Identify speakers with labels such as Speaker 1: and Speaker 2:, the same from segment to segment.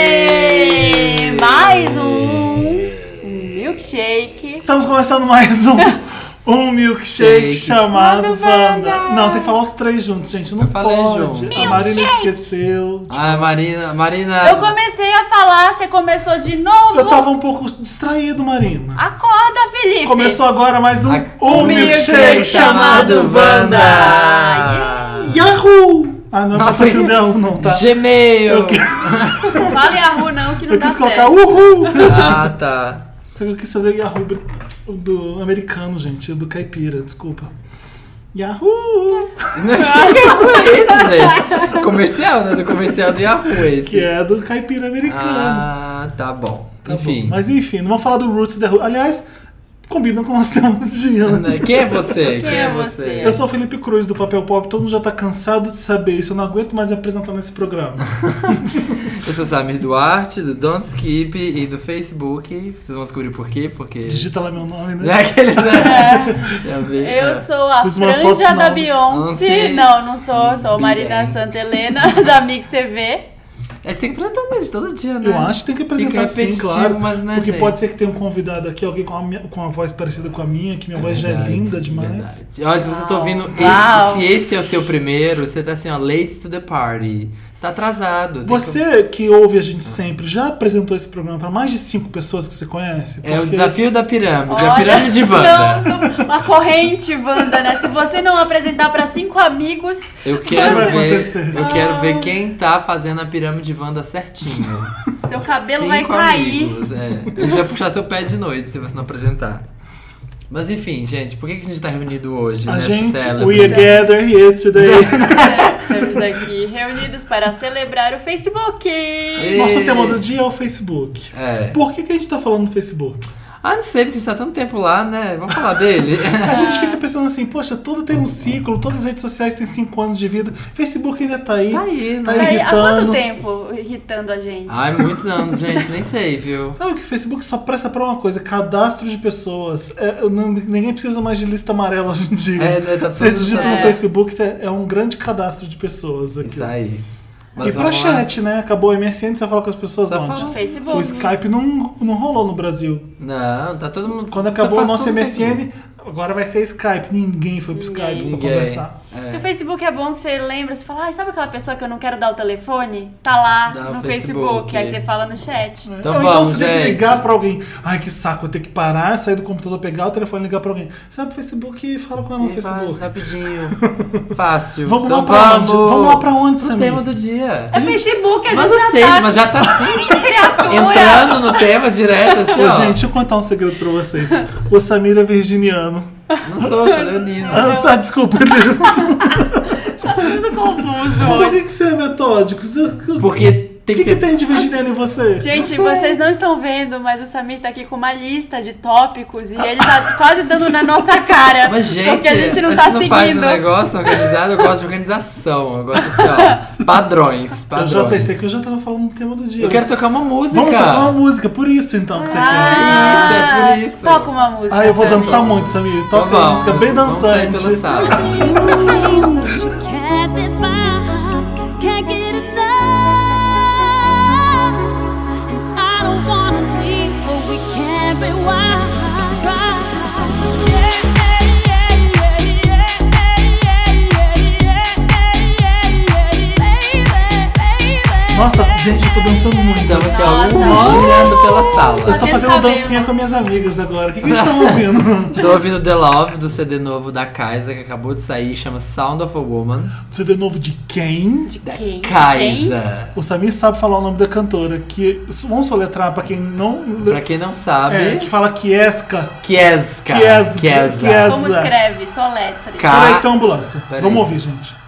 Speaker 1: Aê! Mais um milkshake.
Speaker 2: Estamos começando mais um. Um milkshake chamado Wanda. Não, tem que falar os três juntos, gente. Não
Speaker 3: Eu falei
Speaker 2: pode.
Speaker 3: junto.
Speaker 2: A Marina esqueceu.
Speaker 3: Ah, Marina, Marina.
Speaker 1: Eu comecei a falar, você começou de novo.
Speaker 2: Ah. Eu tava um pouco distraído, Marina.
Speaker 1: Acorda, Felipe.
Speaker 2: Começou agora mais um.
Speaker 3: A-
Speaker 2: Um
Speaker 1: O
Speaker 2: milkshake chamado Wanda. Yahoo! Ah, não,
Speaker 3: Nossa,
Speaker 2: Nossa, se der um, não, tá?
Speaker 3: Gmail.
Speaker 1: Não fala Yahoo não, que não
Speaker 2: Eu
Speaker 1: dá
Speaker 2: quis
Speaker 1: certo.
Speaker 2: colocar Uhul!
Speaker 3: Ah, tá.
Speaker 2: Só que eu quis fazer Yahoo br- do americano, gente, do caipira, desculpa. Yahoo!
Speaker 3: Isso, gente. Comercial, né? Do comercial do Yahoo esse.
Speaker 2: Que é do caipira americano.
Speaker 3: Ah, tá bom.
Speaker 2: Tá bom.
Speaker 3: Enfim.
Speaker 2: Mas enfim, não vamos falar do Roots da Roots. Aliás, combina com o nosso tema do dia, né?
Speaker 3: Quem é você?
Speaker 1: Quem é você?
Speaker 2: Eu sou o Felipe Cruz do Papel Pop, todo mundo já tá cansado de saber isso, eu não aguento mais me apresentar nesse programa.
Speaker 3: Eu sou o Samir Duarte, do Don't Skip e do Facebook. Vocês vão descobrir por quê, porque...
Speaker 2: Digita lá meu nome,
Speaker 3: Não
Speaker 2: né?
Speaker 3: é aqueles, né? Eu, vi, é.
Speaker 1: Eu sou a
Speaker 2: Os meus outros
Speaker 1: franja da
Speaker 2: nomes.
Speaker 1: Beyoncé.
Speaker 3: Beyoncé.
Speaker 1: Não, não sou. Sou a
Speaker 3: Be
Speaker 1: Marina
Speaker 3: bem.
Speaker 1: Santa Helena, da Mix TV.
Speaker 3: A gente É, tem que apresentar mais todo dia, né?
Speaker 2: Eu acho que tem que
Speaker 3: Fica
Speaker 2: apresentar sim,
Speaker 3: repetitivo,
Speaker 2: claro.
Speaker 3: mas, né,
Speaker 2: porque
Speaker 3: gente?
Speaker 2: pode ser que tenha um convidado aqui, alguém com a, minha- com a voz parecida com a minha, que minha voz já é
Speaker 3: Verdade,
Speaker 2: linda demais.
Speaker 3: verdade. Olha, se você tá ouvindo, esse-
Speaker 1: Uau.
Speaker 3: se esse é o seu primeiro, você tá assim, ó, late to the party. Você tá atrasado. tem
Speaker 2: Você que ouve a gente sempre já apresentou esse programa pra mais de cinco pessoas que você conhece?
Speaker 3: que- É o
Speaker 2: Porque-
Speaker 3: desafio da pirâmide,
Speaker 1: Olha,
Speaker 3: a pirâmide Wanda.
Speaker 1: Não, não, uma corrente Wanda, né? Se você não apresentar pra cinco amigos,
Speaker 3: Eu quero
Speaker 2: vai
Speaker 3: ver,
Speaker 2: acontecer?
Speaker 3: eu quero ver quem tá fazendo a pirâmide Wanda certinho.
Speaker 1: seu cabelo
Speaker 3: Cinco
Speaker 1: vai cair.
Speaker 3: amigos, é. A gente vai puxar seu pé de noite se você não apresentar. Mas enfim, gente, por que que a gente tá reunido hoje
Speaker 2: A
Speaker 3: nessa
Speaker 2: gente,
Speaker 3: célebre-
Speaker 2: we are gather here today.
Speaker 1: É, Estamos aqui reunidos para celebrar o Facebook.
Speaker 2: Nosso
Speaker 3: Ei.
Speaker 2: tema do dia é o Facebook.
Speaker 3: É.
Speaker 2: Por que, que a gente tá falando do Facebook?
Speaker 3: Ah, não sei, porque a gente tá tanto tempo lá, né? Vamos falar dele. Tá
Speaker 2: A gente fica pensando assim, poxa, tudo tem um ciclo, todas as redes sociais têm cinco anos de vida, Facebook ainda tá aí.
Speaker 3: Tá Ah, aí,
Speaker 2: Tá
Speaker 3: né?
Speaker 2: aí.
Speaker 1: Peraí, há quanto
Speaker 2: irritando.
Speaker 1: tempo irritando a gente?
Speaker 3: Ai, muitos anos, gente, nem sei, viu?
Speaker 2: Sabe que o Facebook só presta pra uma coisa, cadastro de pessoas. É, eu não- ninguém precisa mais de lista amarela hoje em dia.
Speaker 3: É, né, tá
Speaker 2: Você
Speaker 3: tudo-
Speaker 2: digita no
Speaker 1: É.
Speaker 2: Facebook, tá- é um grande cadastro de pessoas aqui.
Speaker 3: Isso aí.
Speaker 2: E pra
Speaker 3: vamos lá.
Speaker 2: chat, né? Acabou o MSN, você fala com as pessoas
Speaker 3: Só
Speaker 2: onde?
Speaker 3: fala- um
Speaker 1: um Facebook.
Speaker 2: O Skype não, não rolou no Brasil.
Speaker 3: Não, tá todo mundo. um
Speaker 2: Quando
Speaker 3: só
Speaker 2: acabou o
Speaker 3: faz
Speaker 2: nosso
Speaker 3: tudo
Speaker 2: MSN,
Speaker 3: aqui.
Speaker 2: agora vai ser Skype. Ninguém foi pro Skype pra
Speaker 3: Ninguém.
Speaker 2: conversar.
Speaker 3: É.
Speaker 1: Porque O Facebook é bom que você lembra, você fala, ai, sabe aquela pessoa que eu não quero dar o telefone? Tá lá
Speaker 3: Dá
Speaker 1: no
Speaker 3: o
Speaker 1: Facebook.
Speaker 3: Facebook.
Speaker 1: Aí você fala no chat.
Speaker 3: Então
Speaker 2: Ou
Speaker 3: vamos,
Speaker 2: então você tem que
Speaker 3: gente.
Speaker 2: ligar pra alguém. Ai, que saco, eu tenho que parar, sair do computador, pegar o telefone e ligar pra alguém. Sai pro Facebook e fala com ela no
Speaker 3: E faz
Speaker 2: Facebook.
Speaker 3: rapidinho. Fácil.
Speaker 2: Vamos
Speaker 3: então
Speaker 2: lá pra
Speaker 3: vamos.
Speaker 2: onde? Vamos lá pra onde,
Speaker 3: O
Speaker 2: Samir?
Speaker 3: tema do dia.
Speaker 1: É Facebook, a gente
Speaker 3: Mas eu
Speaker 1: já
Speaker 3: sei,
Speaker 1: tá
Speaker 3: mas já tá assim,
Speaker 1: criatura. É
Speaker 3: entrando no tema direto, assim,
Speaker 2: Então é Ô,
Speaker 3: ó.
Speaker 2: gente, deixa eu contar um segredo pra vocês. O Samir é virginiano.
Speaker 3: Não sou, sou leonino.
Speaker 2: Ah, ah, desculpa.
Speaker 1: Tudo
Speaker 2: Por
Speaker 1: confuso.
Speaker 2: que, que você é metódico?
Speaker 3: Porque
Speaker 2: O
Speaker 3: tem
Speaker 2: que,
Speaker 3: que,
Speaker 2: que
Speaker 3: ter...
Speaker 2: tem de virginiano em você?
Speaker 1: Gente, vocês não estão vendo, mas o Samir tá aqui com uma lista de tópicos e ele tá quase dando na nossa cara.
Speaker 3: Mas, gente,
Speaker 1: porque a gente não
Speaker 3: a
Speaker 1: tá
Speaker 3: gente não faz um
Speaker 1: seguindo.
Speaker 3: negócio organizado, eu gosto de organização. Eu gosto assim, ó. Padrões.
Speaker 2: eu
Speaker 3: padrões.
Speaker 2: já pensei que eu já tava falando do tema do dia.
Speaker 3: Eu quero tocar uma música.
Speaker 2: Vamos tocar uma música, por isso então que você quer.
Speaker 3: Ah,
Speaker 1: Ah,
Speaker 3: é por isso.
Speaker 1: Toca uma música.
Speaker 2: Ah, eu vou
Speaker 1: Samir.
Speaker 2: dançar muito, Samir.
Speaker 3: Então
Speaker 2: Toca uma música bem
Speaker 3: vamos sair pela
Speaker 2: dançante.
Speaker 3: sala.
Speaker 4: Can't define, can't get enough. And I don't wanna leave, but we can't rewind.
Speaker 2: Nossa, Gente, eu tô dançando muito.
Speaker 3: Estamos aqui
Speaker 1: Nossa.
Speaker 3: alongando pela sala.
Speaker 2: eu tô
Speaker 1: Adeus,
Speaker 2: fazendo
Speaker 1: cabelo.
Speaker 2: dancinha com minhas amigas agora. O que, que eles estão ouvindo?
Speaker 3: Estou ouvindo The Love do CD novo da Kaisa, que acabou de sair, chama Sound of a Woman.
Speaker 2: Você de novo de quem?
Speaker 3: Da
Speaker 1: Quem?
Speaker 3: Kaisa.
Speaker 2: O Samir sabe falar o nome da cantora, que vamos soletrar pra quem não.
Speaker 3: Pra quem não sabe,
Speaker 2: é, que fala Kieska.
Speaker 3: Kieska.
Speaker 2: Kies-
Speaker 3: Kiesa.
Speaker 2: Kies-
Speaker 1: Como
Speaker 2: Exato.
Speaker 1: escreve? Soletre.
Speaker 3: Ca- Ah.
Speaker 2: Peraí, que tem uma então, ambulância.
Speaker 3: Peraí.
Speaker 2: Vamos ouvir, gente.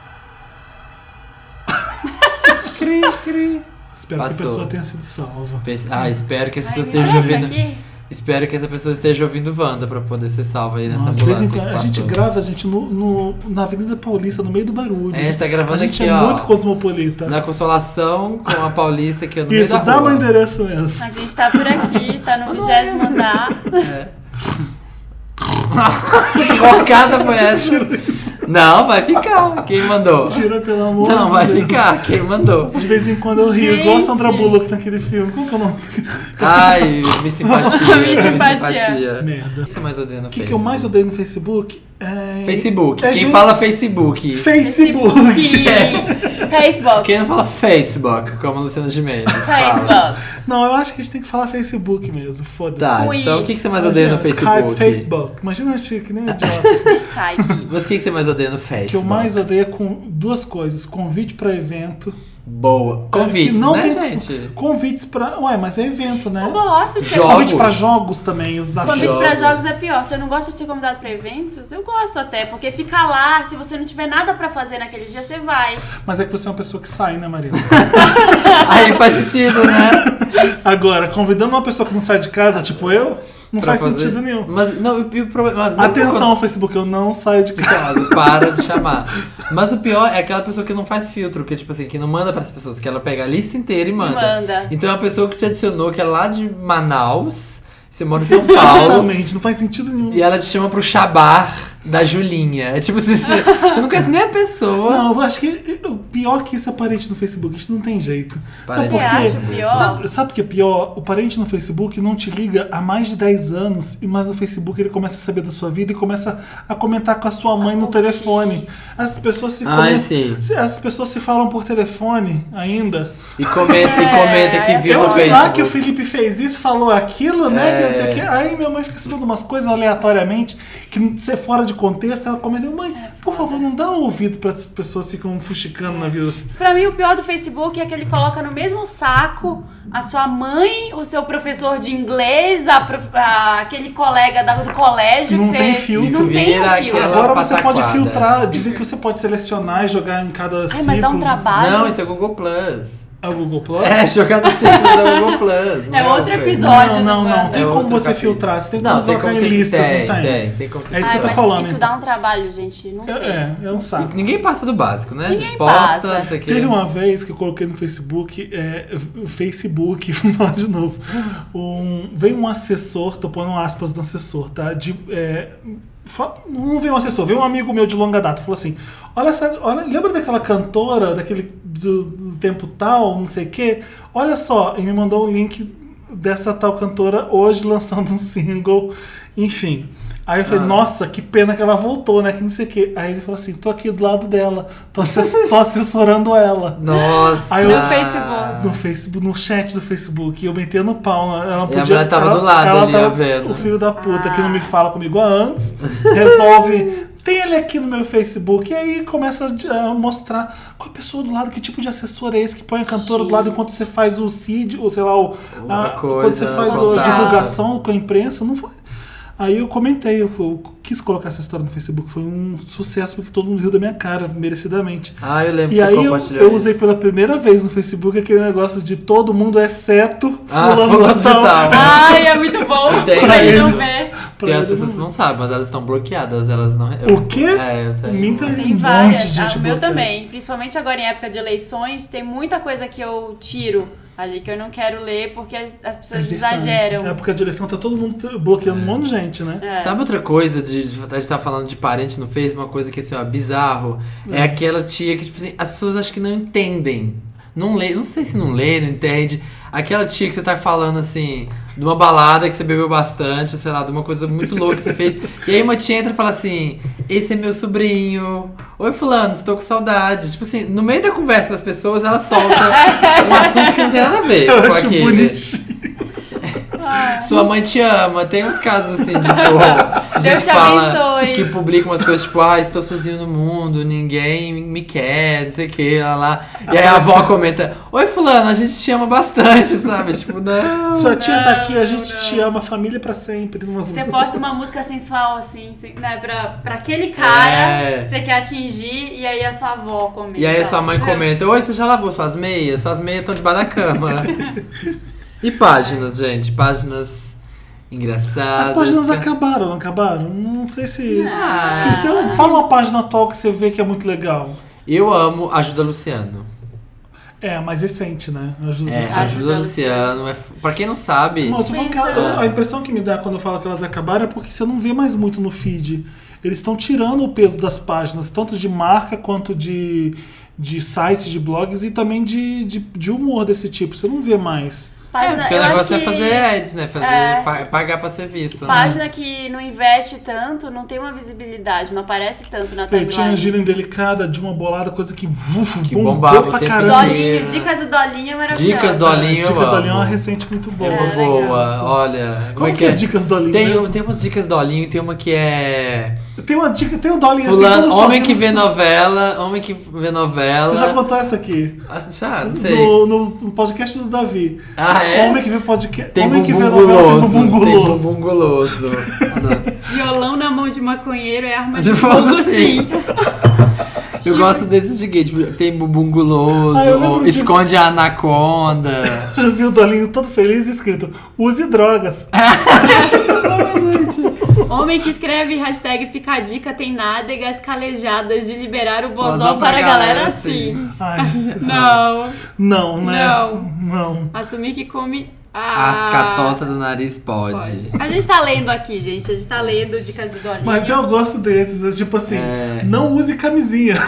Speaker 2: Espero que
Speaker 3: Passou.
Speaker 2: a pessoa tenha sido salva.
Speaker 3: Pense- Ah, espero que as
Speaker 1: Ai,
Speaker 3: pessoas
Speaker 1: me
Speaker 3: estejam
Speaker 1: passa
Speaker 3: ouvindo.
Speaker 1: aqui.
Speaker 3: Espero que essa pessoa esteja ouvindo Wanda pra poder ser salva aí nessa
Speaker 2: Não, de vez
Speaker 3: ambulância.
Speaker 2: em
Speaker 3: que
Speaker 2: quando a
Speaker 3: passou.
Speaker 2: gente grava, gente, no, no- na Avenida Paulista, no meio do barulho.
Speaker 3: É, a gente tá gravando
Speaker 2: A gente
Speaker 3: aqui,
Speaker 2: é
Speaker 3: ó.
Speaker 2: muito cosmopolita.
Speaker 3: Na consolação com a Paulista que eu não
Speaker 2: Isso,
Speaker 3: da
Speaker 2: dá
Speaker 3: rua.
Speaker 2: meu endereço mesmo.
Speaker 1: A gente tá por aqui, tá no vigésimo andar.
Speaker 3: É. Nossa, que porcada foi essa? Não, vai ficar. Quem mandou?
Speaker 2: Tira, pelo amor
Speaker 3: Não,
Speaker 2: de
Speaker 3: vai
Speaker 2: Deus.
Speaker 3: ficar. Quem mandou?
Speaker 2: De vez em quando eu rio,
Speaker 1: Gente.
Speaker 2: igual a Sandra Bullock naquele filme. Como que é eu não.
Speaker 3: Ai, me simpatia.
Speaker 1: Me simpatia.
Speaker 2: Merda.
Speaker 3: O que você mais odeia no
Speaker 2: O que, que eu mais odeio no Facebook é.
Speaker 3: Facebook.
Speaker 2: É
Speaker 3: Quem
Speaker 2: gente-
Speaker 3: fala Facebook.
Speaker 2: Facebook.
Speaker 1: Facebook.
Speaker 3: Quem não fala Facebook, como a Luciana Gimenez. fala.
Speaker 1: Facebook.
Speaker 2: Não, eu acho que a gente tem que falar Facebook mesmo. Foda-se.
Speaker 3: Tá,
Speaker 1: Fui.
Speaker 3: então o que que você mais odeia no
Speaker 2: Imagina,
Speaker 3: Facebook?
Speaker 2: Skype, Facebook. Imagina, Chico, que nem um idiota.
Speaker 1: Skype.
Speaker 3: Mas o que que você mais odeia no Facebook?
Speaker 2: O que eu mais odeio é com duas coisas: convite pra evento.
Speaker 3: Boa. Convites,
Speaker 2: Que não
Speaker 3: né,
Speaker 2: tem-
Speaker 3: gente?
Speaker 2: Convites pra. Ué, mas é evento, né?
Speaker 1: Eu gosto de ser
Speaker 3: Jogos.
Speaker 2: Convite pra jogos também, exato.
Speaker 1: Convite
Speaker 3: Jogos.
Speaker 1: pra jogos é pior. Se eu não gosto de ser convidado pra eventos, eu gosto até, porque fica lá, se você não tiver nada pra fazer naquele dia, você vai.
Speaker 2: Mas é que você é uma pessoa que sai, né, Marina?
Speaker 3: Aí faz sentido, né?
Speaker 2: Agora, convidando uma pessoa que não sai de casa, tipo eu, não
Speaker 3: Pra
Speaker 2: faz
Speaker 3: fazer-
Speaker 2: sentido nenhum.
Speaker 3: Mas não, e o problema. mas mesmo
Speaker 2: Atenção,
Speaker 3: quando-
Speaker 2: Facebook, eu não saio de casa.
Speaker 3: Caso, para de chamar. Mas o pior é aquela pessoa que não faz filtro, que tipo assim, que não manda pras pessoas, que ela pega a lista inteira e manda.
Speaker 1: manda.
Speaker 3: Então é uma pessoa que te adicionou, que é lá de Manaus, você mora em São Paulo,
Speaker 2: Exatamente, não faz sentido nenhum.
Speaker 3: e ela te chama pro chabar da Julinha. É tipo assim, você, você não conhece nem a pessoa.
Speaker 2: Não, eu acho que o pior que isso é parente no Facebook, isso não tem jeito.
Speaker 3: Parente
Speaker 1: Você
Speaker 2: por quê?
Speaker 1: acha pior?
Speaker 2: Sabe, sabe o que é pior? O parente no Facebook não te liga há mais de 10 anos, e mais no Facebook ele começa a saber da sua vida e começa a comentar com a sua mãe no
Speaker 1: curtir.
Speaker 2: telefone. As pessoas se
Speaker 3: Ai,
Speaker 2: comen-
Speaker 3: Ah, sim.
Speaker 2: se- As pessoas se falam por telefone ainda.
Speaker 3: E comenta, e
Speaker 1: É,
Speaker 3: comenta que
Speaker 1: é
Speaker 3: viu
Speaker 2: eu
Speaker 3: no
Speaker 2: vi lá que o
Speaker 3: Facebook.
Speaker 2: Felipe fez isso, falou aquilo, né?
Speaker 3: É.
Speaker 2: que não sei o quê. Aí minha mãe fica sabendo umas coisas aleatoriamente, que não- se é fora de contexto, ela comenta, mãe,
Speaker 1: É,
Speaker 2: por favor, não dá um ouvido pra essas pessoas que ficam fuxicando na vida.
Speaker 1: Mas Pra mim, o pior do Facebook é que ele coloca no mesmo saco a sua mãe, o seu professor de inglês, a prof- a- aquele colega da, do colégio.
Speaker 2: Não
Speaker 1: que
Speaker 2: tem
Speaker 1: você,
Speaker 2: filtro.
Speaker 1: Não tem
Speaker 3: Vira
Speaker 1: um
Speaker 3: aquela-
Speaker 1: filtro.
Speaker 2: Agora você
Speaker 3: pataquada. É.
Speaker 2: pode filtrar, dizem que você pode selecionar e jogar em cada
Speaker 1: Ai, mas dá um
Speaker 2: ciclo.
Speaker 1: trabalho.
Speaker 3: Não, isso é Google Plus.
Speaker 2: É o Google Plus?
Speaker 3: É, jogada simples é Google Plus. não
Speaker 1: É outro
Speaker 3: coisa.
Speaker 1: episódio.
Speaker 2: Não,
Speaker 1: do
Speaker 2: não,
Speaker 1: Wanda.
Speaker 2: não. Tem
Speaker 3: É
Speaker 2: como
Speaker 3: outro
Speaker 2: você
Speaker 3: capítulo.
Speaker 2: filtrar, você tem como
Speaker 3: Não, tem
Speaker 2: colocar
Speaker 3: como
Speaker 2: em
Speaker 3: você
Speaker 2: listas,
Speaker 3: tem,
Speaker 2: não tem?
Speaker 3: tem, tem como você
Speaker 2: É isso que
Speaker 1: Ai,
Speaker 2: eu tô
Speaker 1: mas
Speaker 2: falando.
Speaker 1: isso
Speaker 2: então.
Speaker 1: dá um trabalho, gente. Não sei.
Speaker 2: É, é um saco.
Speaker 3: Ninguém passa do básico, né? a gente
Speaker 1: Ninguém
Speaker 3: posta,
Speaker 1: passa.
Speaker 3: não sei o quê.
Speaker 2: Teve uma vez que eu coloquei no Facebook, é, Facebook, vamos falar de novo. Um, veio um assessor, tô pondo aspas do assessor, tá? De, é, fa- não veio um assessor, veio um amigo meu de longa data, falou assim: olha, essa, olha lembra daquela cantora, daquele do, do tempo tal, não sei o quê? Olha só, e me mandou um link dessa tal cantora hoje lançando um single, enfim. Aí eu falei, nossa, que pena que ela voltou, né? Que não sei o quê. Aí ele falou assim, tô aqui do lado dela, tô, assess- tô assessorando ela.
Speaker 3: Nossa!
Speaker 2: Aí eu-
Speaker 1: No Facebook.
Speaker 2: No Facebook, no chat do Facebook, eu metendo o pau.
Speaker 3: E
Speaker 2: Ela
Speaker 3: a
Speaker 2: podia,
Speaker 3: mulher tava
Speaker 2: ela-
Speaker 3: do lado
Speaker 2: ela
Speaker 3: ali,
Speaker 2: tava-
Speaker 3: ó, vendo.
Speaker 2: O filho da puta que não me fala comigo há anos, resolve. Tem ele aqui no meu Facebook. E aí começa a ah, mostrar qual a pessoa do lado, que tipo de assessor é esse que põe a cantora do lado enquanto você faz o CID, ou sei lá, o,
Speaker 3: Uma
Speaker 2: quando
Speaker 3: coisa,
Speaker 2: você faz a
Speaker 1: contato.
Speaker 2: divulgação com a imprensa, não foi. Aí eu comentei, eu, eu quis colocar essa história no Facebook, foi um sucesso porque todo mundo riu da minha cara, merecidamente.
Speaker 3: Ah, eu lembro
Speaker 2: E
Speaker 3: que
Speaker 2: aí
Speaker 3: você
Speaker 2: eu,
Speaker 3: compartilhou
Speaker 2: eu usei
Speaker 3: isso.
Speaker 2: pela primeira vez no Facebook aquele negócio de todo mundo exceto
Speaker 3: Ah,
Speaker 2: fulano
Speaker 3: fulano
Speaker 2: de
Speaker 3: de
Speaker 2: tal.
Speaker 3: tal.
Speaker 1: Ai, é muito bom.
Speaker 3: Tem
Speaker 1: pra ele
Speaker 3: isso.
Speaker 1: não ver.
Speaker 2: Pra
Speaker 3: Tem as
Speaker 2: ele
Speaker 3: pessoas que
Speaker 2: não-
Speaker 3: não sabem, mas elas estão bloqueadas, elas não... eu-
Speaker 2: O quê?
Speaker 3: É, eu tenho.
Speaker 2: Minta-
Speaker 3: uma-
Speaker 2: Tem um
Speaker 1: Tem
Speaker 2: monte
Speaker 1: várias.
Speaker 2: de gente
Speaker 1: ah, o meu
Speaker 2: bloqueada.
Speaker 1: também. Principalmente agora em época de eleições, tem muita coisa que eu tiro ali, que eu não quero ler, porque as, as
Speaker 2: É
Speaker 1: pessoas
Speaker 2: verdade.
Speaker 1: exageram.
Speaker 2: Na época de eleição tá todo mundo t- bloqueando um monte de gente, né?
Speaker 1: É.
Speaker 3: Sabe outra coisa de, de a gente tá falando de parente no Facebook, uma coisa que assim, ó, bizarro? É. aquela tia que, tipo assim, as pessoas acho que não entendem. Não lê, não sei se não lê, não entende. Aquela tia que você tá falando assim, de uma balada que você bebeu bastante, ou sei lá, de uma coisa muito louca que você fez. E aí uma tia entra e fala assim: Esse é meu sobrinho. Oi, Fulano, estou com saudade. Tipo assim, no meio da conversa das pessoas, ela solta um assunto que não tem nada a ver
Speaker 2: Eu
Speaker 3: com
Speaker 2: acho
Speaker 3: aquele.
Speaker 2: bonitinho.
Speaker 3: Sua mãe te ama. Tem uns casos assim, de tipo, gente
Speaker 1: Deus te
Speaker 3: que fala
Speaker 1: abençoe.
Speaker 3: que publica umas coisas tipo, ah, estou sozinho no mundo, ninguém me quer, não sei o que, lá lá. E aí a avó comenta, oi fulano, a gente te ama bastante, sabe? Tipo, não.
Speaker 2: Sua tia tá aqui, a
Speaker 1: não,
Speaker 2: gente
Speaker 1: não.
Speaker 2: te ama, família é pra sempre. Umas...
Speaker 1: Você posta uma música sensual, assim, se- né? Pra, pra aquele cara
Speaker 3: É.
Speaker 1: que você quer atingir, e aí a sua avó comenta.
Speaker 3: E aí a sua mãe comenta, oi, você já lavou suas meias? Suas meias estão debaixo da cama. e páginas, gente, páginas engraçadas.
Speaker 2: As páginas
Speaker 3: que-
Speaker 2: acabaram, não acabaram? Não sei se.
Speaker 3: Ah.
Speaker 2: Porque Você fala uma página atual que você vê que é muito legal.
Speaker 3: Eu amo Ajuda Luciano.
Speaker 2: É, mais recente, né? Ajuda
Speaker 3: É,
Speaker 2: você.
Speaker 3: Ajuda, Luciano. É... f- Pra quem não sabe.
Speaker 2: Não, eu tô falando que ela-
Speaker 1: Pensa.
Speaker 2: a impressão que me dá quando eu falo que elas acabaram é porque você não vê mais muito no feed. Eles estão tirando o peso das páginas, tanto de marca quanto de, de sites, de blogs e também de, de, de humor desse tipo. Você não vê mais.
Speaker 3: É,
Speaker 1: Página,
Speaker 3: porque
Speaker 1: eu
Speaker 3: o negócio
Speaker 1: acho que
Speaker 3: é fazer ads, né? Fazer,
Speaker 1: É.
Speaker 3: pa- pagar pra ser visto, né?
Speaker 1: Página que não investe tanto, não tem uma visibilidade, não aparece tanto na
Speaker 2: Eu tinha a
Speaker 1: timeline.
Speaker 2: gíria indelicada de uma o coisa que, uf,
Speaker 3: Que
Speaker 2: bombou
Speaker 3: bombava o
Speaker 2: pra
Speaker 3: tempo
Speaker 2: caramba.
Speaker 1: Dolinho,
Speaker 3: Dolinho.
Speaker 1: dicas do Dolinho é maravilhoso.
Speaker 3: Dicas do Dolinho, eu
Speaker 2: Dicas do Dolinho é uma
Speaker 3: amo.
Speaker 2: recente muito
Speaker 3: É
Speaker 2: boa.
Speaker 3: uma
Speaker 1: É,
Speaker 3: boa,
Speaker 1: legal.
Speaker 3: olha.
Speaker 2: Como que é Dicas do Dolinho?
Speaker 3: Tem,
Speaker 2: né?
Speaker 3: um- tem umas dicas dolinho, tem uma que é.
Speaker 2: Tem uma dica, tem o Dolly
Speaker 3: Fulano,
Speaker 2: assim,
Speaker 3: homem que
Speaker 2: vem.
Speaker 3: vê novela, homem que vê novela.
Speaker 2: Você já contou essa aqui?
Speaker 3: Acho- Já, não sei.
Speaker 2: No, no- no podcast do Davi.
Speaker 3: Ah, é?
Speaker 2: Homem que vê podcast.
Speaker 3: Tem
Speaker 2: homem que vê
Speaker 3: bumbum
Speaker 2: novela
Speaker 3: guloso.
Speaker 2: tem bumbum guloso.
Speaker 3: Tem bumbum guloso. Ah, não.
Speaker 1: Violão na mão de maconheiro é arma de,
Speaker 3: De fogo,
Speaker 1: fogo, sim.
Speaker 3: sim. Eu gosto desses de gay, tipo, tem bumbum guloso,
Speaker 2: Ah, eu lembro
Speaker 3: ou
Speaker 2: de-
Speaker 3: esconde a anaconda.
Speaker 2: Já vi o Dolinho todo feliz e escrito: use drogas.
Speaker 1: Homem que escreve hashtag fica a dica tem nádegas calejadas de liberar o bozó
Speaker 3: Bozó pra
Speaker 1: para a galera
Speaker 3: galera,
Speaker 1: assim.
Speaker 2: Ai,
Speaker 1: Não.
Speaker 2: não, né?
Speaker 1: Não.
Speaker 2: Não.
Speaker 1: Assumir que come a...
Speaker 3: As catotas do nariz pode.
Speaker 1: Ah. Pode. A gente tá lendo aqui, gente. A gente tá lendo dicas do Dolinho.
Speaker 2: Mas eu gosto desses. é tipo assim:
Speaker 3: É.
Speaker 2: não use camisinha.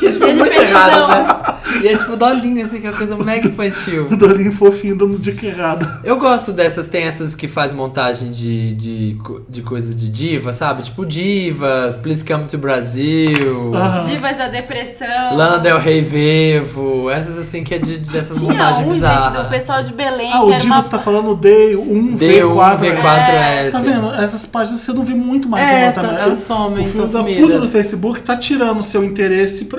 Speaker 3: Que é, tipo,
Speaker 1: Ele
Speaker 3: muito
Speaker 1: fez
Speaker 3: errado,
Speaker 1: usão.
Speaker 3: né? E é tipo dolinho, assim, que é uma coisa mega infantil.
Speaker 2: O Dolinho fofinho dando dica errada.
Speaker 3: Eu gosto dessas, tem essas que faz montagem de, de, co- de coisas de diva, sabe? Tipo divas, Please Come to Brasil,
Speaker 2: Aham.
Speaker 1: Divas da depressão.
Speaker 3: Lana Del Rey Vevo, essas assim que é de, dessas
Speaker 1: Tinha
Speaker 3: montagens
Speaker 1: um, gente, do
Speaker 3: bizarras.
Speaker 1: pessoal de Belém.
Speaker 2: Ah,
Speaker 1: que
Speaker 2: o
Speaker 1: era
Speaker 2: Diva
Speaker 1: uma...
Speaker 2: você tá falando D1,
Speaker 3: D1,
Speaker 2: V4.
Speaker 3: V4S.
Speaker 1: né?
Speaker 2: Tá vendo? Essas páginas você não vê muito mais.
Speaker 3: É,
Speaker 2: no
Speaker 3: tá-
Speaker 2: Natanael.
Speaker 3: elas somem,
Speaker 2: O filho
Speaker 3: estão
Speaker 2: da puta
Speaker 3: sumidas.
Speaker 2: do Facebook tá tirando o seu interesse pra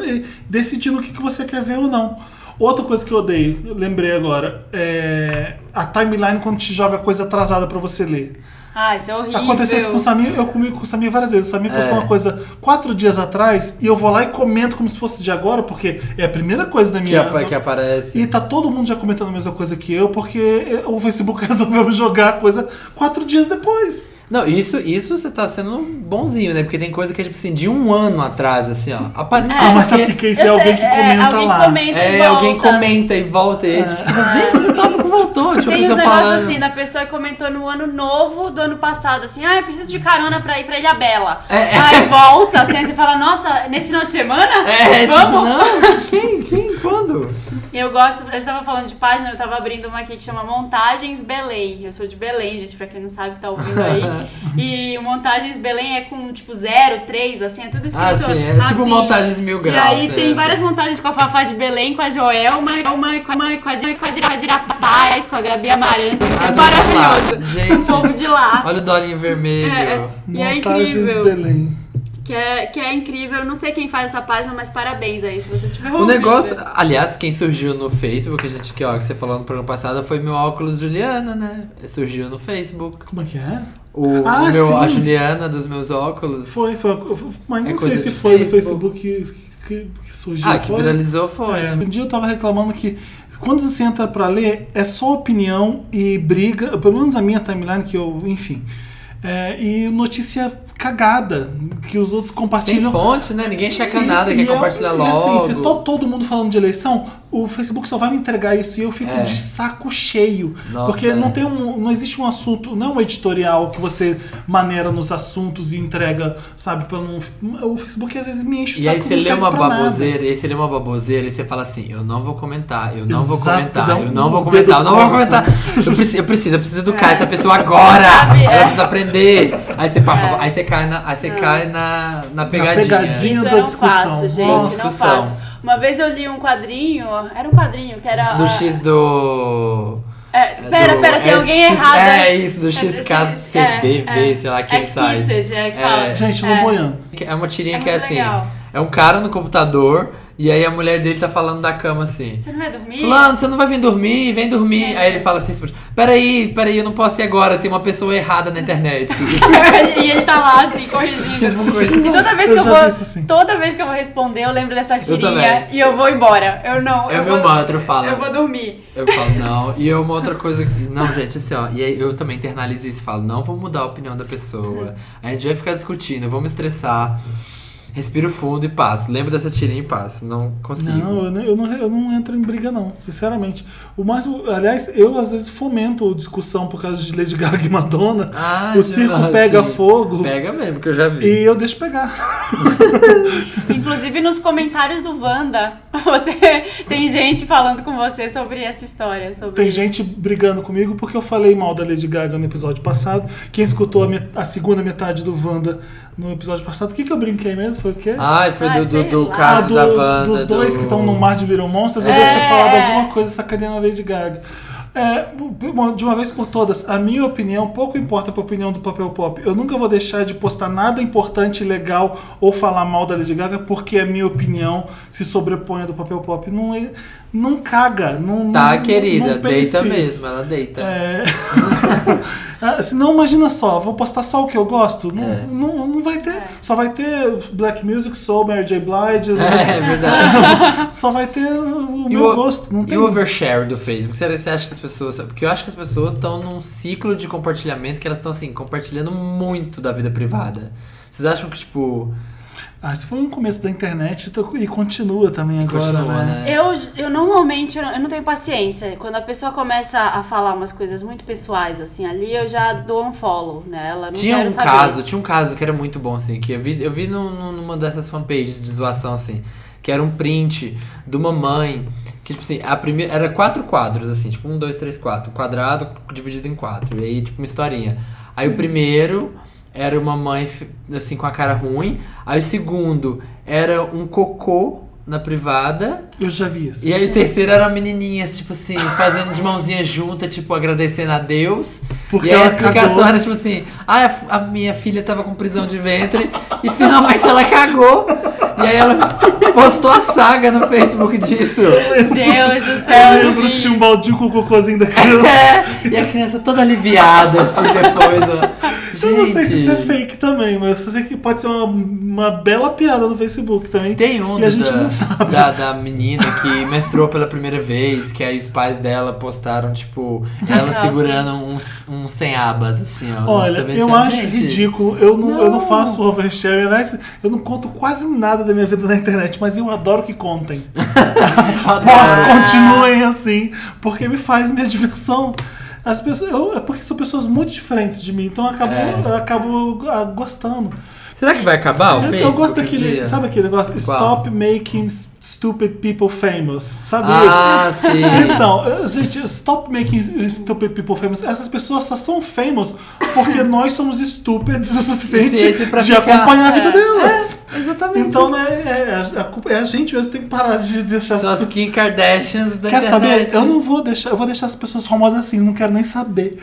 Speaker 2: decidindo o que, que você quer ver ou não. Outra coisa que eu odeio, eu lembrei agora, é a timeline quando te joga coisa atrasada pra você ler.
Speaker 1: Ah, isso é horrível.
Speaker 2: Aconteceu isso com o Samir, eu comi com o Samir várias vezes. O Samir postou
Speaker 3: É.
Speaker 2: uma coisa quatro dias atrás e eu vou lá e comento como se fosse de agora, porque é a primeira coisa da
Speaker 3: Que,
Speaker 2: minha.
Speaker 3: apa- que é aparece.
Speaker 2: E tá todo mundo já comentando a mesma coisa que eu, porque o Facebook resolveu me jogar a coisa quatro dias depois.
Speaker 3: Não, isso, isso você tá sendo bonzinho, né? Porque tem coisa que é tipo assim, de um ano atrás, assim, ó. Apare...
Speaker 2: Ah, mas
Speaker 3: por quê?
Speaker 2: sabe o que que é
Speaker 1: Eu
Speaker 2: isso? É
Speaker 1: sei,
Speaker 2: alguém que comenta
Speaker 1: alguém
Speaker 2: lá.
Speaker 1: Comenta e
Speaker 3: É,
Speaker 1: volta. É.
Speaker 3: alguém comenta e volta. E, tipo, você fala, gente, esse tópico voltou. Tipo, a
Speaker 1: Tem uns
Speaker 3: pessoa
Speaker 1: negócios
Speaker 3: falando.
Speaker 1: assim, da pessoa que comentou no ano novo do ano passado, assim, ah, eu preciso de carona pra ir pra Ilha Bela.
Speaker 3: É, é.
Speaker 1: Aí volta, assim, aí você fala, nossa, nesse final de semana?
Speaker 3: É, tipo,
Speaker 1: vamos?
Speaker 3: não, quem, quem, quando?
Speaker 1: Eu gosto, eu estava falando de página, eu tava abrindo uma aqui que chama Montagens Belém. Eu sou de Belém, gente, pra quem não sabe, tá ouvindo aí. e o Montagens Belém é com, tipo, zero, três, assim, é tudo escrito
Speaker 3: Ah, sim, é tipo
Speaker 1: assim.
Speaker 3: montagens mil
Speaker 1: E
Speaker 3: graus.
Speaker 1: aí
Speaker 3: é,
Speaker 1: tem
Speaker 3: assim.
Speaker 1: várias montagens com a Fafá de Belém, com a Joelma, com a mãe, com a mãe, com a Gi- com a Gi- com a Girapaz, com a Gabi Amaranto.
Speaker 3: Ah,
Speaker 1: É
Speaker 3: de
Speaker 1: maravilhoso.
Speaker 3: lá, gente.
Speaker 1: O povo de lá.
Speaker 3: Olha o dolinho vermelho.
Speaker 1: É. E é
Speaker 2: Montagens
Speaker 1: incrível.
Speaker 2: Belém.
Speaker 1: Que é, que é incrível. Eu não sei quem faz essa página, mas parabéns aí, se você tiver
Speaker 3: O
Speaker 1: ouvido.
Speaker 3: negócio, aliás, quem surgiu no Facebook, que a gente que, ó, que você falou no programa passado, foi meu óculos Juliana, né? Surgiu no Facebook.
Speaker 2: Como é que é?
Speaker 3: O,
Speaker 2: Ah,
Speaker 3: o meu, a
Speaker 2: sim.
Speaker 3: Juliana dos meus óculos.
Speaker 2: Foi, foi. foi- Mas
Speaker 3: É
Speaker 2: não sei
Speaker 3: coisa
Speaker 2: se
Speaker 3: de
Speaker 2: foi no Facebook
Speaker 3: Facebook.
Speaker 2: que, que- que surgiu.
Speaker 3: Ah, que
Speaker 2: foi?
Speaker 3: viralizou foi.
Speaker 2: É, um dia eu tava reclamando que quando você entra pra ler, é só opinião e briga, pelo menos a minha timeline, que eu, enfim. é, e notícia cagada que os outros
Speaker 3: Sem
Speaker 2: compartilham.
Speaker 3: fonte, né? Ninguém checa
Speaker 2: E-
Speaker 3: nada,
Speaker 2: e
Speaker 1: é
Speaker 3: quer
Speaker 2: eu-
Speaker 3: compartilhar
Speaker 2: e
Speaker 3: logo.
Speaker 2: Assim, se to- todo mundo falando de eleição, o Facebook só vai me entregar isso e eu fico
Speaker 3: É.
Speaker 2: de saco cheio.
Speaker 3: Nossa,
Speaker 2: porque não
Speaker 3: é.
Speaker 2: tem um. Não existe um assunto, não é um editorial que você maneira nos assuntos e entrega, sabe, pra não. hum, O Facebook às vezes me enche o
Speaker 3: E
Speaker 2: saco.
Speaker 3: aí você
Speaker 2: não
Speaker 3: lê
Speaker 2: Tipo, serve
Speaker 3: uma
Speaker 2: pra nada.
Speaker 3: baboseira, e aí você lê uma baboseira, e você fala assim, eu não vou comentar, eu não vou
Speaker 2: Exato,
Speaker 3: comentar,
Speaker 2: dá
Speaker 3: eu
Speaker 2: um
Speaker 3: não vou
Speaker 2: dedo
Speaker 3: comentar, eu não vou
Speaker 2: falso.
Speaker 3: comentar. Eu preciso, eu preciso, eu preciso educar
Speaker 1: É.
Speaker 3: essa pessoa agora!
Speaker 1: Sabe, é.
Speaker 3: Ela precisa aprender. Aí você, pá,
Speaker 1: É.
Speaker 3: pá, pá, aí você cai na, aí você cai na, na pegadinha.
Speaker 2: pegadinha.
Speaker 1: Isso
Speaker 2: da
Speaker 1: eu não
Speaker 2: discussão.
Speaker 1: faço, gente.
Speaker 3: Nossa,
Speaker 1: não
Speaker 3: discussão.
Speaker 1: faço. Uma vez eu li um quadrinho, era um quadrinho que era.
Speaker 3: Do
Speaker 1: ah,
Speaker 3: X do.
Speaker 1: É, pera,
Speaker 3: do
Speaker 1: pera, tem alguém
Speaker 3: SX
Speaker 1: errado.
Speaker 3: É isso, do
Speaker 1: É,
Speaker 3: XKCDV,
Speaker 1: é, é.
Speaker 3: sei lá que ele sai.
Speaker 1: Exquisite, é que fala.
Speaker 3: É.
Speaker 2: Gente, eu não
Speaker 1: É.
Speaker 2: boiando.
Speaker 3: É uma tirinha
Speaker 1: É
Speaker 3: que é
Speaker 1: muito
Speaker 3: assim.
Speaker 1: legal.
Speaker 3: É um cara no computador e aí a mulher dele tá falando da cama assim.
Speaker 1: Você não vai dormir?
Speaker 3: Fulano, você não vai vir dormir? Vem dormir.
Speaker 1: É.
Speaker 3: Aí ele fala assim, responde, peraí, peraí, eu não posso ir agora, tem uma pessoa errada na internet.
Speaker 1: e ele tá lá, assim, corrigindo.
Speaker 3: tipo, coisa.
Speaker 1: E toda vez
Speaker 2: Eu
Speaker 1: que eu
Speaker 2: já
Speaker 1: vou.
Speaker 2: vi isso assim.
Speaker 1: Toda vez que eu vou responder, eu lembro dessa tirinha
Speaker 3: também.
Speaker 1: e eu vou embora. Eu não.
Speaker 3: É
Speaker 1: eu
Speaker 3: o meu
Speaker 1: vou,
Speaker 3: mantra, eu falo.
Speaker 1: Eu vou dormir.
Speaker 3: Eu falo, não. E é uma outra coisa. que- Não, gente, assim, ó. E aí eu também internalizo isso. Falo, não vou mudar a opinião da pessoa.
Speaker 1: Uhum.
Speaker 3: A gente vai ficar discutindo, eu vou me estressar. Respiro fundo e passo. Lembro dessa tirinha e passo. Não consigo.
Speaker 2: Não, eu não, eu, não, eu não entro em briga, não, sinceramente. O máximo, aliás, eu às vezes fomento discussão por causa de Lady Gaga e Madonna.
Speaker 3: Ah,
Speaker 2: o
Speaker 3: já,
Speaker 2: circo pega
Speaker 3: sim.
Speaker 2: fogo
Speaker 3: Pega mesmo, que eu já
Speaker 2: e
Speaker 3: vi.
Speaker 2: eu deixo pegar.
Speaker 1: Inclusive nos comentários do Wanda, você tem gente falando com você sobre essa história. Sobre...
Speaker 2: Tem gente brigando comigo porque eu falei mal da Lady Gaga no episódio passado. Quem escutou a, met- a segunda metade do Wanda no episódio passado, o que, que eu brinquei mesmo? Foi o quê?
Speaker 3: Ai, foi
Speaker 1: Ah,
Speaker 3: do, do,
Speaker 1: sei
Speaker 3: do
Speaker 1: lá.
Speaker 3: caso
Speaker 2: Ah, do-
Speaker 3: da Wanda.
Speaker 2: dos dois
Speaker 3: do-
Speaker 2: que estão no mar de Little Monsters, eu
Speaker 1: É.
Speaker 2: devo ter falado alguma coisa sacaneando a Lady Gaga. É, bom, de uma vez por todas, a minha opinião, pouco importa pra opinião do Papel Pop. Eu nunca vou deixar de postar nada importante, legal ou falar mal da Lady Gaga porque a minha opinião se sobrepõe à do Papel Pop. Não, é- não caga, não.
Speaker 3: Tá,
Speaker 2: não-
Speaker 3: querida,
Speaker 2: não pense
Speaker 3: deita
Speaker 2: isso.
Speaker 3: mesmo, ela deita.
Speaker 2: É. Ah, Senão, imagina só, vou postar só o que eu gosto. Não,
Speaker 3: É.
Speaker 2: não, não vai ter. Só vai ter Black Music, Soul, Mary J. Blige. não vai ser-
Speaker 3: É, verdade.
Speaker 2: só vai ter o
Speaker 3: E
Speaker 2: meu
Speaker 3: o-
Speaker 2: gosto. Não
Speaker 3: E
Speaker 2: tem
Speaker 3: o overshare do Facebook? Será que você acha que as pessoas. Porque eu acho que as pessoas estão num ciclo de compartilhamento que elas estão assim, compartilhando muito da vida privada. Vocês acham que, tipo.
Speaker 2: Ah, isso foi um começo da internet tô- e continua também agora,
Speaker 3: continua,
Speaker 2: né?
Speaker 3: né?
Speaker 1: Eu, eu normalmente eu não, eu não tenho paciência. Quando a pessoa começa a falar umas coisas muito pessoais, assim, ali eu já dou um follow nela. Não
Speaker 3: Tinha
Speaker 1: quero
Speaker 3: um
Speaker 1: saber.
Speaker 3: caso, tinha um caso que era muito bom, assim, que eu vi, eu vi num- num- numa dessas fanpages de zoação, assim, que era um print de uma mãe, que, tipo assim, a primeira, era quatro quadros, assim, tipo, um, dois, três, quatro, quadrado dividido em quatro, e aí, tipo, uma historinha. Aí
Speaker 1: Uhum.
Speaker 3: o primeiro era uma mãe, fi- assim, com a cara ruim, aí o segundo era um cocô na privada,
Speaker 2: Eu já vi isso.
Speaker 3: e aí o terceiro era menininhas, tipo assim, fazendo de mãozinha junta, tipo, agradecendo a Deus.
Speaker 2: Porque
Speaker 3: e aí a
Speaker 2: ela
Speaker 3: explicação
Speaker 2: cagou.
Speaker 3: era tipo assim, ah, a f- a, minha filha tava com prisão de ventre e finalmente ela cagou. E aí ela postou a saga no Facebook disso.
Speaker 1: Deus do
Speaker 2: Eu
Speaker 1: céu.
Speaker 2: lembro que
Speaker 1: Luiz.
Speaker 2: tinha um baldinho com o cocôzinho da criança.
Speaker 3: É, e a criança toda aliviada, assim, depois, ó. Gente,
Speaker 2: Eu não sei se isso é fake também, mas eu sei que pode ser uma, uma bela piada no Facebook também.
Speaker 3: Tem um
Speaker 2: E a
Speaker 3: do-
Speaker 2: gente
Speaker 3: da,
Speaker 2: não sabe.
Speaker 3: Da, da menina que menstruou pela primeira vez, que aí os pais dela postaram, tipo, ela
Speaker 1: Nossa.
Speaker 3: segurando um, um sem abas, assim, ó.
Speaker 2: Olha,
Speaker 3: Você vê
Speaker 2: eu
Speaker 3: assim,
Speaker 2: acho
Speaker 3: gente,
Speaker 2: ridículo, eu não, eu não
Speaker 3: Não.
Speaker 2: faço overshare, aliás, eu não conto quase nada da minha vida na internet, mas eu adoro que contem.
Speaker 3: adoro.
Speaker 2: Bora, continuem assim, porque me faz minha diversão. As pessoas, eu- é porque são pessoas muito diferentes de mim, então eu acabo,
Speaker 3: É.
Speaker 2: eu acabo ah, gostando.
Speaker 3: Será que vai acabar o
Speaker 2: Eu, eu
Speaker 3: Facebook?
Speaker 2: gosto
Speaker 3: um
Speaker 2: daquele,
Speaker 3: dia?
Speaker 2: sabe aquele negócio?
Speaker 3: Qual?
Speaker 2: Stop making stupid people famous. Sabe
Speaker 3: Ah,
Speaker 2: isso?
Speaker 3: sim.
Speaker 2: Então, eh, gente, stop making stupid people famous. Essas pessoas só são famous porque nós somos estúpidos o suficiente
Speaker 3: Suficiente pra
Speaker 2: de
Speaker 3: ficar- É,
Speaker 2: acompanhar a vida delas.
Speaker 3: Exatamente.
Speaker 2: Então, né, é, é, a culpa- é a gente mesmo que tem que parar de deixar
Speaker 3: São as Kim Kardashians da
Speaker 2: Quer
Speaker 3: internet.
Speaker 2: saber? Eu não vou deixar, eu vou deixar as pessoas famosas assim, não quero nem saber.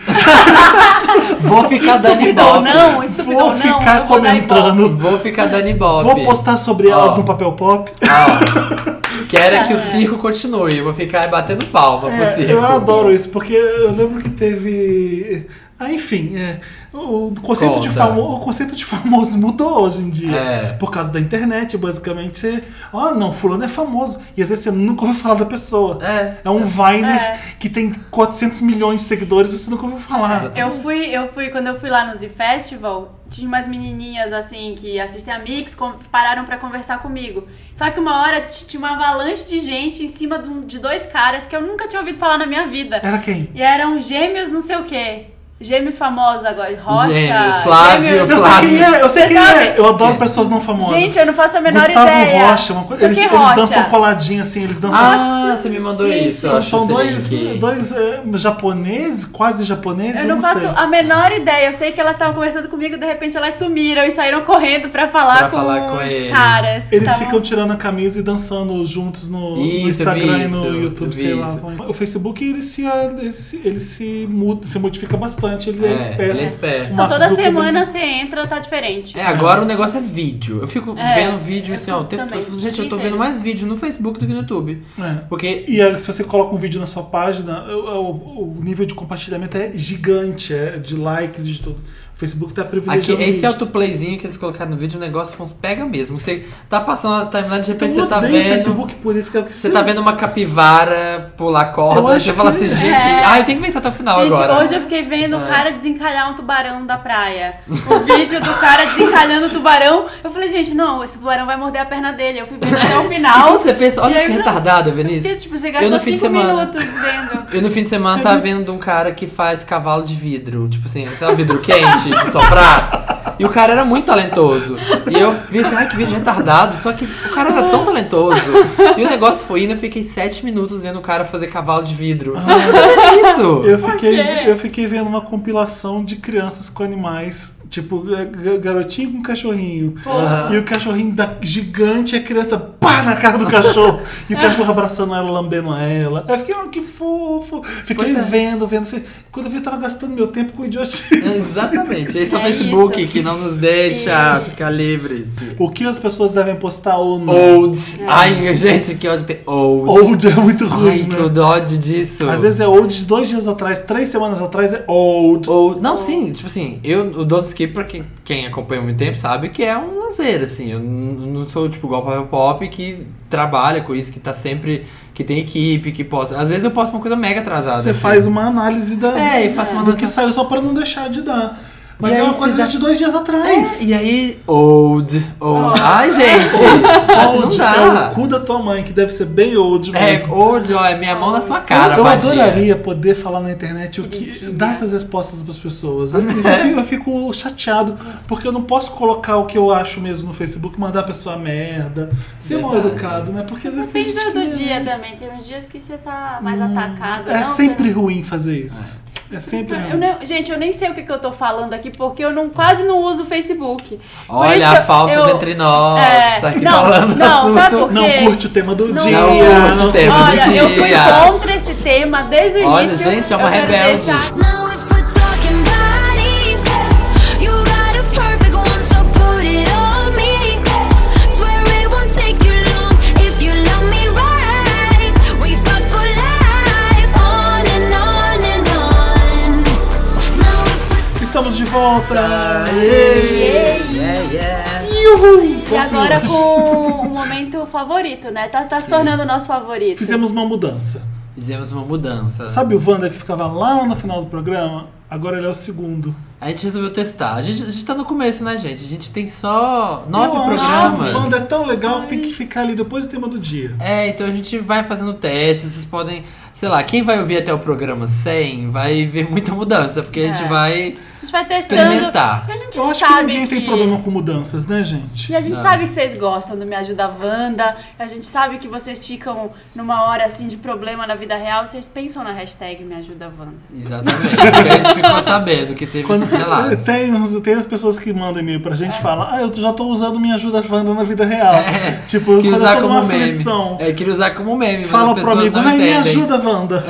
Speaker 3: Vou ficar dando
Speaker 1: Estúpido ou
Speaker 3: ibope.
Speaker 1: não, estúpido
Speaker 2: Vou
Speaker 1: ou não,
Speaker 2: ficar
Speaker 1: eu vou dar ibope.
Speaker 2: comentando.
Speaker 3: Vou ficar dando ibope.
Speaker 2: Vou postar sobre elas
Speaker 3: Ó.
Speaker 2: no papel pop.
Speaker 3: Ó, Quero é que o circo continue. Eu vou ficar batendo palma pro
Speaker 2: É,
Speaker 3: circo.
Speaker 2: eu adoro isso, porque eu lembro que teve. Ah, enfim, é, o, conceito de
Speaker 3: Conta.
Speaker 2: famo- o conceito de famoso mudou hoje em dia.
Speaker 3: É.
Speaker 2: Por causa da internet, basicamente, você. Ah, não, fulano é famoso. E às vezes você nunca ouviu falar da pessoa.
Speaker 3: É.
Speaker 2: um Viner
Speaker 1: É.
Speaker 2: que tem 400 milhões de seguidores e você nunca ouviu falar.
Speaker 3: Exatamente.
Speaker 1: Eu fui, eu fui, quando eu fui lá no Z Festival, tinha umas menininhas assim que assistem a Mix, com- pararam pra conversar comigo. Só que uma hora t- tinha uma avalanche de gente em cima de, um- de dois caras que eu nunca tinha ouvido falar na minha vida.
Speaker 2: Era quem?
Speaker 1: E eram gêmeos não sei o quê. Gêmeos famosos agora, Rocha.
Speaker 3: Gêmeos, Flávio,
Speaker 1: gêmeos-
Speaker 2: Eu sei
Speaker 3: Flávio.
Speaker 2: quem é, eu sei
Speaker 1: Você
Speaker 2: quem
Speaker 1: sabe?
Speaker 2: é. Eu adoro pessoas não famosas.
Speaker 1: Gente, eu não faço a menor
Speaker 2: Gustavo
Speaker 1: ideia.
Speaker 2: Rocha, uma coisa.
Speaker 1: Só
Speaker 2: Eles,
Speaker 1: que
Speaker 2: eles
Speaker 1: Rocha.
Speaker 2: dançam coladinho assim, eles dançam.
Speaker 3: Ah, você me mandou
Speaker 1: Gente,
Speaker 3: isso. eu
Speaker 2: São,
Speaker 3: acho
Speaker 2: são
Speaker 3: esse
Speaker 2: dois,
Speaker 3: link.
Speaker 2: dois eh, japoneses, quase japoneses.
Speaker 1: Eu não
Speaker 2: sei.
Speaker 1: faço a menor ideia. Eu sei que elas estavam conversando comigo, de repente elas sumiram e saíram correndo pra falar
Speaker 3: Pra
Speaker 1: com
Speaker 3: falar com
Speaker 1: os
Speaker 3: eles.
Speaker 1: caras. que
Speaker 2: Eles
Speaker 1: tavam-
Speaker 2: ficam tirando a camisa e dançando juntos no, no
Speaker 3: Isso, eu vi
Speaker 2: Instagram
Speaker 3: isso,
Speaker 2: e no
Speaker 3: eu
Speaker 2: YouTube,
Speaker 3: vi
Speaker 2: sei
Speaker 3: isso.
Speaker 2: lá. O Facebook, ele se, ele se, ele se, muda, se modifica bastante, ele é,
Speaker 3: É,
Speaker 2: esperto.
Speaker 3: ele é esperto.
Speaker 2: O
Speaker 1: Então,
Speaker 2: Mark
Speaker 1: toda
Speaker 2: Zuckerberg-
Speaker 1: semana você entra, tá diferente.
Speaker 3: É, agora o negócio é vídeo. Eu fico
Speaker 1: É,
Speaker 3: vendo vídeo
Speaker 1: eu
Speaker 3: assim, ó, o tempo todo.
Speaker 1: também.
Speaker 3: Eu falo, Gente, eu tô
Speaker 1: Inteiro.
Speaker 3: vendo mais vídeo no Facebook do que no YouTube.
Speaker 2: É.
Speaker 3: Porque
Speaker 2: E aí, se você coloca um vídeo na sua página, o, o- o nível de compartilhamento é gigante, é de likes e de tudo. O Facebook tá
Speaker 3: aqui,
Speaker 2: privilegiando
Speaker 3: esse é
Speaker 2: isso.
Speaker 3: autoplayzinho que eles colocaram no vídeo, o negócio fons- pega mesmo. Você tá passando na timeline, de repente
Speaker 2: Então, Eu
Speaker 3: você tá
Speaker 2: odeio o
Speaker 3: vendo.
Speaker 2: Facebook por isso que é
Speaker 3: Você tá vendo uma capivara pular
Speaker 2: Eu
Speaker 3: corda,
Speaker 2: acho
Speaker 3: você fala
Speaker 2: que-
Speaker 3: assim, gente,
Speaker 1: É.
Speaker 3: ah, eu tenho que pensar até o final
Speaker 1: Gente,
Speaker 3: agora.
Speaker 1: hoje eu fiquei vendo
Speaker 3: É.
Speaker 1: o cara desencalhar um tubarão da praia. O vídeo do cara desencalhando o tubarão. Eu falei, gente, não, esse tubarão vai morder a perna dele. Eu fui vendo até o
Speaker 3: E
Speaker 1: final.
Speaker 3: quando você pensa,
Speaker 1: E
Speaker 3: olha
Speaker 1: aí
Speaker 3: que
Speaker 1: eu-
Speaker 3: retardada, Vinícius.
Speaker 1: Porque, tipo, você
Speaker 3: Eu no
Speaker 1: gastou
Speaker 3: fim de
Speaker 1: cinco
Speaker 3: semana.
Speaker 1: minutos vendo.
Speaker 3: Eu no fim de semana tava vendo um cara que faz cavalo de vidro. Tipo assim, sei lá, vidro quente, de soprar. E o cara era muito talentoso. E eu vi assim, ai que vídeo retardado. Só que o cara era tão talentoso. E o negócio foi indo, eu fiquei sete minutos vendo o cara fazer cavalo de vidro. Eu falei, "Mas é isso?
Speaker 2: Eu fiquei,
Speaker 1: quê?
Speaker 2: eu fiquei vendo uma compilação de crianças com animais, tipo ga- garotinho com cachorrinho.
Speaker 3: Aham.
Speaker 2: E o cachorrinho da gigante e a criança pá na cara do cachorro. e o cachorro abraçando ela, lambendo ela. Eu fiquei, ah, que fofo. Fiquei
Speaker 3: Pois é.
Speaker 2: vendo, vendo. Falei, Quando eu vi, eu tava gastando meu tempo com idiotice.
Speaker 3: Exatamente. Esse é o
Speaker 1: É
Speaker 3: Facebook
Speaker 1: isso.
Speaker 3: que não nos deixa
Speaker 1: E-
Speaker 3: ficar livres.
Speaker 2: O que as pessoas devem postar ou não?
Speaker 3: Old. Ai, gente, que ódio tem. Old.
Speaker 2: Old é muito
Speaker 3: Ai,
Speaker 2: ruim,
Speaker 3: que
Speaker 2: né?
Speaker 3: eu ódio disso.
Speaker 2: Às vezes é old de dois dias atrás, três semanas atrás é old.
Speaker 3: Ou, não, sim, tipo assim, eu, o Don't Skip, pra quem, quem acompanha há muito tempo, sabe que é um lazer, assim. Eu n- não sou, tipo, igual o Papel Pop, que trabalha com isso, que tá sempre. que tem equipe, que posta. Às vezes eu posto uma coisa mega atrasada.
Speaker 2: Você
Speaker 3: assim.
Speaker 2: faz uma análise da,
Speaker 3: É, e faço uma
Speaker 2: do que
Speaker 3: análise.
Speaker 2: saiu só pra não deixar de dar. Mas
Speaker 3: E
Speaker 2: é
Speaker 3: aí
Speaker 2: uma
Speaker 3: se
Speaker 2: coisa
Speaker 3: dá-
Speaker 2: de dois dias atrás.
Speaker 3: É, E aí. Old, old. Ai, gente! assim não
Speaker 2: Old é o
Speaker 3: dá.
Speaker 2: cu da tua mãe, que deve ser bem old
Speaker 3: É,
Speaker 2: mesmo.
Speaker 3: old, ó, é minha mão na sua cara,
Speaker 2: eu, eu
Speaker 3: vadia.
Speaker 2: adoraria poder falar na internet o que
Speaker 1: Queridinha.
Speaker 2: dar essas respostas pras pessoas. Eu, fico,
Speaker 3: É.
Speaker 2: eu fico chateado, porque eu não posso colocar o que eu acho mesmo no Facebook, mandar a pessoa merda, ser mal
Speaker 3: Verdade.
Speaker 2: educado, né? Porque às vezes tem
Speaker 1: Depende
Speaker 2: gente que
Speaker 1: do dia
Speaker 2: merece.
Speaker 1: também. Tem uns dias que você tá mais atacado.
Speaker 2: É
Speaker 1: não, você
Speaker 2: sempre ruim fazer isso. É, sempre
Speaker 1: Eu
Speaker 2: ruim.
Speaker 1: não- gente, eu nem sei o que, que eu tô falando aqui, porque eu não, quase não uso o Facebook. Por isso
Speaker 3: Olha,
Speaker 1: que
Speaker 3: a
Speaker 1: eu-
Speaker 3: falsas
Speaker 1: eu-
Speaker 3: entre nós.
Speaker 1: É,
Speaker 3: tá aqui
Speaker 1: não,
Speaker 3: falando
Speaker 1: não,
Speaker 3: assunto.
Speaker 1: sabe por
Speaker 2: Então, Não
Speaker 1: Porque-
Speaker 2: curte o tema do
Speaker 1: Não
Speaker 2: dia.
Speaker 1: curte
Speaker 3: o tema do
Speaker 1: Olha, eu fui
Speaker 3: dia.
Speaker 1: contra esse tema desde o
Speaker 3: Olha,
Speaker 1: início.
Speaker 3: gente, é uma
Speaker 1: Eu quero
Speaker 3: rebelde.
Speaker 1: deixar-
Speaker 4: Now if we're talking body, you got a perfect one, so put it on me. Swear it won't take you long if you love me right. We fuck for life, on and on and on. Now if we're
Speaker 2: Estamos de volta!
Speaker 3: É, Yeah, yeah.
Speaker 1: E agora com o momento favorito, né? Tá, tá se tornando o nosso favorito.
Speaker 2: Fizemos uma mudança.
Speaker 3: Fizemos uma mudança.
Speaker 2: Sabe o Wanda que ficava lá no final do programa? Agora ele é o segundo.
Speaker 3: A gente resolveu testar. A gente, a gente tá no começo, né, gente? A gente tem só nove
Speaker 2: Eu
Speaker 3: programas.
Speaker 2: acho O Wanda é tão legal que tem que ficar ali depois do tema do dia.
Speaker 3: É, então a gente vai fazendo testes, vocês podem, sei lá, quem vai ouvir até o programa 100 vai ver muita mudança, porque a gente
Speaker 1: É.
Speaker 3: vai
Speaker 1: A gente vai testando.
Speaker 3: experimentar.
Speaker 1: A gente
Speaker 2: Eu acho que
Speaker 1: sabe
Speaker 2: ninguém tem problema com mudanças, né, gente?
Speaker 1: E a gente
Speaker 3: Não.
Speaker 1: sabe que vocês gostam do Me Ajuda Wanda, a gente sabe que vocês ficam numa hora assim de problema na vida real, vocês pensam na hashtag Me Ajuda Wanda.
Speaker 3: Exatamente, porque a gente ficou sabendo que teve
Speaker 2: Quando
Speaker 3: esses relatos.
Speaker 2: tem, uns- tem as pessoas que mandam e-mail pra gente e
Speaker 3: É.
Speaker 2: falam, ah, eu já tô usando minha ajuda Wanda na vida real. Tipo,
Speaker 3: Queria
Speaker 2: quando
Speaker 3: É. usar
Speaker 2: eu tô
Speaker 3: como
Speaker 2: numa
Speaker 3: meme.
Speaker 2: aflição.
Speaker 3: É, queria usar como meme, mas
Speaker 2: Fala
Speaker 3: as
Speaker 2: pro
Speaker 3: pessoas
Speaker 2: amigo,
Speaker 3: não
Speaker 2: ai, me
Speaker 3: entendem.
Speaker 2: ajuda, Wanda.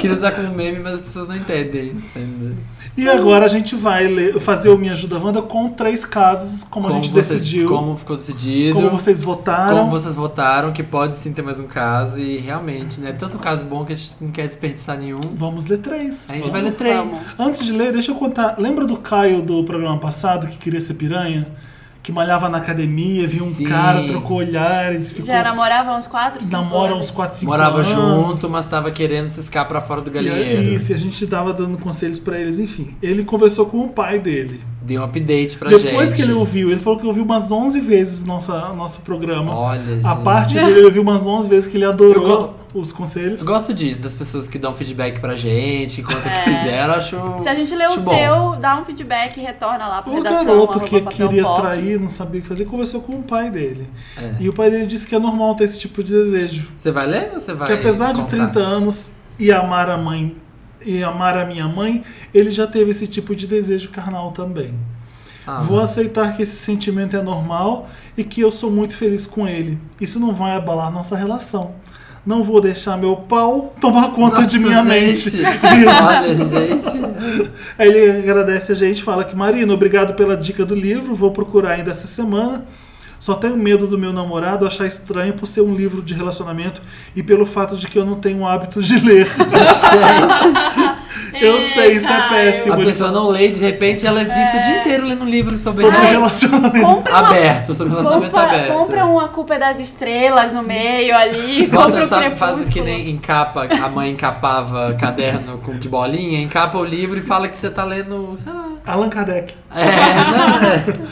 Speaker 3: Queria usar como meme, mas as pessoas não entendem. entendeu?
Speaker 2: E agora a gente vai ler- fazer o Me Ajuda Wanda com três casos, como, a gente
Speaker 3: vocês-
Speaker 2: decidiu, como,
Speaker 3: Como ficou decidido.
Speaker 2: vocês votaram.
Speaker 3: Como vocês votaram, que pode sim ter mais um caso, e realmente, né? Tanto caso bom que a gente não quer desperdiçar nenhum.
Speaker 2: Vamos ler três.
Speaker 3: A gente
Speaker 2: vamos.
Speaker 3: vai ler três.
Speaker 1: vamos.
Speaker 2: Antes de ler, deixa eu contar. Lembra do Caio do programa passado que queria ser piranha? que malhava na academia, viu um
Speaker 3: Sim.
Speaker 2: cara, trocou olhares, ficou.
Speaker 1: Já namorava há uns 4, 5
Speaker 2: namora uns 4, 5
Speaker 3: Morava
Speaker 2: anos.
Speaker 3: junto, mas tava querendo ciscar pra fora do
Speaker 2: E
Speaker 3: galinheiro.
Speaker 2: é isso, e a gente tava dando conselhos pra eles, enfim. Ele conversou com o pai dele.
Speaker 3: Deu um update pra gente.
Speaker 2: Depois que ele ouviu, ele falou que ouviu umas 11 vezes nossa, nosso programa.
Speaker 3: Olha,
Speaker 2: a
Speaker 3: gente.
Speaker 2: parte dele ele ouviu umas 11 vezes que ele adorou
Speaker 3: Eu
Speaker 2: os conselhos.
Speaker 3: Eu gosto disso, das pessoas que dão feedback pra gente, enquanto
Speaker 1: É.
Speaker 3: que fizeram, acho.
Speaker 1: Se a gente lê o
Speaker 3: acho bom.
Speaker 1: seu, dá um feedback e retorna lá pra
Speaker 2: Tipo, O
Speaker 1: redação.
Speaker 2: garoto
Speaker 1: arroba
Speaker 2: que
Speaker 3: um
Speaker 1: papel
Speaker 2: queria
Speaker 1: pop.
Speaker 2: trair, não sabia o que fazer, conversou com o pai dele.
Speaker 3: É.
Speaker 2: E o pai dele disse que é normal ter esse tipo de desejo.
Speaker 3: Você vai ler ou você vai.
Speaker 2: que apesar de
Speaker 3: contar?
Speaker 2: 30 anos e amar a mãe e amar a minha mãe, ele já teve esse tipo de desejo carnal também.
Speaker 3: Ah.
Speaker 2: Vou aceitar que esse sentimento é normal e que eu sou muito feliz com ele. Isso não vai abalar nossa relação. Não vou deixar meu pau tomar conta de minha
Speaker 3: gente.
Speaker 2: mente.
Speaker 3: Olha, gente.
Speaker 2: Aí ele agradece a gente, fala que Marina, obrigado pela dica do livro, vou procurar ainda essa semana. Só tenho medo do meu namorado achar estranho por ser um livro de relacionamento e pelo fato de que eu não tenho o hábito de ler.
Speaker 3: gente.
Speaker 2: Eu sei, isso é
Speaker 1: Eita,
Speaker 2: péssimo.
Speaker 3: A pessoa não lê, de repente ela é vista o dia inteiro lendo um livro sobre,
Speaker 2: Sobre
Speaker 3: relacionamento
Speaker 2: relacionamento.
Speaker 1: Compra uma
Speaker 3: aberto, sobre relacionamento
Speaker 1: Compra,
Speaker 3: aberto.
Speaker 1: compra um uma culpa das estrelas no meio ali,
Speaker 3: Bota
Speaker 1: compra o
Speaker 3: essa
Speaker 1: crepúsculo.
Speaker 3: fase que nem encapa, a mãe encapava caderno com, de bolinha, encapa o livro e fala que você tá lendo, sei lá.
Speaker 2: Allan Kardec.
Speaker 3: É, né?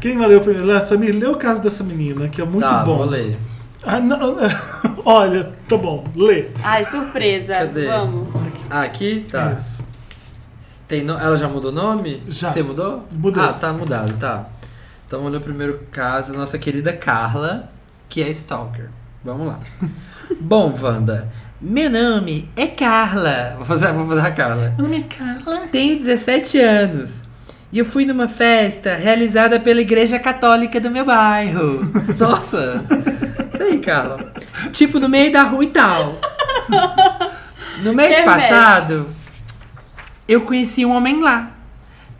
Speaker 2: Quem vai ler o primeiro? Ah, Samir, lê o caso dessa menina, que é muito
Speaker 3: tá,
Speaker 2: bom.
Speaker 3: vou ler.
Speaker 2: Ah, não, olha, tá bom, lê.
Speaker 1: Ai, surpresa.
Speaker 3: Cadê?
Speaker 1: Vamos.
Speaker 3: Ah, aqui? Tá.
Speaker 2: Isso.
Speaker 3: Tem no- Ela já mudou o nome?
Speaker 2: Já.
Speaker 3: Você mudou?
Speaker 2: Mudei.
Speaker 3: Ah, tá mudado, tá. Então vamos ler o primeiro caso da nossa querida Carla, que é Stalker. Vamos lá. Bom, Wanda, meu nome é Carla. Vou fazer, vou fazer a Carla.
Speaker 2: Meu nome é Carla.
Speaker 3: Tenho 17 anos. E eu fui numa festa realizada pela igreja católica do meu bairro. Nossa! Isso aí, Carla. Tipo, no meio da rua e tal. No mês
Speaker 1: Quermesse.
Speaker 3: passado, eu conheci um homem lá.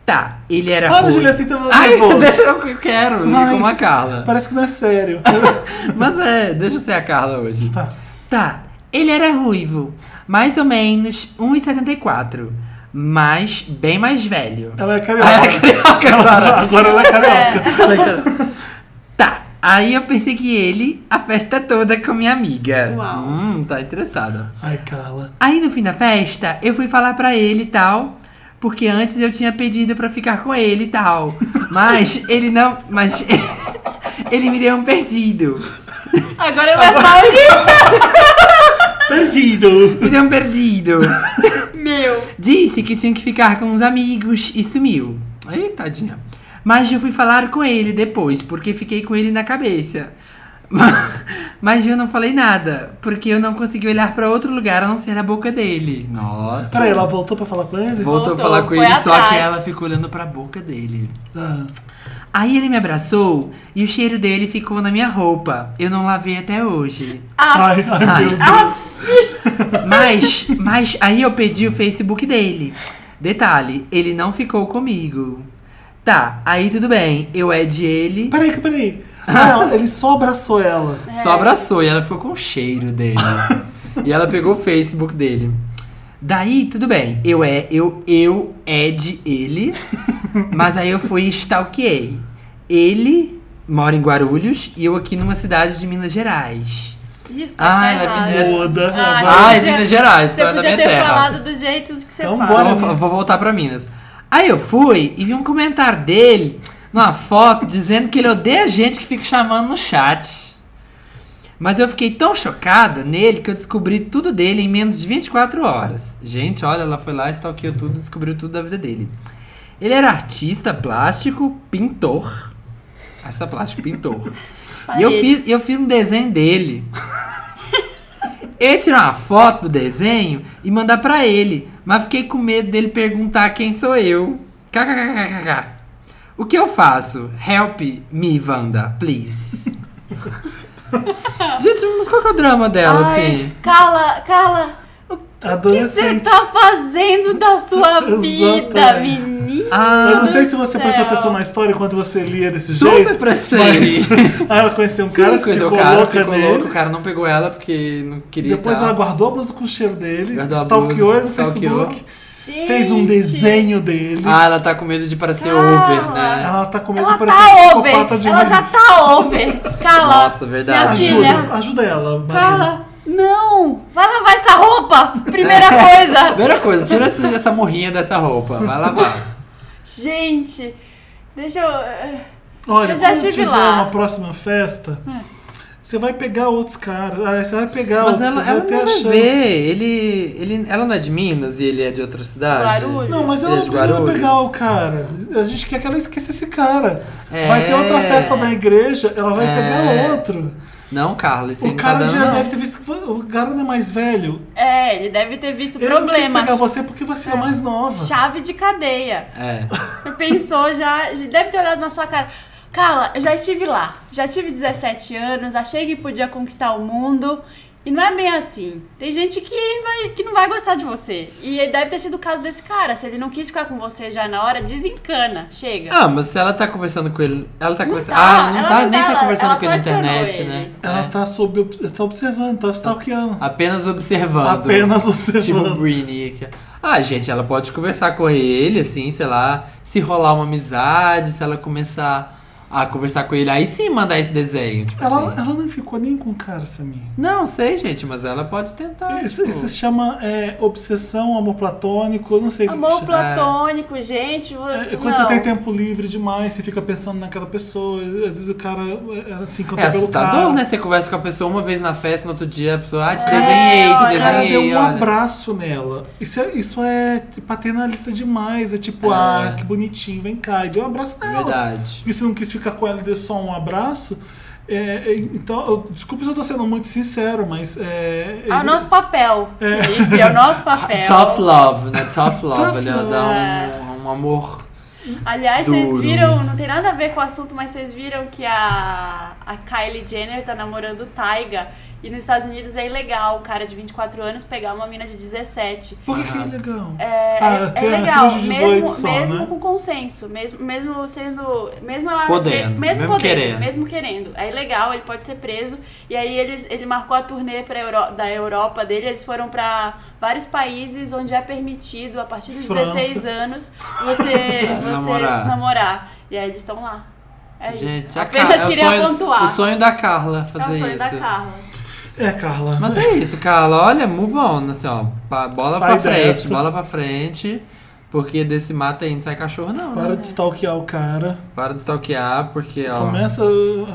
Speaker 3: Tá, ele era
Speaker 2: Para
Speaker 3: ruim.
Speaker 2: de ler assim, tá me dando
Speaker 3: Ai,
Speaker 2: nervoso.
Speaker 3: deixa eu eu quero, ler
Speaker 2: Ai.
Speaker 3: como a Carla.
Speaker 2: Parece que não é sério.
Speaker 3: Mas é, deixa eu ser a Carla hoje.
Speaker 2: Tá.
Speaker 3: Tá, ele era ruivo, mais ou menos 1,74, mas bem mais velho.
Speaker 2: Ela é carioca.
Speaker 3: Ah, é carioca agora.
Speaker 2: Agora ela é carioca.
Speaker 3: Tá, aí eu persegui ele a festa toda com minha amiga.
Speaker 1: Uau.
Speaker 3: Hum, tá interessada.
Speaker 2: Ai, Carla.
Speaker 3: Aí no fim da festa, eu fui falar pra ele e tal, porque antes eu tinha pedido pra ficar com ele e tal. Mas ele não, mas ele me deu um perdido.
Speaker 1: Agora eu vou falar de
Speaker 2: Perdido.
Speaker 3: Me deu um perdido.
Speaker 1: é meu.
Speaker 3: Disse que tinha que ficar com os amigos e sumiu. Aí, tadinha. Mas eu fui falar com ele depois, porque fiquei com ele na cabeça. Mas eu não falei nada, porque eu não consegui olhar pra outro lugar a não ser a boca dele. Nossa.
Speaker 2: Peraí, ela voltou pra falar com ele?
Speaker 3: Voltou a
Speaker 1: Voltou,
Speaker 3: falar com
Speaker 1: foi
Speaker 3: ele, só que
Speaker 1: atrás.
Speaker 3: ela ficou olhando pra boca dele.
Speaker 2: Ah.
Speaker 3: Aí ele me abraçou e o cheiro dele ficou na minha roupa. Eu não lavei até hoje.
Speaker 1: Ah,
Speaker 2: Ai, ai, meu Deus.
Speaker 3: Mas, mas aí eu pedi o Facebook dele. Detalhe, ele não ficou comigo. Tá, aí tudo bem. Eu é de ele.
Speaker 2: Peraí, peraí. Ah, ele só abraçou ela.
Speaker 3: Só abraçou e ela ficou com o cheiro dele. e ela pegou o Facebook dele. Daí, tudo bem. Eu é, eu, eu é de ele. mas aí eu fui e stalkeei. Ele mora em Guarulhos e eu aqui numa cidade de Minas Gerais.
Speaker 1: isso tá
Speaker 3: Ah, ela é
Speaker 1: errado.
Speaker 3: mineira.
Speaker 2: Muda.
Speaker 1: Ah,
Speaker 2: Vai.
Speaker 3: Ai,
Speaker 1: podia-
Speaker 3: Minas Gerais,
Speaker 1: Você
Speaker 3: então é da
Speaker 1: podia
Speaker 3: minha
Speaker 1: ter
Speaker 3: terra.
Speaker 1: falado do jeito que você
Speaker 2: Então
Speaker 1: fala.
Speaker 2: bora.
Speaker 3: Então, vou, vou voltar pra Minas. Aí eu fui e vi um comentário dele numa foto dizendo que ele odeia a gente que fica chamando no chat. Mas eu fiquei tão chocada nele que eu descobri tudo dele em menos de 24 horas. Gente, olha, ela foi lá, stalkeou tudo, descobriu tudo da vida dele. Ele era artista plástico, pintor. Artista plástico, pintor. E eu
Speaker 1: Parede.
Speaker 3: fiz, eu fiz um desenho dele. Eu ia tirar uma foto do desenho e mandar pra ele, mas fiquei com medo dele perguntar quem sou eu. KKKKK. O que eu faço? Help me, Wanda, please. Gente, mas qual que é o drama dela,
Speaker 1: Ai,
Speaker 3: assim?
Speaker 1: Carla, Carla, o que você
Speaker 2: Adolescente.
Speaker 1: tá fazendo da sua vida,
Speaker 2: Exatamente.
Speaker 1: menina?
Speaker 3: Ah,
Speaker 2: Eu não sei se você
Speaker 1: do
Speaker 2: prestou
Speaker 1: céu.
Speaker 2: atenção na história quando você lia desse
Speaker 3: super
Speaker 2: jeito.
Speaker 3: pra sair.
Speaker 2: Aí ela conheceu um cara,
Speaker 3: Cara,
Speaker 2: se
Speaker 3: coisa,
Speaker 2: ficou
Speaker 3: o cara
Speaker 2: louca
Speaker 3: ficou
Speaker 2: nele.
Speaker 3: louco, o cara não pegou ela porque não queria. e
Speaker 2: Depois
Speaker 3: tal.
Speaker 2: ela guardou a blusa com o cheiro dele,
Speaker 3: Guardou a
Speaker 2: stalkeou ele no
Speaker 3: blusa, stalkeou.
Speaker 2: Facebook.
Speaker 1: Gente.
Speaker 2: fez um desenho dele.
Speaker 3: Ah, ela tá com medo de parecer
Speaker 1: Carla.
Speaker 3: over, né?
Speaker 2: Ela tá com medo
Speaker 1: Ela
Speaker 2: de parecer
Speaker 1: tá
Speaker 2: um
Speaker 1: over.
Speaker 2: psicopata de
Speaker 1: Ela já
Speaker 2: raiz.
Speaker 1: tá né? over. Carla.
Speaker 3: Nossa, verdade.
Speaker 1: Minha filha.
Speaker 2: Ajuda, ajuda ela, Marina.
Speaker 1: Carla. Não. Vai lavar essa roupa. Primeira coisa.
Speaker 3: Primeira coisa, tira essa, essa morrinha dessa roupa. Vai lavar.
Speaker 1: Gente. Deixa eu... eh,
Speaker 2: Olha,
Speaker 1: Eu já
Speaker 2: quando
Speaker 1: estive
Speaker 2: tiver
Speaker 1: lá. Hum.
Speaker 2: uma próxima festa, você vai pegar outros caras. Ah, Você vai pegar
Speaker 3: Mas
Speaker 2: outros.
Speaker 3: ela,
Speaker 2: você
Speaker 3: ela
Speaker 2: ter
Speaker 3: não
Speaker 2: a
Speaker 3: vai
Speaker 2: chance.
Speaker 3: ver. Ele, ele, ela não é de Minas e ele é de outra cidade?
Speaker 1: Guarulhos.
Speaker 2: Não, mas ela não
Speaker 3: Eles
Speaker 2: precisa
Speaker 3: Guarulhos.
Speaker 2: pegar o cara. A gente quer que ela esqueça esse cara.
Speaker 3: É.
Speaker 2: Vai ter outra festa na igreja, ela vai
Speaker 3: É.
Speaker 2: pegar outro.
Speaker 3: Não, Carla, isso aí
Speaker 2: o
Speaker 3: não tá
Speaker 2: cara
Speaker 3: dando,
Speaker 2: já
Speaker 3: não.
Speaker 2: deve ter visto. O cara não é mais velho.
Speaker 1: É, ele deve ter visto
Speaker 2: Eu não
Speaker 1: problemas.
Speaker 2: quis pegar você porque você é, mais nova.
Speaker 1: Chave de cadeia.
Speaker 3: É.
Speaker 1: Pensou já, deve ter olhado na sua cara. Carla, eu já estive lá. Já tive 17 anos, achei que podia conquistar o mundo. E não é bem assim. Tem gente que, vai- que não vai gostar de você. E ele deve ter sido o caso desse cara. Se ele não quis ficar com você já na hora, desencana. Chega.
Speaker 3: Ah, mas se ela tá conversando com ele. Ela tá
Speaker 1: Não
Speaker 3: conversando.
Speaker 1: tá,
Speaker 3: Ah, ela não
Speaker 1: ela
Speaker 3: tá,
Speaker 1: não
Speaker 3: nem
Speaker 1: tá,
Speaker 3: tá,
Speaker 1: ela-
Speaker 3: conversando
Speaker 1: ela
Speaker 3: com
Speaker 1: só
Speaker 3: ele na internet,
Speaker 1: adicionou
Speaker 3: né?
Speaker 1: ele.
Speaker 2: Ela
Speaker 3: É.
Speaker 2: tá sob. tá observando, tá stalkeando.
Speaker 3: Apenas observando.
Speaker 2: Apenas
Speaker 3: Tipo
Speaker 2: observando.
Speaker 3: Britney. que- Ah, gente, ela pode conversar com ele, assim, sei lá, se rolar uma amizade, se ela começar a conversar com ele, aí sim mandar esse desenho, tipo
Speaker 2: ela,
Speaker 3: assim.
Speaker 2: ela não ficou nem com o cara, Samir.
Speaker 3: Não, sei, gente, mas ela pode tentar.
Speaker 2: Isso,
Speaker 3: tipo,
Speaker 2: isso se chama é, obsessão, amor platônico, eu não sei o que que
Speaker 1: Amor
Speaker 2: chama.
Speaker 1: platônico, gente. vo-
Speaker 2: Ah, né? É,
Speaker 1: não.
Speaker 2: Quando você tem tempo livre demais, você fica pensando naquela pessoa. Às vezes o cara é, assim,
Speaker 3: É
Speaker 2: canta pelo
Speaker 3: assustador,
Speaker 2: cara.
Speaker 3: né? Você conversa com a pessoa uma vez na festa, no outro dia a pessoa, ah, te
Speaker 1: É,
Speaker 3: desenhei, te
Speaker 2: O
Speaker 1: olha.
Speaker 2: cara deu
Speaker 3: desenhei.
Speaker 2: um
Speaker 3: olha.
Speaker 2: abraço nela. Isso é, isso é paternalista demais. É tipo,
Speaker 3: Ah.
Speaker 2: ah, que bonitinho, vem cá. E deu um abraço nela.
Speaker 3: Verdade.
Speaker 2: E você não quis ficar com ela e deu só um abraço. É, é, então, eu, desculpa se eu tô sendo muito sincero, mas. É,
Speaker 1: É o
Speaker 2: ele-
Speaker 1: nosso papel, Felipe. É o nosso papel.
Speaker 3: Tough love, né? Tough love,
Speaker 2: Tough
Speaker 3: ele
Speaker 2: love.
Speaker 3: dá um, um amor.
Speaker 1: Aliás, vocês
Speaker 3: Duro.
Speaker 1: viram, não tem nada a ver com o assunto, mas vocês viram que a, a Kylie Jenner tá namorando o Taiga. E nos Estados Unidos é ilegal o cara de 24 anos pegar uma mina de 17.
Speaker 2: Por que, que é legal?
Speaker 1: É,
Speaker 2: Ah,
Speaker 1: é- é
Speaker 2: tem a
Speaker 1: legal,
Speaker 2: acima de 18
Speaker 1: mesmo,
Speaker 2: só,
Speaker 1: mesmo
Speaker 2: né?
Speaker 1: com consenso, mesmo, mesmo sendo. Mesmo ela.
Speaker 3: Podendo,
Speaker 1: me-
Speaker 3: mesmo
Speaker 1: mesmo podendo,
Speaker 3: querendo.
Speaker 1: mesmo querendo. É ilegal, ele pode ser preso. E aí eles, ele marcou a turnê pra Euro- da Europa dele, eles foram pra vários países onde é permitido, a partir dos
Speaker 2: França.
Speaker 1: 16 anos, você, você
Speaker 3: Namorar.
Speaker 1: namorar. E aí eles estão lá. É
Speaker 3: Gente,
Speaker 1: isso.
Speaker 3: a
Speaker 1: Apenas
Speaker 3: Carla- é o
Speaker 1: queria
Speaker 3: sonho-
Speaker 1: pontuar.
Speaker 3: O sonho da Carla
Speaker 1: é o
Speaker 3: fazer
Speaker 1: sonho
Speaker 3: isso.
Speaker 1: da Carla.
Speaker 2: É, Carla.
Speaker 3: Mas é isso, Carla. Olha, move on, assim, ó. pa- bola
Speaker 2: Sai
Speaker 3: pra frente,
Speaker 2: dessa.
Speaker 3: bola pra frente. Porque desse mato aí não sai cachorro, não.
Speaker 2: Para
Speaker 3: né?
Speaker 2: de stalkear o cara.
Speaker 3: Para de stalkear, porque, ó.
Speaker 2: Começa. uh,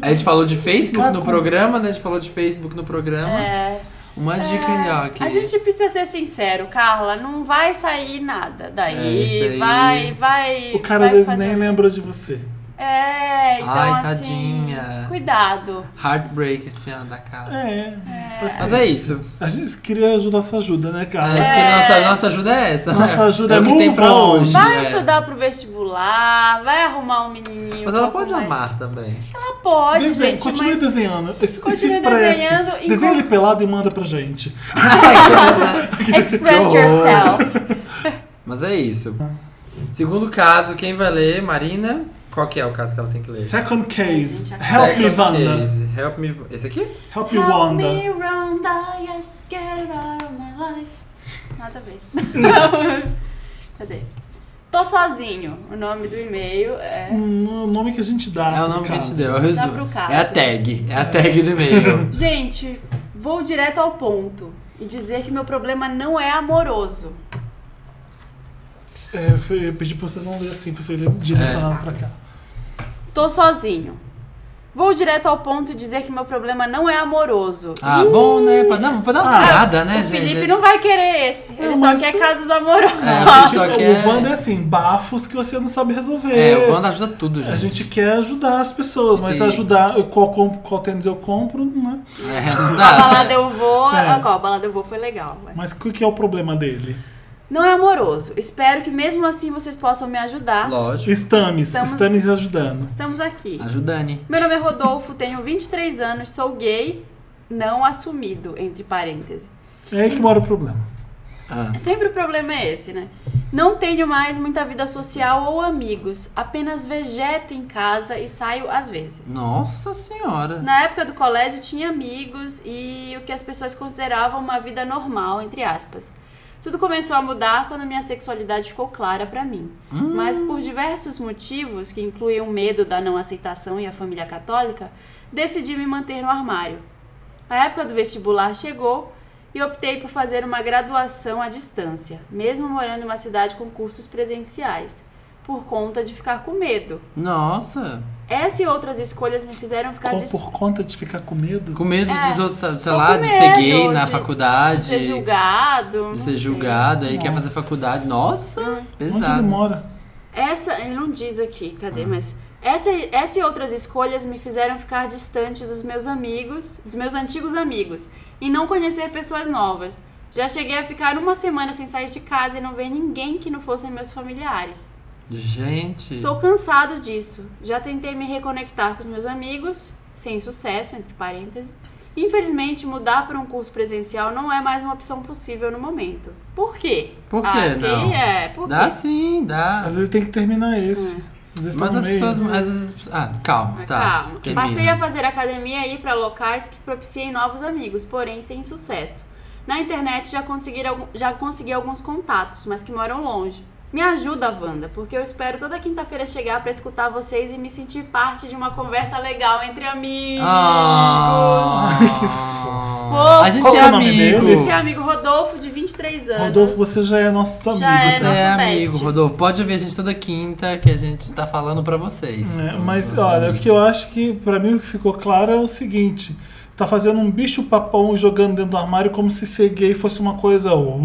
Speaker 3: A gente falou de Facebook
Speaker 2: Ficar
Speaker 3: no
Speaker 2: com-
Speaker 3: programa, né? A gente falou de Facebook no programa.
Speaker 1: É.
Speaker 3: Uma dica aí, ó. Que...
Speaker 1: A gente precisa ser sincero, Carla. Não vai sair nada
Speaker 3: É, isso
Speaker 1: daí.
Speaker 3: aí.
Speaker 1: vai, vai.
Speaker 2: O cara
Speaker 1: É. vai
Speaker 2: às vezes
Speaker 1: fazer- um-
Speaker 2: nem lembra de você.
Speaker 1: É, então
Speaker 3: Ai,
Speaker 1: assim.
Speaker 3: tadinha.
Speaker 1: Cuidado.
Speaker 3: Heartbreak esse ano da Carla.
Speaker 2: É. tá certo.
Speaker 3: Mas é isso.
Speaker 2: A gente queria ajudar essa ajuda, né,
Speaker 3: A
Speaker 1: É,
Speaker 2: cara?
Speaker 3: gente quer- nossa, nossa ajuda é essa.
Speaker 2: Nossa ajuda
Speaker 3: é
Speaker 2: é
Speaker 3: o que tem
Speaker 2: move
Speaker 3: pra
Speaker 2: on.
Speaker 3: hoje.
Speaker 1: Vai
Speaker 3: é.
Speaker 1: estudar pro vestibular, vai arrumar um menininho.
Speaker 3: Mas
Speaker 1: um
Speaker 3: ela
Speaker 1: pouco
Speaker 3: pode
Speaker 1: mais-
Speaker 3: amar também.
Speaker 1: Ela pode,
Speaker 2: Desenha,
Speaker 1: gente.
Speaker 2: continue
Speaker 1: mas...
Speaker 2: desenhando. E se- e se
Speaker 1: Continue
Speaker 2: expresse.
Speaker 1: desenhando e
Speaker 2: Desenha
Speaker 1: con-
Speaker 2: ele pelado e manda pra gente.
Speaker 1: Express
Speaker 3: Que horror.
Speaker 1: yourself.
Speaker 3: Mas é isso. Segundo caso, quem vai ler? Marina. Qual que é o caso que ela tem que ler?
Speaker 2: Second case.
Speaker 1: Gente,
Speaker 2: Help me,
Speaker 3: Second
Speaker 2: Wanda.
Speaker 3: case. Help me. Esse aqui?
Speaker 2: Help me,
Speaker 1: Help
Speaker 2: Wanda.
Speaker 1: me, Rhonda, yes, get out of my life. Nada a ver. Não. Cadê? Tô sozinho. O nome do e-mail é.
Speaker 2: Hum, é o nome que a gente dá.
Speaker 3: É o
Speaker 2: no
Speaker 3: nome que a gente
Speaker 2: caso.
Speaker 3: deu, é o resumo.
Speaker 1: pro caso.
Speaker 3: É a tag. É a tag do e-mail.
Speaker 1: Gente, vou direto ao ponto e dizer que meu problema não é amoroso.
Speaker 2: É, foi- eu pedi pra você não ler assim, pra
Speaker 3: É.
Speaker 2: você ler direcionado pra cá.
Speaker 1: Tô sozinho. Vou direto ao ponto e dizer que meu problema não é amoroso.
Speaker 3: Ah, bom, né? Pra dar, pra dar uma
Speaker 2: Ah,
Speaker 3: olhada, né,
Speaker 1: o
Speaker 3: gente?
Speaker 1: Felipe não vai querer esse. Ele
Speaker 2: Não,
Speaker 1: só
Speaker 2: mas-
Speaker 1: quer casos amorosos.
Speaker 3: É, a gente só
Speaker 2: Tipo,
Speaker 3: quer...
Speaker 2: O Wanda é assim, bafos que você não sabe resolver.
Speaker 3: É, o Wanda ajuda tudo, gente.
Speaker 2: A gente quer ajudar as pessoas, mas
Speaker 3: Sim.
Speaker 2: ajudar qual, com- qual tênis eu compro, né?
Speaker 3: É, não
Speaker 1: A
Speaker 3: dá.
Speaker 1: balada eu vou.
Speaker 2: É.
Speaker 1: Ah, qual? A balada eu vou foi legal. vai.
Speaker 2: Mas o que que é o problema dele?
Speaker 1: Não é amoroso. Espero que mesmo assim vocês possam me ajudar.
Speaker 3: Lógico.
Speaker 2: Estames,
Speaker 1: Estamos-
Speaker 2: Estames ajudando.
Speaker 1: Estamos aqui.
Speaker 3: Ajudane.
Speaker 1: Meu nome é Rodolfo, tenho 23 anos, sou gay, não assumido, entre parênteses.
Speaker 2: É aí que mora o problema.
Speaker 3: Ah.
Speaker 1: Sempre o problema é esse, né? Não tenho mais muita vida social ou amigos, apenas vegeto em casa e saio às vezes.
Speaker 3: Nossa senhora.
Speaker 1: Na época do colégio tinha amigos e o que as pessoas consideravam uma vida normal, entre aspas. Tudo começou a mudar quando minha sexualidade ficou clara pra mim. Mas por diversos motivos, que incluíam o medo da não aceitação e a família católica, decidi me manter no armário. A época do vestibular chegou e optei por fazer uma graduação à distância, mesmo morando em uma cidade com cursos presenciais, por conta de ficar com medo.
Speaker 3: Nossa.
Speaker 1: Essa e outras escolhas me fizeram ficar
Speaker 2: Co-
Speaker 1: dis-
Speaker 2: Por conta de ficar com medo?
Speaker 3: Com medo
Speaker 1: É,
Speaker 3: dos outros, sabe, sei
Speaker 1: tô
Speaker 3: lá,
Speaker 1: com
Speaker 3: de ser
Speaker 1: medo
Speaker 3: gay na
Speaker 1: de-
Speaker 3: faculdade.
Speaker 1: de ser julgado.
Speaker 3: de
Speaker 1: não
Speaker 3: ser
Speaker 1: sei.
Speaker 3: julgado, aí quer fazer
Speaker 2: Nossa.
Speaker 3: faculdade. Nossa,
Speaker 1: Hum.
Speaker 2: Onde ele
Speaker 3: pesado.
Speaker 2: mora?
Speaker 1: Essa, ele não diz aqui, cadê? Mas essa, essa e outras escolhas me fizeram ficar distante dos meus amigos, dos meus antigos amigos, e não conhecer pessoas novas. Já cheguei a ficar uma semana sem sair de casa e não ver ninguém que não fossem meus familiares.
Speaker 3: Gente.
Speaker 1: Estou cansado disso. Já tentei me reconectar com os meus amigos, sem sucesso, entre parênteses. Infelizmente, mudar para um curso presencial não é mais uma opção possível no momento. Por quê?
Speaker 3: Por quê,
Speaker 1: Ah, porque
Speaker 3: não?
Speaker 1: é. Por
Speaker 3: Dá
Speaker 1: quê?
Speaker 3: sim, dá.
Speaker 2: Às vezes tem que terminar esse.
Speaker 1: Hum.
Speaker 2: Às vezes tá
Speaker 3: Mas
Speaker 2: no
Speaker 3: as
Speaker 2: meio.
Speaker 3: pessoas. Às vezes. Ah, calma,
Speaker 1: Mas
Speaker 3: tá.
Speaker 1: Calma.
Speaker 3: termina.
Speaker 1: Passei a fazer academia e ir para locais que propiciem novos amigos, porém sem sucesso. Na internet já consegui, algu- já consegui alguns contatos, mas que moram longe. Me ajuda, Wanda, porque eu espero toda quinta-feira chegar para escutar vocês e me sentir parte de uma conversa legal entre amigos.
Speaker 3: Ah,
Speaker 1: Fofo.
Speaker 3: a gente
Speaker 2: Qual
Speaker 3: é
Speaker 2: que é o nome
Speaker 3: amigo.
Speaker 2: dele?
Speaker 1: A gente é amigo Rodolfo, de 23 anos.
Speaker 2: Rodolfo, você já é nosso amigo.
Speaker 1: Já
Speaker 3: Você é
Speaker 1: né? nosso
Speaker 3: amigo,
Speaker 1: best.
Speaker 3: Rodolfo. Pode ouvir a gente toda quinta que a gente tá falando pra vocês.
Speaker 2: É,
Speaker 3: Então,
Speaker 2: mas
Speaker 3: vocês
Speaker 2: olha, o
Speaker 3: amigos.
Speaker 2: que eu acho que pra mim o que ficou claro é o seguinte: tá fazendo um bicho papão e jogando dentro do armário como se ser gay fosse uma coisa. uh,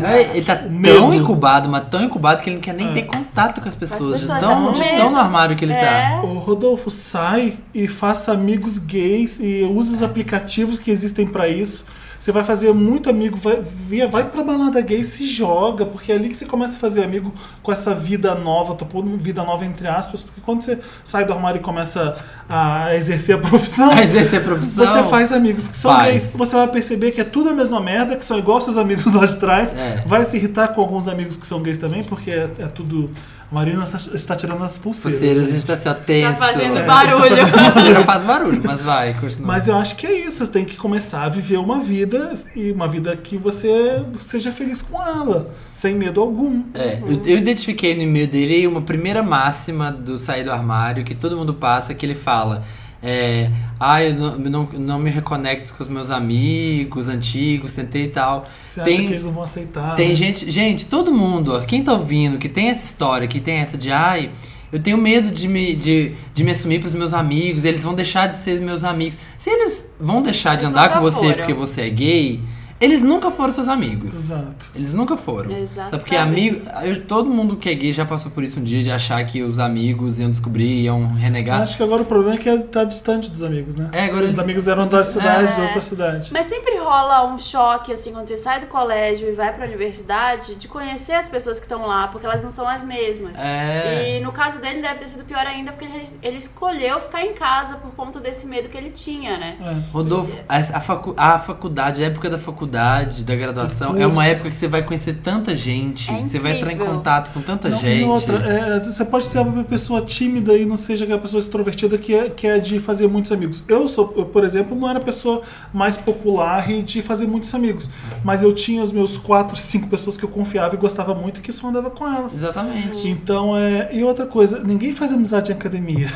Speaker 3: É, é, ele tá
Speaker 2: Medo. É.
Speaker 3: tão incubado, mas tão incubado que ele não quer nem ter contato com as pessoas.
Speaker 1: pessoas
Speaker 3: de tão,
Speaker 1: tá com
Speaker 3: de
Speaker 1: medo.
Speaker 3: tão no armário que ele
Speaker 1: É.
Speaker 3: tá.
Speaker 2: Ô, Rodolfo, sai e faça amigos gays e usa
Speaker 3: É.
Speaker 2: os aplicativos que existem pra isso. Você vai fazer muito amigo, vai, via- vai pra balada gay, se joga, porque é ali que você começa a fazer amigo com essa vida nova, tô pondo vida nova entre aspas, porque quando você sai do armário e começa a exercer a profissão,
Speaker 3: A exercer a profissão.
Speaker 2: você faz amigos que são
Speaker 3: Faz.
Speaker 2: gays. Você vai perceber que é tudo a mesma merda, que são igual seus amigos lá de trás.
Speaker 3: É.
Speaker 2: Vai se irritar com alguns amigos que são gays também, porque é, é tudo. A Marina tá- está tirando as pulseiras.
Speaker 3: Pulseiras, a
Speaker 2: gente.
Speaker 3: gente tá assim, ó, tenso.
Speaker 1: fazendo
Speaker 3: É.
Speaker 1: barulho.
Speaker 3: Pulseira faz barulho, mas vai, continua.
Speaker 2: Mas eu acho que é isso, você tem que começar a viver uma vida e uma vida que você seja feliz com ela, sem medo algum.
Speaker 3: É,
Speaker 1: Uhum.
Speaker 3: eu, eu identifiquei no e-mail dele uma primeira máxima do sair do armário que todo mundo passa, que ele fala. É, ah, eu não, não, não me reconecto com os meus amigos antigos, tentei e tal.
Speaker 2: Você acha
Speaker 3: Tem-
Speaker 2: que eles não vão
Speaker 1: Ah.
Speaker 2: aceitar?
Speaker 3: Tem
Speaker 2: né?
Speaker 3: gente, gente, todo mundo, ó, quem tá ouvindo, que tem essa história, que tem essa de ai, eu tenho medo de me, de, de me assumir pros meus amigos, eles vão deixar de ser meus amigos. Se eles vão deixar de
Speaker 1: Eles
Speaker 3: andar
Speaker 1: nunca
Speaker 3: com você
Speaker 1: foram.
Speaker 3: porque você é gay, eles nunca foram seus amigos.
Speaker 2: Exato.
Speaker 3: Eles nunca foram. Sabe porque
Speaker 1: Exatamente.
Speaker 3: amigo. eu- todo mundo que é gay já passou por isso um dia de achar que os amigos iam descobrir, iam renegar.
Speaker 2: Acho que agora o problema é que tá distante dos amigos, né?
Speaker 3: É, agora
Speaker 2: Os
Speaker 3: eles-
Speaker 2: amigos eram da cidade,
Speaker 1: É.
Speaker 2: da outra cidade.
Speaker 1: Mas sempre rola um choque, assim, quando você sai do colégio e vai pra universidade, de conhecer as pessoas que estão lá, porque elas não são as mesmas.
Speaker 3: É.
Speaker 1: E no caso dele deve ter sido pior ainda, porque ele- ele escolheu ficar em casa por conta desse medo que ele tinha, né?
Speaker 2: É.
Speaker 3: Rodolfo, a, a facu- a faculdade, a época da faculdade, da graduação, é uma época que você vai conhecer tanta gente.
Speaker 1: É
Speaker 3: você vai entrar em
Speaker 1: incrível.
Speaker 3: contato com tanta
Speaker 2: Não,
Speaker 3: gente.
Speaker 2: E outra, é, você pode ser uma pessoa tímida e não seja aquela pessoa extrovertida que é, que é de fazer muitos amigos. Eu sou, eu, por exemplo, não era a pessoa mais popular e de fazer muitos amigos. Mas eu tinha os meus quatro, cinco pessoas que eu confiava e gostava muito e que só andava com elas.
Speaker 3: Exatamente.
Speaker 2: Então, é. E outra coisa, ninguém faz amizade em academia.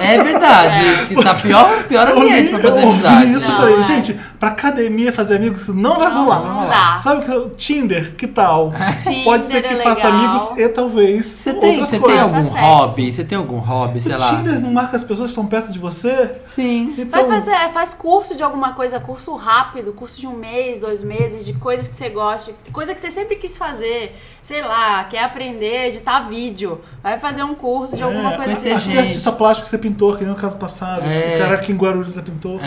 Speaker 3: É verdade. Que tá pior, pior ambiente pra fazer
Speaker 2: Uhum. eu ouvi
Speaker 3: amizade.
Speaker 2: isso
Speaker 1: Não,
Speaker 2: falei,
Speaker 1: é.
Speaker 2: gente, pra academia fazer amigos não vai
Speaker 1: Não,
Speaker 2: rolar.
Speaker 1: não dá.
Speaker 2: Sabe o que Tinder, que tal?
Speaker 1: Tinder
Speaker 2: Pode ser que
Speaker 1: é
Speaker 2: faça
Speaker 1: legal.
Speaker 2: amigos e talvez.
Speaker 3: Você tem,
Speaker 2: outras
Speaker 3: você tem
Speaker 2: coisas.
Speaker 3: algum
Speaker 1: Sexo.
Speaker 3: hobby? Você tem algum hobby, sei
Speaker 2: Se
Speaker 3: lá?
Speaker 2: Tinder não marca as pessoas que estão perto de você,
Speaker 3: Sim.
Speaker 1: Vai
Speaker 2: então.
Speaker 1: fazer, é, faz curso de alguma coisa, curso rápido, curso de um mês, dois meses, de coisas que você gosta, coisa que você sempre quis fazer, sei lá, quer aprender a editar vídeo, vai fazer um curso de alguma
Speaker 2: é,
Speaker 1: coisa assim.
Speaker 3: conhecer
Speaker 2: a- a
Speaker 3: gente.
Speaker 2: ser artista plástico ser pintor, que nem o caso passado.
Speaker 3: É.
Speaker 2: O cara aqui em Guarulhos é pintor.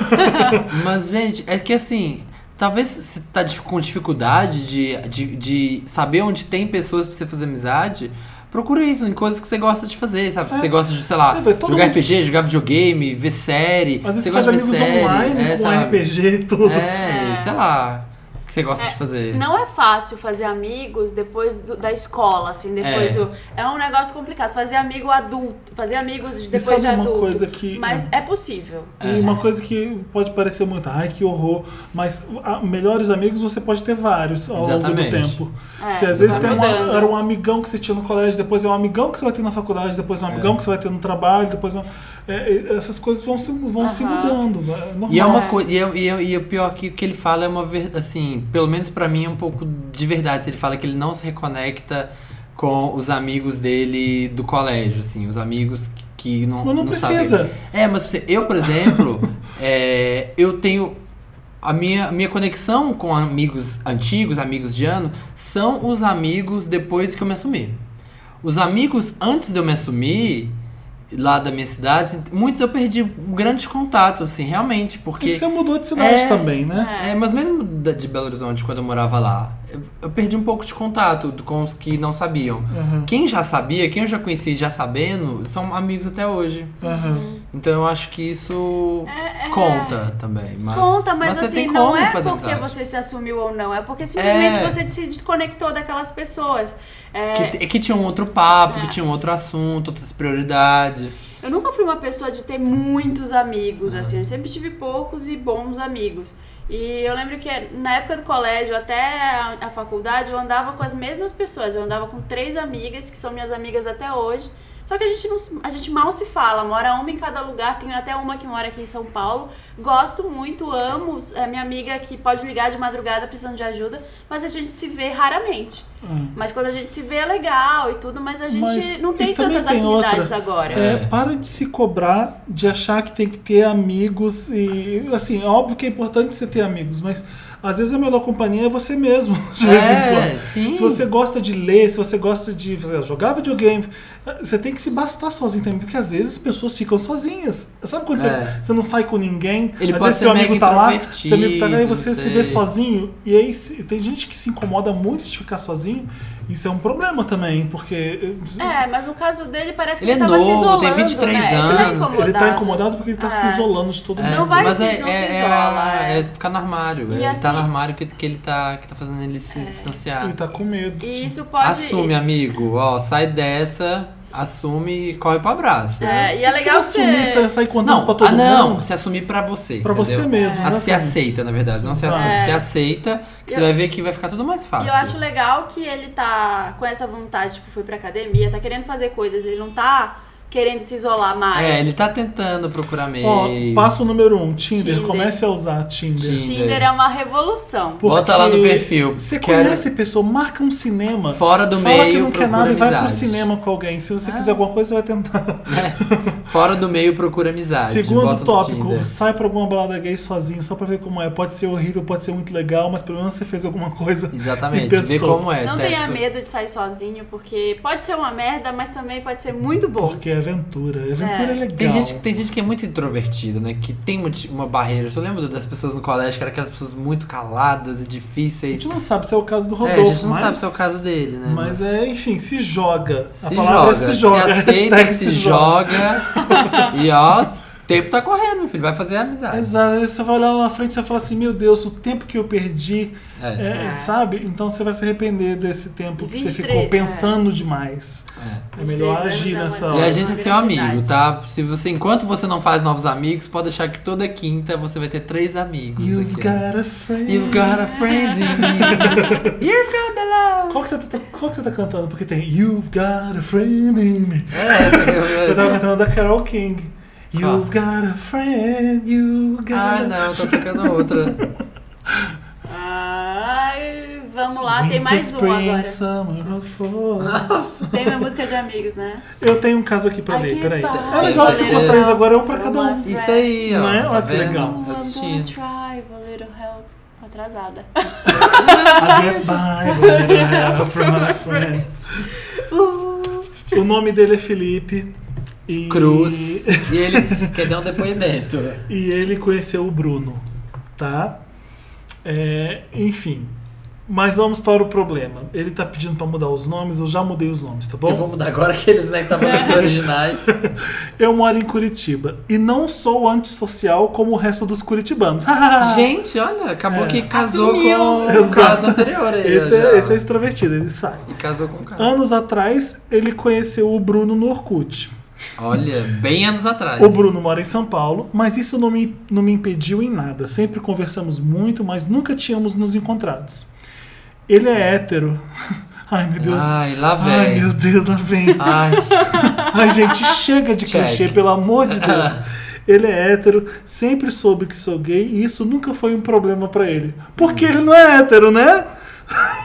Speaker 3: É. Mas, gente, é que assim, talvez você tá dif- com dificuldade de, de, de saber onde tem pessoas pra você fazer amizade. Procura isso em coisas que você gosta de fazer, sabe? Se você gosta de, sei lá,
Speaker 2: Você vê, É. todo
Speaker 3: jogar
Speaker 2: mundo-
Speaker 3: RPG, jogar videogame, ver série.
Speaker 2: Às vezes
Speaker 3: você
Speaker 2: você faz
Speaker 3: gosta de
Speaker 2: amigos
Speaker 3: ver série,
Speaker 2: online
Speaker 3: é,
Speaker 2: com
Speaker 3: sabe?
Speaker 2: RPG e tudo.
Speaker 3: É, sei lá. que você gosta de fazer?
Speaker 1: Não é fácil fazer amigos depois do- da escola, assim, depois
Speaker 3: É.
Speaker 1: do. É um negócio complicado. Fazer amigo adulto. Fazer amigos de-
Speaker 2: sabe
Speaker 1: depois de
Speaker 2: uma
Speaker 1: adulto.
Speaker 2: coisa que-
Speaker 1: Mas é possível.
Speaker 2: E uma coisa que pode parecer muito, ai que horror, mas ah, melhores amigos você pode ter vários ao
Speaker 3: Exatamente.
Speaker 2: longo do tempo.
Speaker 1: É,
Speaker 2: se às vezes
Speaker 1: vai
Speaker 2: tem uma-
Speaker 1: mudando.
Speaker 2: era um amigão que você tinha no colégio, depois é um amigão que você vai ter na faculdade, depois é um amigão que você vai ter no trabalho, depois é um- é, é, essas coisas vão se, vão se
Speaker 1: Aham.
Speaker 2: mudando. É normal.
Speaker 3: E é uma
Speaker 1: É.
Speaker 3: coisa. E, é- e, é- e o pior que o que ele fala é uma verdade. Assim, pelo menos pra mim é um pouco de verdade. se Ele fala que ele não se reconecta com os amigos dele do colégio, assim, os amigos que. que não,
Speaker 2: Mas não
Speaker 3: sabem-
Speaker 2: precisa.
Speaker 3: É, mas assim, eu, por exemplo, é, eu tenho. A minha, minha conexão com amigos antigos, amigos de ano, são os amigos depois que eu me assumi. Os amigos antes de eu me assumir, lá da minha cidade, muitos eu perdi um grande contato, assim, realmente,
Speaker 2: Porque
Speaker 3: porque.
Speaker 2: você mudou de cidade
Speaker 3: É.
Speaker 2: também, né?
Speaker 1: É.
Speaker 3: É, mas mesmo da- de Belo Horizonte, quando eu morava lá, eu, eu perdi um pouco de contato do- com os que não sabiam. Quem já sabia, quem eu já conheci já sabendo, são amigos até hoje.
Speaker 2: Aham.
Speaker 3: Então eu acho que isso
Speaker 1: É, é.
Speaker 3: conta também. Mas,
Speaker 1: Conta, mas,
Speaker 3: você
Speaker 1: assim,
Speaker 3: tem
Speaker 1: não
Speaker 3: como
Speaker 1: é porque
Speaker 3: fazer amizade.
Speaker 1: você se assumiu ou não, é porque simplesmente
Speaker 3: É.
Speaker 1: você se desconectou daquelas pessoas. É,
Speaker 3: Que, te- que tinha um outro papo,
Speaker 1: É.
Speaker 3: que tinha um outro assunto, outras prioridades.
Speaker 1: Eu nunca fui uma pessoa de ter muitos amigos, assim. Eu sempre tive poucos e bons amigos. E eu lembro que na época do colégio até a, a faculdade eu andava com as mesmas pessoas. Eu andava com três amigas, que são minhas amigas até hoje. Só que a gente, não, se- a gente mal se fala, mora uma em cada lugar. Tenho até uma que mora aqui em São Paulo. Gosto muito, amo. É minha amiga que pode ligar de madrugada precisando de ajuda, mas a gente se vê raramente. Mas quando a gente se vê é legal e tudo, mas a gente
Speaker 2: Ah. Mas-
Speaker 1: não
Speaker 2: e
Speaker 1: tem
Speaker 2: também
Speaker 1: tantas
Speaker 2: tem outra.
Speaker 1: afinidades agora.
Speaker 2: É, para de se cobrar, de achar que tem que ter amigos e assim, óbvio que é importante você ter amigos, mas às vezes a melhor companhia é você mesmo, de vez em
Speaker 3: É,
Speaker 2: quando.
Speaker 3: sim.
Speaker 2: Se você gosta de ler, se você gosta de sei lá, jogar videogame, você tem que se bastar sozinho também, porque às vezes as pessoas ficam sozinhas. Sabe quando você-
Speaker 3: É.
Speaker 2: você, não sai com ninguém,
Speaker 3: Ele
Speaker 2: às
Speaker 3: pode
Speaker 2: vezes
Speaker 3: ser
Speaker 2: seu amigo
Speaker 3: mega
Speaker 2: tá lá, seu
Speaker 3: introvertido,
Speaker 2: amigo tá lá e você
Speaker 3: não
Speaker 2: se vê
Speaker 3: sei.
Speaker 2: sozinho, e aí se- tem gente que se incomoda muito de ficar sozinho, isso é um problema também, porque tá
Speaker 1: É, mas no caso dele parece que
Speaker 3: Ele
Speaker 1: ele,
Speaker 3: é
Speaker 1: tava se
Speaker 3: novo,
Speaker 1: isolando.
Speaker 3: tem 23
Speaker 1: né?
Speaker 3: anos.
Speaker 1: Ele
Speaker 2: Ele
Speaker 1: tá
Speaker 2: tá
Speaker 1: incomodado.
Speaker 2: incomodado porque ele tá
Speaker 1: É.
Speaker 2: se isolando de todo
Speaker 3: É,
Speaker 2: mundo.
Speaker 1: Não vai
Speaker 3: mas
Speaker 1: se-
Speaker 3: é,
Speaker 1: não se
Speaker 3: é-
Speaker 1: isola,
Speaker 3: é-
Speaker 1: é.
Speaker 3: é ficar no armário.
Speaker 1: E
Speaker 3: ele
Speaker 1: assim-
Speaker 3: tá no armário que, que ele tá. que tá fazendo ele se distanciar.
Speaker 2: Ele tá com medo.
Speaker 1: E isso pode.
Speaker 3: Assume, amigo. Ó, sai dessa, assume e corre pro abraço. né?
Speaker 1: É, e é
Speaker 2: Não
Speaker 1: legal
Speaker 2: precisa assumir,
Speaker 1: ser.
Speaker 2: sa- sair contando
Speaker 3: Não,
Speaker 2: pra todo
Speaker 3: ah, não,
Speaker 2: mundo.
Speaker 3: se assumir pra você.
Speaker 2: Pra você
Speaker 3: entendeu?
Speaker 2: mesmo,
Speaker 3: Ah, se
Speaker 2: exatamente.
Speaker 3: aceita, na verdade, não se
Speaker 2: Exato.
Speaker 3: assume.
Speaker 1: É.
Speaker 3: Se aceita, que você
Speaker 1: Eu-
Speaker 3: vai ver que vai ficar tudo mais fácil.
Speaker 1: E eu acho legal que ele tá com essa vontade, tipo, foi pra academia, tá querendo fazer coisas, ele não tá querendo se isolar mais.
Speaker 3: É, ele tá tentando procurar meio.
Speaker 2: Ó, passo número um, Tinder.
Speaker 1: Tinder.
Speaker 2: Comece a usar Tinder.
Speaker 3: Tinder.
Speaker 1: Tinder é uma revolução.
Speaker 2: Porque
Speaker 3: Bota lá no perfil,
Speaker 2: Você
Speaker 3: quero-
Speaker 2: conhece pessoa, marca um cinema.
Speaker 3: Fora do
Speaker 2: fala que
Speaker 3: meio,
Speaker 2: não quer
Speaker 3: procura
Speaker 2: nada e vai pro
Speaker 3: amizade.
Speaker 2: cinema com alguém. Se você quiser alguma coisa, você vai tentar.
Speaker 3: É. Fora do meio, procura amizade. Ah, bota
Speaker 2: Segundo
Speaker 3: no
Speaker 2: tópico,
Speaker 3: Tinder.
Speaker 2: sai pra alguma balada gay sozinho, só pra ver como é. Pode ser horrível, pode ser muito legal, mas pelo menos você fez alguma coisa. E
Speaker 3: Exatamente,
Speaker 2: testou.
Speaker 3: vê como é.
Speaker 1: não
Speaker 3: testa.
Speaker 1: tenha medo de sair sozinho, porque pode ser uma merda, mas também pode ser muito bom.
Speaker 2: Porque é aventura. Aventura é,
Speaker 1: É.
Speaker 2: legal.
Speaker 3: Tem gente, tem gente que é muito introvertida, né? Que tem muti- uma barreira. Eu lembro das pessoas no colégio que eram aquelas pessoas muito caladas e
Speaker 2: A
Speaker 3: difíceis.
Speaker 2: gente não sabe se é o caso do
Speaker 3: É,
Speaker 2: Rodolfo,
Speaker 3: a gente não
Speaker 2: mas...
Speaker 3: sabe se é o caso dele, né?
Speaker 2: Mas é, enfim, se joga.
Speaker 3: Se
Speaker 2: a palavra
Speaker 3: joga,
Speaker 2: é se joga.
Speaker 3: aceita,
Speaker 2: hashtag
Speaker 3: se, joga. e ó, o tempo tá correndo, meu filho. Vai fazer amizade.
Speaker 2: Exato, aí você vai olhar lá na frente e você vai falar assim: Meu Deus, o tempo que eu perdi,
Speaker 3: É.
Speaker 2: é, sabe? Então você vai se arrepender desse tempo que você
Speaker 1: 23,
Speaker 2: ficou pensando demais.
Speaker 3: É.
Speaker 2: É melhor
Speaker 1: 23
Speaker 2: agir
Speaker 1: anos é
Speaker 2: nessa
Speaker 1: uma-
Speaker 3: E a
Speaker 2: hora.
Speaker 3: gente é seu
Speaker 1: grande
Speaker 3: amigo,
Speaker 1: idade.
Speaker 3: tá? Se você, enquanto você não faz novos amigos, pode deixar que toda quinta você vai ter três amigos.
Speaker 2: You've
Speaker 3: aqui. né?
Speaker 2: got a friend.
Speaker 3: You've got a friend. in me. You've got a love.
Speaker 2: Qual, que você tá, qual que você tá cantando? Porque tem You've got a friend in me.
Speaker 3: É essa que eu
Speaker 2: Eu tava cantando da Carol King.
Speaker 3: Qual?
Speaker 2: You've got a friend, you got
Speaker 3: Ah,
Speaker 2: a
Speaker 3: não, tô tocando outra.
Speaker 1: Ai, vamos lá, tem
Speaker 2: Winter,
Speaker 1: mais um
Speaker 2: spring,
Speaker 1: agora.
Speaker 2: summer or fall.
Speaker 1: Tem minha música de amigos, né?
Speaker 2: Eu tenho um caso aqui pra
Speaker 1: Ai,
Speaker 2: ler,
Speaker 1: que
Speaker 2: peraí.
Speaker 1: bom.
Speaker 2: É legal que
Speaker 3: Tem
Speaker 2: ficou
Speaker 3: você.
Speaker 2: três agora, um pra cada um.
Speaker 3: Isso aí, ó.
Speaker 2: Não é?
Speaker 3: Tá
Speaker 2: Olha que
Speaker 3: vendo? É o
Speaker 2: legal.
Speaker 1: I'm gonna
Speaker 3: destino.
Speaker 1: try, a little help. Atrasada.
Speaker 2: I get by with little help from my friends. O nome dele é Felipe. E...
Speaker 3: Cruz. E ele quer dar um depoimento.
Speaker 2: E ele conheceu o Bruno, tá? É, enfim, Mas vamos para o problema. Ele tá pedindo pra mudar os nomes, eu já mudei os nomes, tá bom?
Speaker 3: Eu vou mudar agora aqueles, né, que estavam nos originais.
Speaker 2: Eu moro em Curitiba e não sou antissocial como o resto dos curitibanos.
Speaker 3: Gente, olha, acabou
Speaker 2: Ah. É.
Speaker 3: que casou
Speaker 1: Assumiu.
Speaker 3: com o
Speaker 2: Exato.
Speaker 3: caso anterior aí.
Speaker 2: esse,
Speaker 3: ó, já.
Speaker 2: é, esse é extrovertido, ele sai.
Speaker 3: E casou com o caso.
Speaker 2: Anos atrás, ele conheceu o Bruno no Orkut.
Speaker 3: Olha, bem anos atrás.
Speaker 2: O Ah. Bruno mora em São Paulo, mas isso não me, não me impediu em nada. Sempre conversamos muito, mas nunca tínhamos nos encontrados. Ele é hétero. Ai, meu Deus.
Speaker 3: Ai, Ah, lá vem.
Speaker 2: Ai, meu Deus, lá vem.
Speaker 3: Ai,
Speaker 2: Ai, gente, chega de
Speaker 3: Check.
Speaker 2: clichê, pelo amor de Deus.
Speaker 3: Ah.
Speaker 2: Ele é hétero, sempre soube que sou gay e isso nunca foi um problema pra ele. Porque ele não é hétero, né?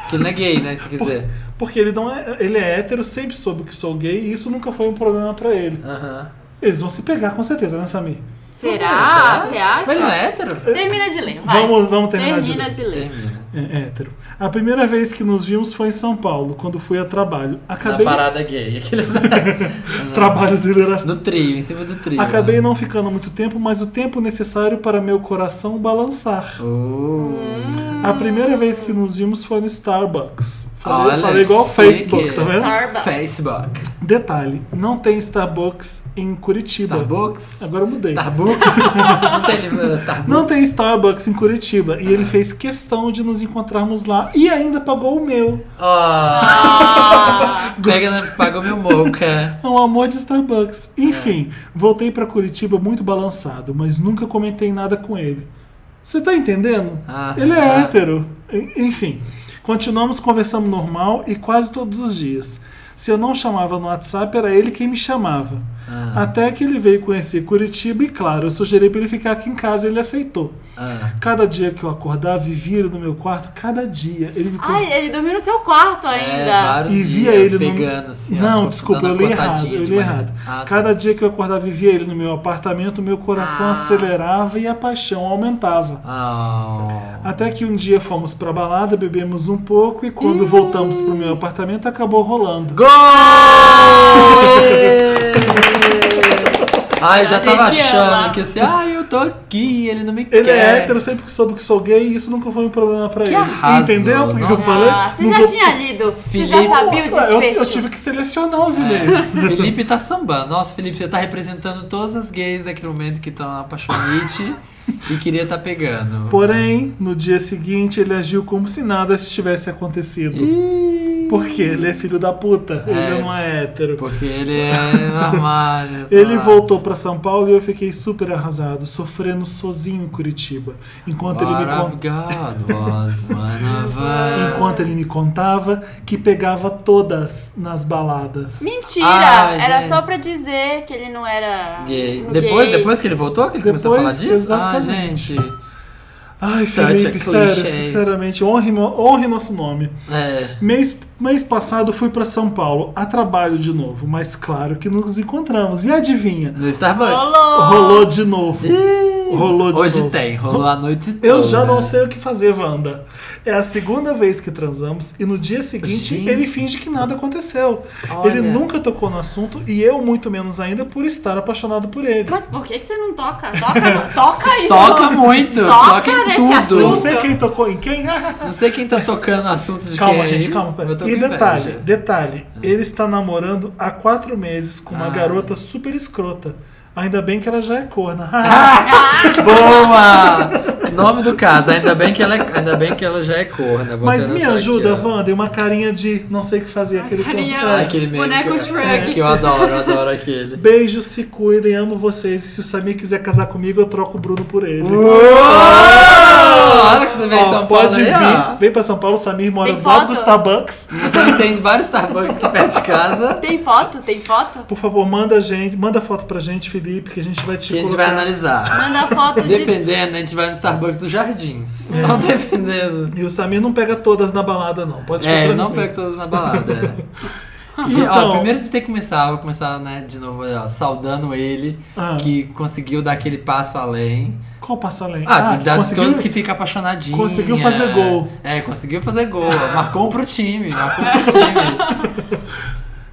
Speaker 3: porque ele não é gay, né, se quiser.
Speaker 2: Porque ele não é, ele é hétero, sempre soube que sou gay e isso nunca foi um problema pra ele.
Speaker 3: Aham.
Speaker 2: Eles vão se pegar com certeza, né, Samir?
Speaker 1: Será? Você acha?
Speaker 3: Mas ele não é hétero?
Speaker 1: Termina de ler, vai.
Speaker 2: Vamos- vamos terminar de
Speaker 1: Termina
Speaker 2: ler.
Speaker 1: de ler.
Speaker 3: Termina.
Speaker 2: É hétero. A primeira vez que nos vimos foi em São Paulo, quando fui a trabalho.
Speaker 3: Na
Speaker 2: Acabei.
Speaker 3: parada né? gay. Aqueles
Speaker 2: O trabalho dele era.
Speaker 3: no trio, em cima do trio.
Speaker 2: Acabei não ficando muito tempo, mas o tempo necessário para meu coração balançar.
Speaker 3: Uh.
Speaker 2: A primeira vez que nos vimos foi no Starbucks. Falei,
Speaker 3: Olha,
Speaker 2: falei igual o
Speaker 3: sei
Speaker 2: Facebook,
Speaker 3: que-
Speaker 2: tá vendo?
Speaker 1: Starbucks.
Speaker 3: Facebook.
Speaker 2: Detalhe, não tem Starbucks em Curitiba.
Speaker 3: Starbucks?
Speaker 2: Agora eu mudei.
Speaker 3: Starbucks? não tem livro da Starbucks.
Speaker 2: É Não tem Starbucks em Curitiba. E ele fez questão de nos encontrarmos lá. E ainda pagou o meu.
Speaker 3: Ah,
Speaker 1: Ah,
Speaker 3: pega, na- pagou meu moca.
Speaker 2: É um amor de Starbucks. Enfim, voltei pra Curitiba muito balançado, mas nunca comentei nada com ele. Você tá entendendo?
Speaker 3: Ah,
Speaker 2: ele é
Speaker 3: tá.
Speaker 2: hétero. En- Enfim, continuamos conversando normal e quase todos os dias. Se eu não chamava no WhatsApp, era ele quem me chamava. Até que ele veio conhecer Curitiba e, claro, eu sugeri pra ele ficar aqui em casa e ele aceitou.
Speaker 3: Ah.
Speaker 2: Cada dia que eu acordava e via ele no meu quarto, cada dia. Ele me
Speaker 1: ai, ele dormiu no seu quarto
Speaker 3: É,
Speaker 1: ainda.
Speaker 3: vários
Speaker 2: e via
Speaker 3: dias
Speaker 2: ele
Speaker 3: pegando,
Speaker 2: no...
Speaker 3: assim, ó,
Speaker 2: não
Speaker 3: co-
Speaker 2: desculpa
Speaker 3: dando
Speaker 2: eu
Speaker 3: a
Speaker 2: li errado
Speaker 3: coçadinha
Speaker 2: eu
Speaker 3: de
Speaker 2: li
Speaker 3: manhã.
Speaker 2: errado
Speaker 3: Ah, tá.
Speaker 2: cada dia que eu acordava e via ele no meu apartamento meu coração acelerava e a paixão aumentava
Speaker 3: Ah.
Speaker 2: até que um dia fomos pra balada bebemos um pouco e quando voltamos pro meu apartamento acabou rolando
Speaker 3: Gol! Ai, já
Speaker 1: A
Speaker 3: tava
Speaker 1: gente
Speaker 3: achando
Speaker 1: ama.
Speaker 3: que assim, ai, eu tô aqui, ele não me quer.
Speaker 2: ele é hétero, sempre que soube que sou gay e isso nunca foi um problema pra ele.
Speaker 3: arraso,
Speaker 2: Entendeu por que eu
Speaker 3: nossa.
Speaker 2: falei?
Speaker 1: Ah, você
Speaker 2: Nunca-
Speaker 1: já tinha lido, você já
Speaker 3: Felipe-
Speaker 1: sabia o
Speaker 2: eu,
Speaker 1: desfecho.
Speaker 2: eu tive que selecionar
Speaker 3: É.
Speaker 2: os e-mails.
Speaker 3: Felipe tá sambando. Nossa, Felipe, você tá representando todas as gays daquele momento que estão na apaixonite e queria tá pegando.
Speaker 2: Porém, no dia seguinte, ele agiu como se nada tivesse acontecido. Porque ele é filho da puta, ele não é hétero.
Speaker 3: Porque ele é armário. sei
Speaker 2: Ele
Speaker 3: lá.
Speaker 2: voltou pra São Paulo e eu fiquei super arrasado, sofrendo sozinho em Curitiba. Enquanto ele, me
Speaker 3: What I've
Speaker 2: con-
Speaker 3: got was one of us.
Speaker 2: enquanto ele me contava que pegava todas nas baladas.
Speaker 1: Mentira!
Speaker 3: Ai,
Speaker 1: era
Speaker 3: Ah, gente.
Speaker 1: só pra dizer que ele não era.
Speaker 3: Gay.
Speaker 1: gay.
Speaker 3: Depois, depois que ele voltou, que ele começou a falar
Speaker 2: Depois,
Speaker 3: disso?
Speaker 2: exatamente.
Speaker 3: Ah, gente.
Speaker 2: Ai,
Speaker 3: Such a
Speaker 2: Felipe, sério,
Speaker 3: cliché.
Speaker 2: sinceramente, honre, mo- honre nosso nome.
Speaker 3: É.
Speaker 2: Mês, mês passado fui pra São Paulo, a trabalho de novo, mas claro que nos encontramos. E adivinha?
Speaker 3: No Starbucks.
Speaker 1: Rolou!
Speaker 2: Rolou de novo. Rolou de
Speaker 3: Hoje
Speaker 2: novo.
Speaker 3: tem, rolou a noite toda.
Speaker 2: Eu já não sei o que fazer, Wanda. É a segunda vez que transamos e no dia seguinte
Speaker 3: Gente.
Speaker 2: ele finge que nada aconteceu.
Speaker 3: Olha.
Speaker 2: Ele nunca tocou no assunto e eu muito menos ainda por estar apaixonado por ele.
Speaker 1: Mas por que, que você não toca? Toca, toca aí.
Speaker 3: Toca
Speaker 1: mano.
Speaker 3: muito,
Speaker 1: Toca
Speaker 3: toca em
Speaker 1: nesse
Speaker 3: tudo.
Speaker 1: assunto.
Speaker 2: Não sei quem tocou em quem.
Speaker 3: Não sei quem tá tocando assuntos de
Speaker 2: calma,
Speaker 3: quem.
Speaker 2: gente, calma. Pera.
Speaker 3: Eu tô com
Speaker 2: E detalhe,
Speaker 3: inveja.
Speaker 2: detalhe. Ele está namorando há quatro meses com uma
Speaker 3: Ah.
Speaker 2: garota super escrota. Ainda bem que ela já é corna.
Speaker 3: Ah,
Speaker 1: Ah,
Speaker 3: Boa! Nome do caso, ainda bem que ela, é- ainda bem que ela já é corna. vou
Speaker 2: Mas
Speaker 3: até
Speaker 2: me
Speaker 3: anotar
Speaker 2: ajuda,
Speaker 3: aqui, ó.
Speaker 2: Wanda. E uma carinha de não sei o que fazer. Aquele
Speaker 1: carinha.
Speaker 2: corno.
Speaker 3: Ah, aquele meme
Speaker 1: Boneco
Speaker 3: que, eu-
Speaker 1: Shrek.
Speaker 3: que eu adoro, eu adoro aquele.
Speaker 2: Beijos, se cuidem, amo vocês. E se o Samir quiser casar comigo, eu troco o Bruno por ele.
Speaker 3: Uou! Olha que você veio em
Speaker 2: Ó,
Speaker 3: São Paulo
Speaker 2: pode
Speaker 3: aí,
Speaker 2: vir.
Speaker 3: ó.
Speaker 2: Vem pra São Paulo, o Samir mora
Speaker 1: Tem
Speaker 2: do lado do
Speaker 1: foto?
Speaker 2: Starbucks.
Speaker 3: Tem, tem vários Starbucks que perto de casa
Speaker 1: Tem foto? Tem foto?
Speaker 2: Por favor, manda a gente, manda a foto pra gente, Felipe, que a gente vai te
Speaker 3: que a gente
Speaker 2: colocar.
Speaker 3: vai analisar.
Speaker 1: Manda foto de.
Speaker 3: Dependendo, a gente vai no Starbucks dos Jardins.
Speaker 2: É.
Speaker 3: Não dependendo.
Speaker 2: E o Samir não pega todas na balada, não. Pode
Speaker 3: É, eu
Speaker 2: ficar
Speaker 3: não pego
Speaker 2: tranquilo.
Speaker 3: todas na balada. é. Gente,
Speaker 2: Então.
Speaker 3: ó, primeiro de ter que começar, vou começar, né, de novo, ó, saudando ele,
Speaker 2: Ah.
Speaker 3: que conseguiu dar aquele passo além.
Speaker 2: Qual passo além?
Speaker 3: Ah, de dar de
Speaker 2: conseguiu-
Speaker 3: todos que fica apaixonadinho.
Speaker 2: conseguiu fazer gol.
Speaker 3: É, conseguiu fazer gol. Marcou um pro time, marcou um pro time.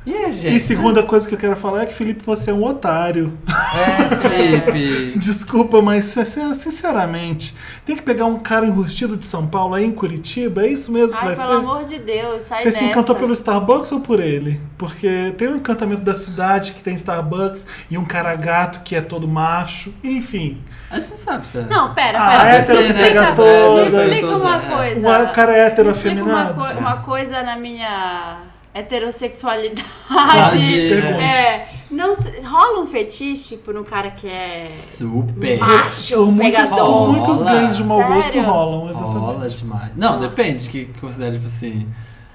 Speaker 3: E é, gente.
Speaker 2: E segunda coisa que eu quero falar é que, Felipe, você é um otário.
Speaker 3: É, Felipe.
Speaker 2: Desculpa, mas sin- sinceramente, tem que pegar um cara enrustido de São Paulo aí em Curitiba? É isso mesmo que
Speaker 1: Ai,
Speaker 2: vai
Speaker 1: pelo
Speaker 2: ser?
Speaker 1: amor de Deus, sai
Speaker 2: Você
Speaker 1: dessa.
Speaker 2: se encantou pelo Starbucks ou por ele? Porque tem um encantamento da cidade que tem Starbucks e um cara gato que é todo macho. Enfim,
Speaker 3: A gente não sabe, será?
Speaker 1: Não, pera,
Speaker 2: Ah,
Speaker 1: pera.
Speaker 2: é,
Speaker 1: me
Speaker 2: pelo
Speaker 1: explica,
Speaker 2: pega
Speaker 1: me
Speaker 2: todas.
Speaker 1: explica uma
Speaker 3: É.
Speaker 1: coisa.
Speaker 2: o cara é
Speaker 1: Me explica uma,
Speaker 2: heterofeminado.
Speaker 1: co- uma coisa na minha heterossexualidade.
Speaker 3: Verdade,
Speaker 2: Pergunte.
Speaker 1: É, não, se- rola um fetiche por um cara que é
Speaker 3: Super.
Speaker 1: macho,
Speaker 2: Por muitos,
Speaker 1: pegador.
Speaker 2: por muitos
Speaker 3: Rola.
Speaker 2: gays de mau gosto
Speaker 1: Sério?
Speaker 2: rolam, exatamente.
Speaker 3: Rola demais. Não, depende que considera, tipo assim.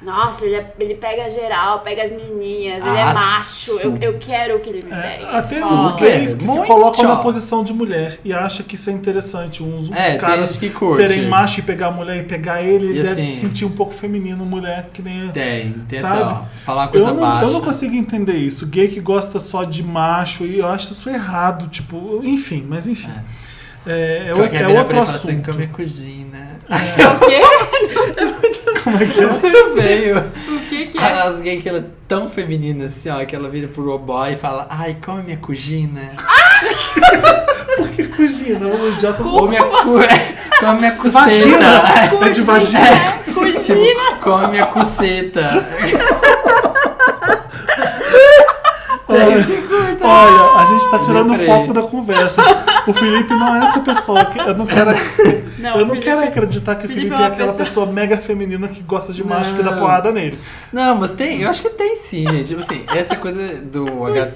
Speaker 1: Nossa, ele, é- ele pega geral, pega as menininhas, ele
Speaker 3: Ah,
Speaker 1: é macho. Eu,
Speaker 3: super.
Speaker 1: eu quero que ele me
Speaker 2: É,
Speaker 1: pegue.
Speaker 2: até
Speaker 1: Ó,
Speaker 2: os gays que se
Speaker 3: Muito.
Speaker 2: colocam na posição de mulher e acham que isso é interessante. Uns, uns
Speaker 3: É, tem
Speaker 2: caras
Speaker 3: gente que curte.
Speaker 2: serem macho e pegar a mulher e pegar ele, ele
Speaker 3: E
Speaker 2: deve
Speaker 3: assim-
Speaker 2: se sentir um pouco feminino, mulher que nem.
Speaker 3: Tem, tem
Speaker 2: Sabe?
Speaker 3: essa, ó. Falar uma coisa
Speaker 2: Eu não,
Speaker 3: baixa.
Speaker 2: eu não consigo entender isso. Gay que gosta só de macho, e eu acho isso errado. Tipo, enfim, mas enfim. É, é,
Speaker 3: Eu
Speaker 2: o-
Speaker 3: quero
Speaker 2: é
Speaker 3: virar pra
Speaker 2: outro
Speaker 3: ele e falar assim,
Speaker 2: assunto.
Speaker 3: come cugina.
Speaker 1: É O quê?
Speaker 2: é
Speaker 3: Muito feio.
Speaker 1: O que que é?
Speaker 3: As gays que ela é tão feminina assim, ó, que ela vira pro boy e fala, ai, come minha cugina.
Speaker 2: Que cugina, é um idiota.
Speaker 3: Ou minha cu... é, come minha
Speaker 2: Vagina!
Speaker 3: cuceta.
Speaker 2: É de vagina.
Speaker 1: É, Cugina.
Speaker 3: Tipo, come minha cuceta.
Speaker 2: Olha, a gente tá tirando o
Speaker 3: Lembrei.
Speaker 2: foco da conversa. O Felipe não é essa pessoa. que- eu não quero,
Speaker 1: Não,
Speaker 2: eu não
Speaker 1: Felipe-
Speaker 2: quero acreditar que o Felipe,
Speaker 1: Felipe é
Speaker 2: é
Speaker 1: uma
Speaker 2: aquela pessoa...
Speaker 1: pessoa-
Speaker 2: mega feminina que gosta de macho que dá
Speaker 3: Não.
Speaker 2: porrada nele.
Speaker 3: Não, mas tem, eu acho que tem sim, gente. Tipo assim, essa coisa do H.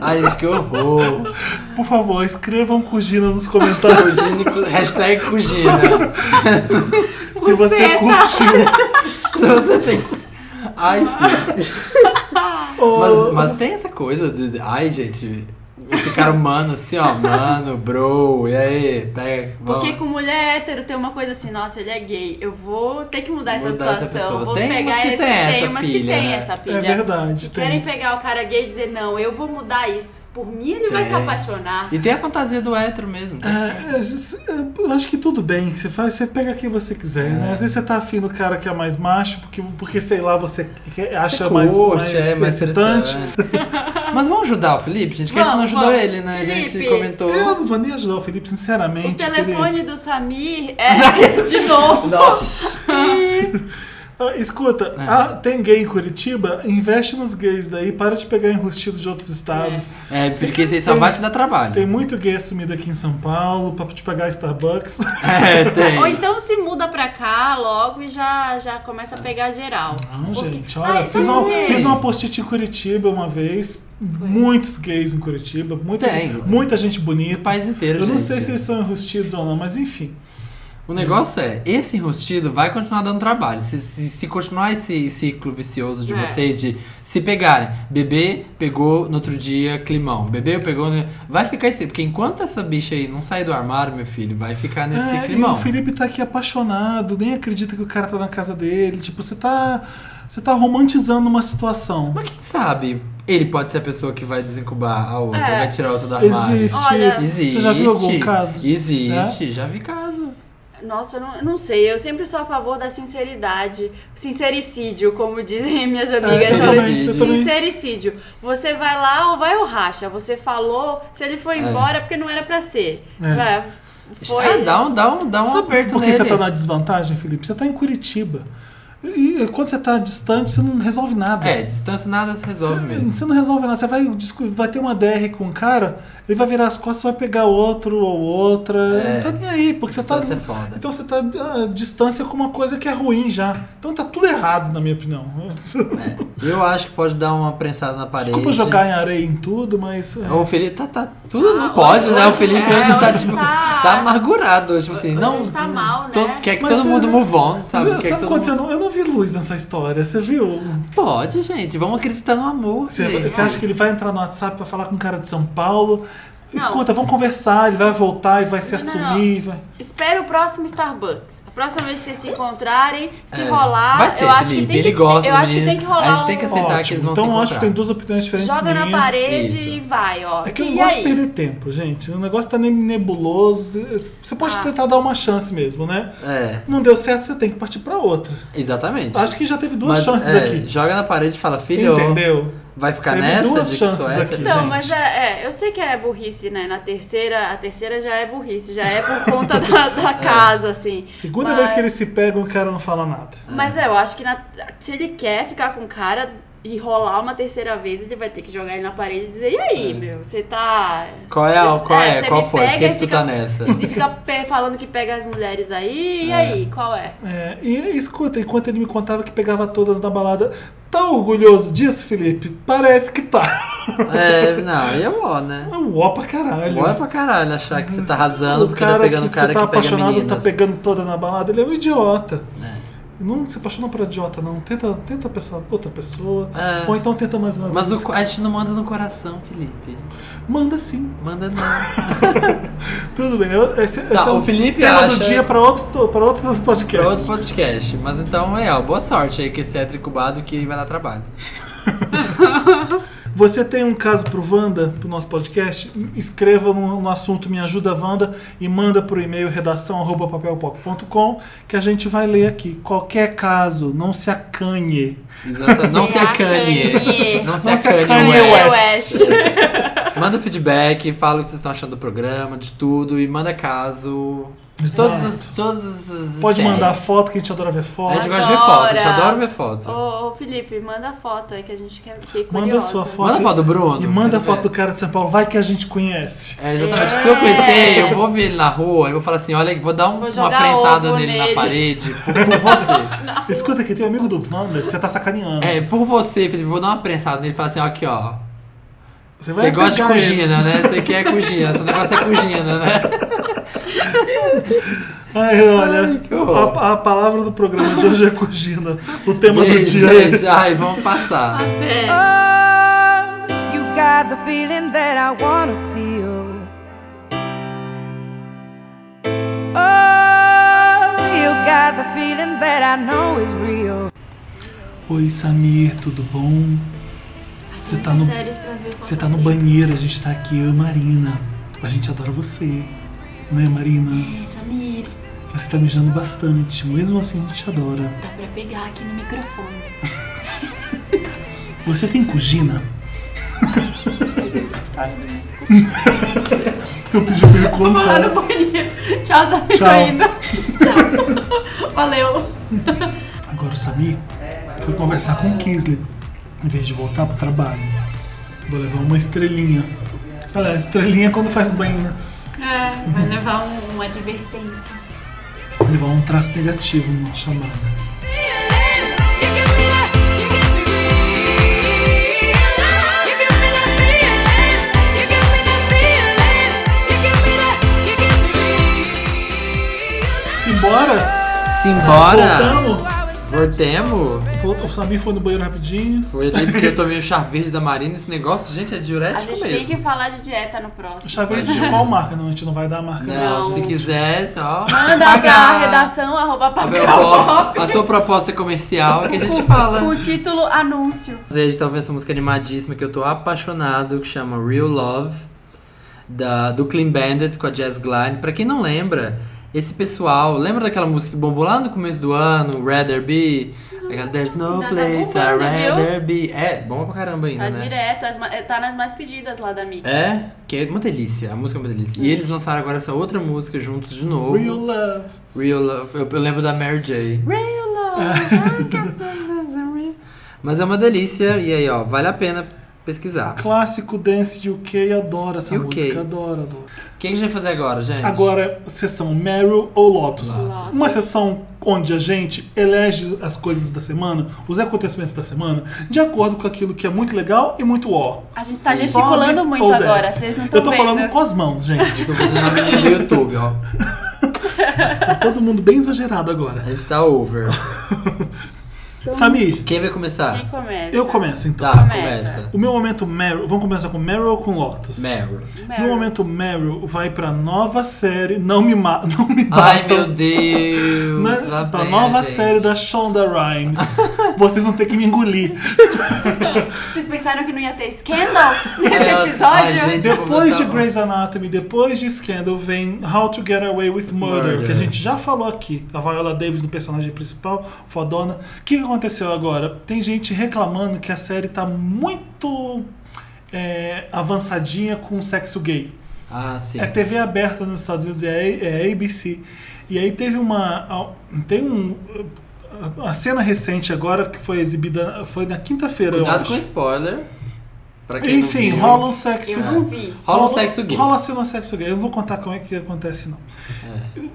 Speaker 3: Ai, gente, que é horror.
Speaker 2: Por favor, escrevam cugina nos comentários
Speaker 3: Cugina, e cu- hashtag cugina.
Speaker 2: se você
Speaker 1: Buceta.
Speaker 2: curtiu.
Speaker 3: Então Você tem. Ai, filho.
Speaker 1: tá-
Speaker 3: Mas, mas tem essa coisa de. Ai, gente. Esse cara humano assim, ó. Mano, bro, e aí? Pega.
Speaker 1: Porque
Speaker 3: vamos.
Speaker 1: com mulher hétero tem uma coisa assim, nossa, ele é gay, eu vou ter que mudar, essa
Speaker 3: Mudar essa
Speaker 1: situação.
Speaker 3: pessoa.
Speaker 1: vou
Speaker 3: Tem umas
Speaker 1: pegar
Speaker 3: que
Speaker 1: esse.
Speaker 3: tem essa
Speaker 1: tem umas
Speaker 3: pilha,
Speaker 1: que tem
Speaker 3: né?
Speaker 1: essa pilha.
Speaker 2: É verdade. tem.
Speaker 1: Querem pegar o cara gay e dizer, não, eu vou mudar isso. Por mim ele vai
Speaker 3: Tem.
Speaker 1: se apaixonar.
Speaker 3: E tem a fantasia do hétero mesmo. Tem que ser.
Speaker 2: É, é, eu acho que tudo bem, você faz, você pega quem você quiser,
Speaker 3: É.
Speaker 2: né? Às vezes você tá afim do cara que é mais macho, porque, porque sei lá, você que- acha mais, mais,
Speaker 3: é, mais
Speaker 2: excitante.
Speaker 3: interessante. Mas vamos ajudar o Felipe, gente, que a gente não
Speaker 1: Vamos,
Speaker 3: ajudou
Speaker 1: vamos.
Speaker 3: ele, né? A gente
Speaker 1: Felipe.
Speaker 3: comentou.
Speaker 2: É, Eu não vou nem ajudar o Felipe,
Speaker 3: é
Speaker 2: sinceramente.
Speaker 1: O telefone
Speaker 2: Felipe.
Speaker 1: do Samir é de novo.
Speaker 3: Nossa!
Speaker 2: Ah, escuta,
Speaker 3: É.
Speaker 2: ah, tem gay em Curitiba? Investe nos gays daí, para de pegar enrustido de outros estados.
Speaker 3: É, porque isso aí só vai te dar
Speaker 1: É.
Speaker 3: trabalho.
Speaker 2: Tem muito gay assumido aqui em São Paulo, pra te pagar Starbucks.
Speaker 3: É, tem.
Speaker 1: Ou então se muda pra cá logo e já, já começa
Speaker 3: Ah.
Speaker 1: a pegar geral.
Speaker 3: Uhum.
Speaker 2: Não,
Speaker 1: Porque-
Speaker 2: gente, olha,
Speaker 1: Ai,
Speaker 2: fiz,
Speaker 1: sabe
Speaker 2: uma,
Speaker 1: por quê?
Speaker 2: fiz uma post-it em Curitiba uma vez. Muitos gays em Curitiba, muita,
Speaker 3: Tem.
Speaker 2: gente- muita gente
Speaker 3: O
Speaker 2: bonita.
Speaker 3: país inteiro,
Speaker 2: Eu não
Speaker 3: gente.
Speaker 2: sei se eles são enrustidos ou não, mas enfim.
Speaker 3: O negócio é, esse enrustido vai continuar dando trabalho. Se, se, se continuar esse ciclo vicioso de
Speaker 1: É.
Speaker 3: vocês de se pegarem, bebê pegou no outro dia climão, bebê pegou no... Vai ficar esse... Porque enquanto essa bicha aí não sair do armário, meu filho, vai ficar nesse
Speaker 2: É, e o
Speaker 3: climão.
Speaker 2: Felipe tá aqui apaixonado, nem acredita que o cara tá na casa dele. Tipo, você tá. Você tá romantizando uma situação.
Speaker 3: Mas quem sabe ele pode ser a pessoa que vai desencubar a outra,
Speaker 1: É.
Speaker 3: vai tirar a outra do armário.
Speaker 2: Existe
Speaker 1: Olha,
Speaker 2: isso.
Speaker 3: Existe.
Speaker 2: Você já viu algum caso? É?
Speaker 3: Existe, já vi caso.
Speaker 1: Nossa, eu não, eu não sei. Eu sempre sou a favor da sinceridade. Sincericídio, como dizem minhas
Speaker 3: Tá
Speaker 1: amigas.
Speaker 3: eu
Speaker 1: Sincericídio.
Speaker 3: também, eu
Speaker 2: É, também.
Speaker 1: Sincericídio. Você vai lá ou vai o racha. Você falou, se ele foi embora, é porque não era pra ser.
Speaker 2: É.
Speaker 1: Vai, Foi.
Speaker 3: Ah, dá um, dá um, dá um
Speaker 2: Sabe
Speaker 3: aperto
Speaker 2: por que
Speaker 3: nele.
Speaker 2: você tá na desvantagem, Felipe? Você tá em Curitiba. E e quando você tá distante, você não resolve nada.
Speaker 3: É, distância nada se resolve mesmo.
Speaker 2: Você não resolve nada. Você vai, discu- vai ter uma DR com um cara, ele vai virar as costas, vai pegar outro ou outra.
Speaker 3: É.
Speaker 2: Não tá nem aí, porque você tá.
Speaker 3: Distância é foda.
Speaker 2: Então você tá à distância com uma coisa que é ruim já. Então tá tudo errado, na minha opinião.
Speaker 3: Eu acho que pode dar uma prensada na parede.
Speaker 2: Desculpa jogar em areia em tudo, mas. eh,
Speaker 3: O Felipe tá, tá tudo não
Speaker 1: Ah,
Speaker 3: pode,
Speaker 1: hoje-
Speaker 3: né? O
Speaker 1: hoje-
Speaker 3: Felipe
Speaker 1: é,
Speaker 3: hoje tá,
Speaker 1: hoje
Speaker 3: tipo,
Speaker 1: tá-
Speaker 3: tá amargurado hoje, tipo assim, não.
Speaker 1: tá mal, né?
Speaker 3: todo- quer que é-
Speaker 2: Mas é,
Speaker 3: todo
Speaker 2: você-
Speaker 3: mundo move on, sabe?
Speaker 2: é,
Speaker 3: quer
Speaker 2: Sabe
Speaker 3: que todo
Speaker 2: quando você
Speaker 3: mundo...
Speaker 2: não. Eu não vi luz nessa história, você viu?
Speaker 3: Pode, gente, vamos acreditar no amor.
Speaker 2: Você,
Speaker 3: gente.
Speaker 2: você acha que ele vai entrar no WhatsApp pra falar com um cara de São Paulo? Escuta, vamos conversar, ele vai voltar e vai se assumir. Vai...
Speaker 1: Espera o próximo Starbucks. A próxima vez que vocês se encontrarem, se rolar,
Speaker 3: É. Vai ter,
Speaker 1: eu acho que
Speaker 3: Felipe,
Speaker 1: tem que,
Speaker 3: ele gosta
Speaker 1: eu
Speaker 3: do
Speaker 1: acho que
Speaker 3: menino.
Speaker 1: tem que rolar
Speaker 3: A gente tem que
Speaker 1: um-
Speaker 3: aceitar. Tentar que eles vão
Speaker 2: então
Speaker 3: se
Speaker 2: eu acho que
Speaker 3: encontrar.
Speaker 2: tem duas opiniões diferentes
Speaker 1: Joga na
Speaker 2: minhas.
Speaker 1: parede
Speaker 3: Isso.
Speaker 1: e vai, ó.
Speaker 2: É que eu não
Speaker 1: e
Speaker 2: gosto
Speaker 1: aí?
Speaker 2: de perder tempo, gente. O negócio tá meio nebuloso. Você pode
Speaker 1: Ah.
Speaker 2: tentar dar uma chance mesmo, né?
Speaker 3: É,
Speaker 2: Não deu certo, você tem que partir pra outra.
Speaker 3: exatamente.
Speaker 2: Acho que já teve duas
Speaker 3: Mas,
Speaker 2: chances
Speaker 3: é,
Speaker 2: aqui.
Speaker 3: Joga na parede e fala, filho,
Speaker 2: Entendeu?
Speaker 3: vai ficar
Speaker 2: Teve
Speaker 3: nessa
Speaker 2: duas
Speaker 3: de que só
Speaker 2: chances
Speaker 3: é?
Speaker 2: aqui.
Speaker 1: Não,
Speaker 2: gente.
Speaker 1: mas é, é, eu sei que é burrice, né? Na terceira, a terceira já é burrice, já é por conta da, da casa, assim.
Speaker 2: Segunda
Speaker 1: Mas-
Speaker 2: vez que eles se pegam, o cara não fala nada.
Speaker 1: Mas é, eu acho que na- se ele quer ficar com o cara e rolar uma terceira vez, ele vai ter que jogar ele na parede e dizer, e aí, meu, você tá.
Speaker 3: É. Qual é, a- qual é,
Speaker 1: você
Speaker 3: qual
Speaker 1: me
Speaker 3: foi? Por
Speaker 1: pega
Speaker 3: que
Speaker 1: e
Speaker 3: que tu
Speaker 1: fica-
Speaker 3: tá nessa?
Speaker 1: E se fica pe- falando que pega as mulheres aí, e aí, qual é?
Speaker 2: É, e escuta, enquanto ele me contava que pegava todas na balada, tá orgulhoso disso, Felipe? Parece que tá.
Speaker 3: É, não, aí é ó, né?
Speaker 2: É uó pra caralho.
Speaker 3: Bora pra caralho achar que você tá arrasando porque tá pegando o cara
Speaker 2: você tá
Speaker 3: que pega
Speaker 2: apaixonado,
Speaker 3: meninas. É.
Speaker 2: tá pegando toda na balada, ele é um idiota. Não se apaixona por idiota, não. Tenta, tenta pensar outra pessoa.
Speaker 3: É.
Speaker 2: Ou então tenta mais uma
Speaker 3: Mas
Speaker 2: vez.
Speaker 3: o co- a gente não manda no coração, Felipe.
Speaker 2: Manda sim.
Speaker 3: Manda não.
Speaker 2: Tudo bem. eu- Esse, esse é
Speaker 3: Tá, o
Speaker 2: um
Speaker 3: Felipe
Speaker 2: tema
Speaker 3: acha-
Speaker 2: do dia pra outro, pra outro podcast.
Speaker 3: Pra É outro podcast. Mas então é, ó, boa sorte aí que esse é tricubado que vai dar trabalho.
Speaker 2: Você tem um caso pro Wanda, pro nosso podcast? Escreva no, no assunto Me Ajuda Wanda e manda pro e-mail redação arroba papelpop.com que a gente vai ler aqui. Qualquer caso, não se acanhe.
Speaker 3: Exato. Não se
Speaker 1: Se
Speaker 3: acane.
Speaker 1: acane.
Speaker 3: Não se
Speaker 2: Não se
Speaker 3: acane,
Speaker 2: acane,
Speaker 3: West.
Speaker 1: West.
Speaker 3: Manda feedback, fala o que vocês estão achando do programa, de tudo, e manda caso.
Speaker 2: Exato.
Speaker 3: Todas as, todas as
Speaker 2: Pode
Speaker 3: esferas.
Speaker 2: mandar foto, que a gente adora ver
Speaker 3: A gente
Speaker 2: foto.
Speaker 3: gosta de ver foto, a gente
Speaker 1: Adora.
Speaker 3: adora ver foto.
Speaker 1: Ô, ô, Felipe, manda foto aí que a gente quer fiquei
Speaker 2: Manda
Speaker 1: curiosa.
Speaker 2: sua foto.
Speaker 3: Manda foto do né? Bruno.
Speaker 2: E manda
Speaker 3: quero ver.
Speaker 2: foto do cara de São Paulo, vai que a gente conhece.
Speaker 3: É, exatamente. Se eu conhecer, eu vou ver ele na rua, eu vou falar assim, olha, vou dar um-
Speaker 1: É. Vou
Speaker 3: uma
Speaker 1: jogar
Speaker 3: prensada
Speaker 1: ovo
Speaker 3: nele, na
Speaker 1: nele.
Speaker 3: parede por, por você.
Speaker 2: Escuta aqui, tem um amigo do Wanda que você tá sacaneando.
Speaker 3: Tá É, por você, Felipe, vou dar uma prensada nele e falar assim, ó, aqui, ó.
Speaker 2: Você
Speaker 3: Você gosta de
Speaker 2: pegar ele.
Speaker 3: cugina, né? Você quer cugina, seu negócio é cugina, né?
Speaker 2: Ai, olha,
Speaker 3: que horror.
Speaker 2: a, a palavra do programa de hoje é cugina. O tema
Speaker 3: Beijo,
Speaker 2: do dia é.
Speaker 3: gente. Ai, vamos passar.
Speaker 1: Até.
Speaker 3: Tá.
Speaker 5: Oh, you got the feeling that I wanna feel. Oh, you got the feeling that I know is real.
Speaker 2: Oi Samir, tudo bom? Você tá no,
Speaker 1: Séries pra ver
Speaker 2: você tá no banheiro, a gente tá aqui, eu e Marina. A gente adora você, né Marina?
Speaker 1: É, Samir,
Speaker 2: Você tá mijando bastante, mesmo assim a gente adora.
Speaker 1: dá pra pegar aqui no microfone.
Speaker 2: Você tem cugina? eu pedi
Speaker 1: Lá no
Speaker 2: pergunta.
Speaker 1: banheiro. Tchau, Samir,
Speaker 2: Tchau.
Speaker 1: tô indo. Tchau. Valeu.
Speaker 2: Agora o Samir foi conversar com o Kisley, em vez de voltar pro trabalho. Vou levar uma estrelinha. Olha, estrelinha é quando faz bem, né?
Speaker 1: É, vai levar um- uma advertência.
Speaker 2: Levar um traço negativo numa chamada. Simbora!
Speaker 3: Simbora!
Speaker 2: Voltamos!
Speaker 3: Voltemos!
Speaker 2: Vol- O Samir foi no banheiro rapidinho.
Speaker 3: Foi ali porque eu tomei o chá verde da Marina. Esse negócio, gente, é
Speaker 1: A
Speaker 3: diurético
Speaker 1: gente
Speaker 3: mesmo.
Speaker 1: tem que falar de dieta no próximo.
Speaker 2: O Chaves de qual marca? Não, a gente não vai dar a marca.
Speaker 3: Não,
Speaker 1: Não.
Speaker 3: se quiser, tá, ó.
Speaker 1: Manda pra redação arroba
Speaker 3: A, minha
Speaker 1: papelpop,
Speaker 3: pro- a sua proposta comercial é que a gente fala. né?
Speaker 1: com o título anúncio.
Speaker 3: Mas aí a gente tá ouvindo essa música animadíssima que eu tô apaixonado, que chama Real Love, da, do Clean Bandit com a Jazz Glide. Pra quem não lembra, esse pessoal, lembra daquela música que bombou lá no começo do ano, Rather Be? Aquela There's no
Speaker 1: Tá- tá
Speaker 3: place I'd
Speaker 1: bombando, viu?
Speaker 3: rather be. É, bom pra caramba ainda,
Speaker 1: Tá
Speaker 3: né?
Speaker 1: direto, as ma- tá nas mais pedidas lá da Mix.
Speaker 3: É, que é uma delícia, a música é uma delícia.
Speaker 1: Hum.
Speaker 3: E eles lançaram agora essa outra música juntos de novo.
Speaker 2: Real Love.
Speaker 3: Real Love. Eu, eu lembro da Mary J. Real Love. I got feelings in real- Mas é uma delícia. E aí, ó, vale a pena pesquisar.
Speaker 2: Clássico dance de UK, adoro essa
Speaker 3: UK.
Speaker 2: música, adoro, adoro.
Speaker 3: O que a gente vai fazer agora, gente?
Speaker 2: Agora, sessão Meryl ou Lotus.
Speaker 1: Lotus.
Speaker 2: Uma sessão onde a gente elege as coisas da semana, os acontecimentos da semana, de acordo com aquilo que é muito legal e muito ó.
Speaker 1: A gente tá
Speaker 2: Sobe
Speaker 1: gesticulando muito
Speaker 2: ou
Speaker 1: agora,
Speaker 2: desce.
Speaker 1: vocês não
Speaker 2: Eu
Speaker 1: estão
Speaker 2: tô
Speaker 1: vendo.
Speaker 2: falando com as mãos, gente.
Speaker 3: Tô vendo na menina do YouTube, ó.
Speaker 2: Tá todo mundo bem exagerado agora.
Speaker 3: A gente tá over.
Speaker 2: Samir,
Speaker 3: Quem vai começar?
Speaker 1: Quem começa?
Speaker 2: eu começo então.
Speaker 3: Tá,
Speaker 1: Começa.
Speaker 3: começa.
Speaker 2: O meu momento Meryl, vamos começar com Meryl ou com Lotus?
Speaker 3: Meryl.
Speaker 2: Meu momento Meryl vai pra nova série, não me, ma não me batam.
Speaker 3: Ai, meu Deus.
Speaker 2: Na-
Speaker 3: lá
Speaker 2: pra
Speaker 3: vem a
Speaker 2: nova
Speaker 3: gente.
Speaker 2: Tá série da Shonda Rhimes. Vocês vão ter que me engolir.
Speaker 1: Vocês pensaram que não ia ter escândalo nesse
Speaker 3: Ai,
Speaker 1: episódio?
Speaker 3: É, ai, gente, eu vou
Speaker 2: Depois de
Speaker 3: botar- um-
Speaker 2: Grey's Anatomy, depois de Scandal, vem How to Get Away with Murder,
Speaker 3: Murder.
Speaker 2: que a gente já falou aqui. A Viola Davis no personagem principal, fodona. O que que aconteceu agora? Tem gente reclamando que a série tá muito é, avançadinha com sexo gay.
Speaker 3: Ah, sim.
Speaker 2: É TV aberta nos Estados Unidos, é, A- é ABC. E aí teve uma. a- Tem um. A cena recente agora, que foi exibida. Foi na quinta-feira, eu
Speaker 3: Cuidado
Speaker 2: acho.
Speaker 3: com spoiler. Pra quem não
Speaker 2: Enfim,
Speaker 3: viu.
Speaker 2: rola um sexo.
Speaker 1: Eu não vi.
Speaker 3: Rola um sexo gay.
Speaker 2: Rola cena sexo gay. Eu não vou contar como é que acontece, não.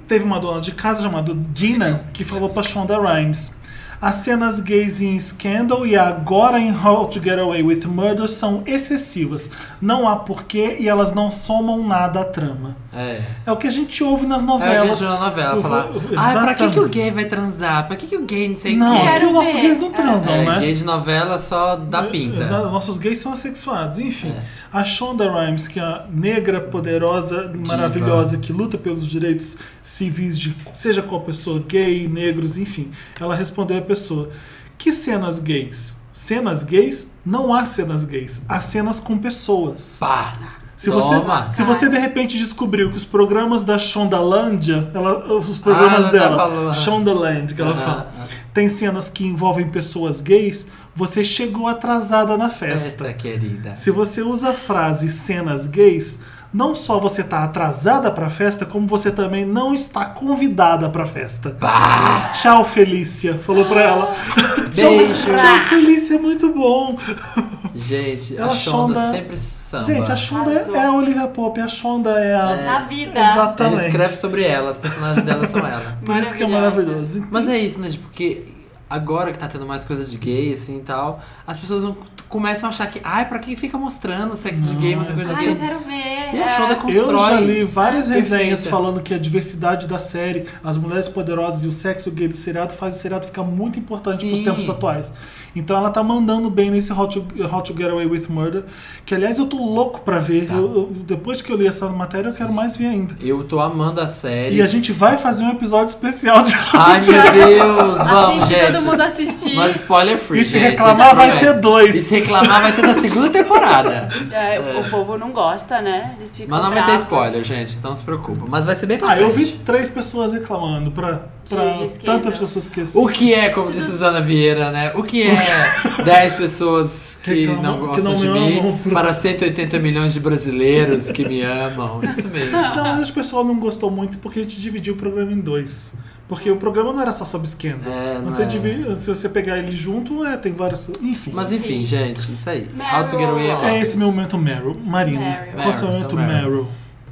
Speaker 2: Teve uma dona de casa chamada Dina que falou pra Shonda Rhimes. As cenas gays em Scandal e agora em How to Get Away with Murder são excessivas. Não há porquê e elas não somam nada à trama.
Speaker 3: É.
Speaker 2: É o que a gente ouve nas
Speaker 3: É, eu
Speaker 2: novelas.
Speaker 3: vejo na novela
Speaker 2: Eu
Speaker 3: falar.
Speaker 2: vou-
Speaker 3: Ai, pra que, que o
Speaker 2: Exatamente.
Speaker 3: gay vai transar? Pra que, que o gay não sei o
Speaker 2: Não,
Speaker 3: quê?
Speaker 2: aqui
Speaker 1: Quero
Speaker 2: o nosso
Speaker 1: ver.
Speaker 2: gays não transam,
Speaker 3: É,
Speaker 2: né?
Speaker 3: gay de novela só dá pinta. É.
Speaker 2: Exato, É, nossos gays são assexuados. Enfim, a Shonda Rhimes, que é a negra, poderosa, maravilhosa, que luta pelos direitos civis de seja qual pessoa, gay, negros, enfim, ela respondeu a pessoa: que cenas gays? Cenas gays? Não há cenas gays. Há cenas com pessoas.
Speaker 3: Pá!
Speaker 2: Se você,
Speaker 3: Toma.
Speaker 2: se você de repente descobriu que os programas da Shondalândia, ela, os
Speaker 3: ela
Speaker 2: programas
Speaker 3: tá
Speaker 2: dela,
Speaker 3: falando.
Speaker 2: Shondaland, que ela
Speaker 3: Aham,
Speaker 2: fala, tem cenas que envolvem pessoas gays, você chegou atrasada na festa.
Speaker 3: Festa, querida.
Speaker 2: Se você usa a frase cenas gays, não só você tá atrasada pra festa, como você também não está convidada pra festa. Tchau, Felícia, falou pra ela.
Speaker 3: Beijo.
Speaker 2: Tchau, Felícia, é muito bom.
Speaker 3: Gente, a
Speaker 2: Ela
Speaker 3: Shonda,
Speaker 2: Shonda-
Speaker 3: sempre samba.
Speaker 2: Gente, a Shonda é-
Speaker 1: Arrasou.
Speaker 2: é a Olivia Pope, a Shonda é a...
Speaker 1: Na vida.
Speaker 3: Ela
Speaker 2: Exatamente.
Speaker 3: escreve sobre ela, os personagens dela são ela.
Speaker 2: Por isso que é
Speaker 1: Maravilhosa.
Speaker 2: maravilhoso.
Speaker 3: Mas é isso, né? Tipo, que agora que tá tendo mais coisa de gay, assim e tal, as pessoas vão- começam a achar que, ai, pra que fica mostrando sexo de gay, mas coisa
Speaker 1: Ai, eu
Speaker 3: gay?
Speaker 1: quero ver. É.
Speaker 3: E a Shonda
Speaker 2: Hum, Eu
Speaker 3: constrói.
Speaker 2: já li várias resenhas
Speaker 3: Perfeita.
Speaker 2: falando que a diversidade da série, as mulheres poderosas e o sexo gay do seriado faz o seriado ficar muito importante
Speaker 3: Sim.
Speaker 2: pros tempos atuais. Então ela tá mandando bem nesse How to, How to Get Away with Murder, que aliás eu tô louco pra ver. Eu- eu- depois que eu li essa matéria, eu quero mais ver ainda.
Speaker 3: Eu tô amando a série.
Speaker 2: E a gente vai fazer um episódio especial de
Speaker 3: Ai, meu Deus, vamos,
Speaker 1: assim que
Speaker 3: gente.
Speaker 1: todo mundo assistir.
Speaker 3: Mas spoiler free,
Speaker 2: E se
Speaker 3: gente,
Speaker 2: reclamar,
Speaker 3: a gente
Speaker 2: vai
Speaker 3: promete.
Speaker 2: ter dois.
Speaker 3: E se reclamar, vai ter da segunda temporada.
Speaker 1: É, O povo não gosta, né? Eles ficam
Speaker 3: Mas não vai ter
Speaker 1: bravos.
Speaker 3: spoiler, gente, não se preocupa. Mas vai ser bem pra
Speaker 2: Ah, eu vi
Speaker 3: frente.
Speaker 2: três pessoas reclamando pra, pra
Speaker 1: de esquerda.
Speaker 2: tantas pessoas que
Speaker 3: O que é, como diz Suzana Vieira, né? O que é 10 pessoas que
Speaker 2: Reclamam
Speaker 3: não
Speaker 2: que
Speaker 3: gostam
Speaker 2: não
Speaker 3: de
Speaker 2: me
Speaker 3: mim
Speaker 2: amam por-
Speaker 3: para 180 milhões de brasileiros que me amam? Isso mesmo. É,
Speaker 2: Não, mas o pessoal não gostou muito porque a gente dividiu o programa em dois. Porque o programa não era só sobre Scandal.
Speaker 3: É,
Speaker 2: Quando
Speaker 3: não
Speaker 2: você
Speaker 3: é.
Speaker 2: divide- se você pegar ele junto, é, tem vários. Enfim.
Speaker 3: Mas enfim, gente, isso aí. How to get away with
Speaker 2: é
Speaker 3: it.
Speaker 2: esse meu momento Meryl. Marina,
Speaker 1: Meryl.
Speaker 2: qual é o seu
Speaker 3: Meryl,
Speaker 2: momento
Speaker 3: seu Meryl.
Speaker 2: Meryl?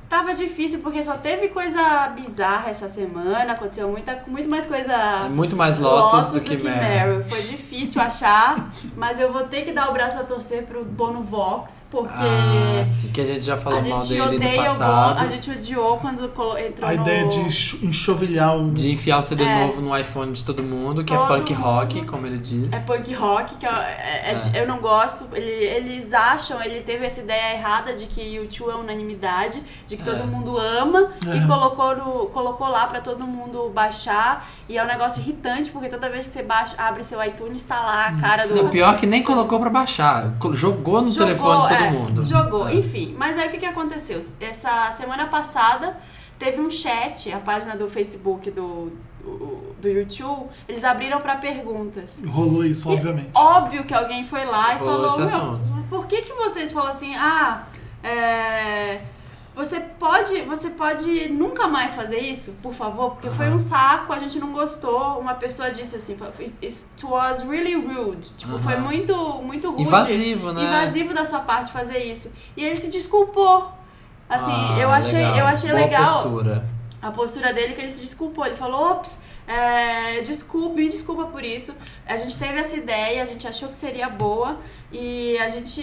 Speaker 1: Tava difícil porque só teve coisa bizarra essa semana. Aconteceu muita, muito mais coisa.
Speaker 3: É muito mais Lotus,
Speaker 1: Lotus
Speaker 3: do que, Meryl.
Speaker 1: Meryl. Foi difícil achar, mas eu vou ter que dar o braço a torcer pro Bono Vox, porque
Speaker 3: Ah, sim, que a gente já falou
Speaker 1: a
Speaker 3: mal
Speaker 1: gente
Speaker 3: dele no
Speaker 1: odeia o
Speaker 3: passado.
Speaker 1: Bono, a gente odiou quando colo- entrou
Speaker 2: A
Speaker 1: no...
Speaker 2: ideia de enxo- enxovilhar o.
Speaker 3: De enfiar o CD
Speaker 1: É.
Speaker 3: novo no iPhone de todo mundo, que é
Speaker 1: Todo
Speaker 3: punk rock,
Speaker 1: mundo.
Speaker 3: como ele diz.
Speaker 1: É punk rock, que eu, é- é de- eu não gosto. Ele- eles acham, ele teve essa ideia errada de que o tio é unanimidade, de que
Speaker 3: É.
Speaker 1: todo mundo ama,
Speaker 2: É.
Speaker 1: e colocou, no- colocou lá pra todo mundo baixar. E é um negócio irritante, porque toda vez que você baixa, abre seu iTunes, tá lá a cara do.
Speaker 3: Não, pior que nem colocou pra baixar. co- Jogou no telefone de todo
Speaker 1: é,
Speaker 3: mundo.
Speaker 1: Jogou, enfim. Mas aí o que, que aconteceu? Essa semana passada teve um chat, a página do Facebook do, do, do YouTube, eles abriram pra perguntas.
Speaker 2: Rolou isso, obviamente.
Speaker 1: Óbvio que alguém foi lá e
Speaker 3: Rolou
Speaker 1: falou,
Speaker 3: esse
Speaker 1: meu, por que que vocês falam assim, ah, é, Você pode, você pode nunca mais fazer isso, por favor, porque foi um saco, a gente não gostou. Uma pessoa disse assim, "It- it was really rude, tipo, foi
Speaker 3: Aham.
Speaker 1: muito, muito rude
Speaker 3: Invasivo, né?
Speaker 1: invasivo da sua parte fazer isso. E ele se desculpou. Assim,
Speaker 3: Ah,
Speaker 1: eu achei,
Speaker 3: legal.
Speaker 1: eu achei
Speaker 3: Boa
Speaker 1: legal
Speaker 3: Postura.
Speaker 1: a postura dele que ele se desculpou. Ele falou, ops, é, desculpe, me desculpa por isso. A gente teve essa ideia, a gente achou que seria boa e a gente,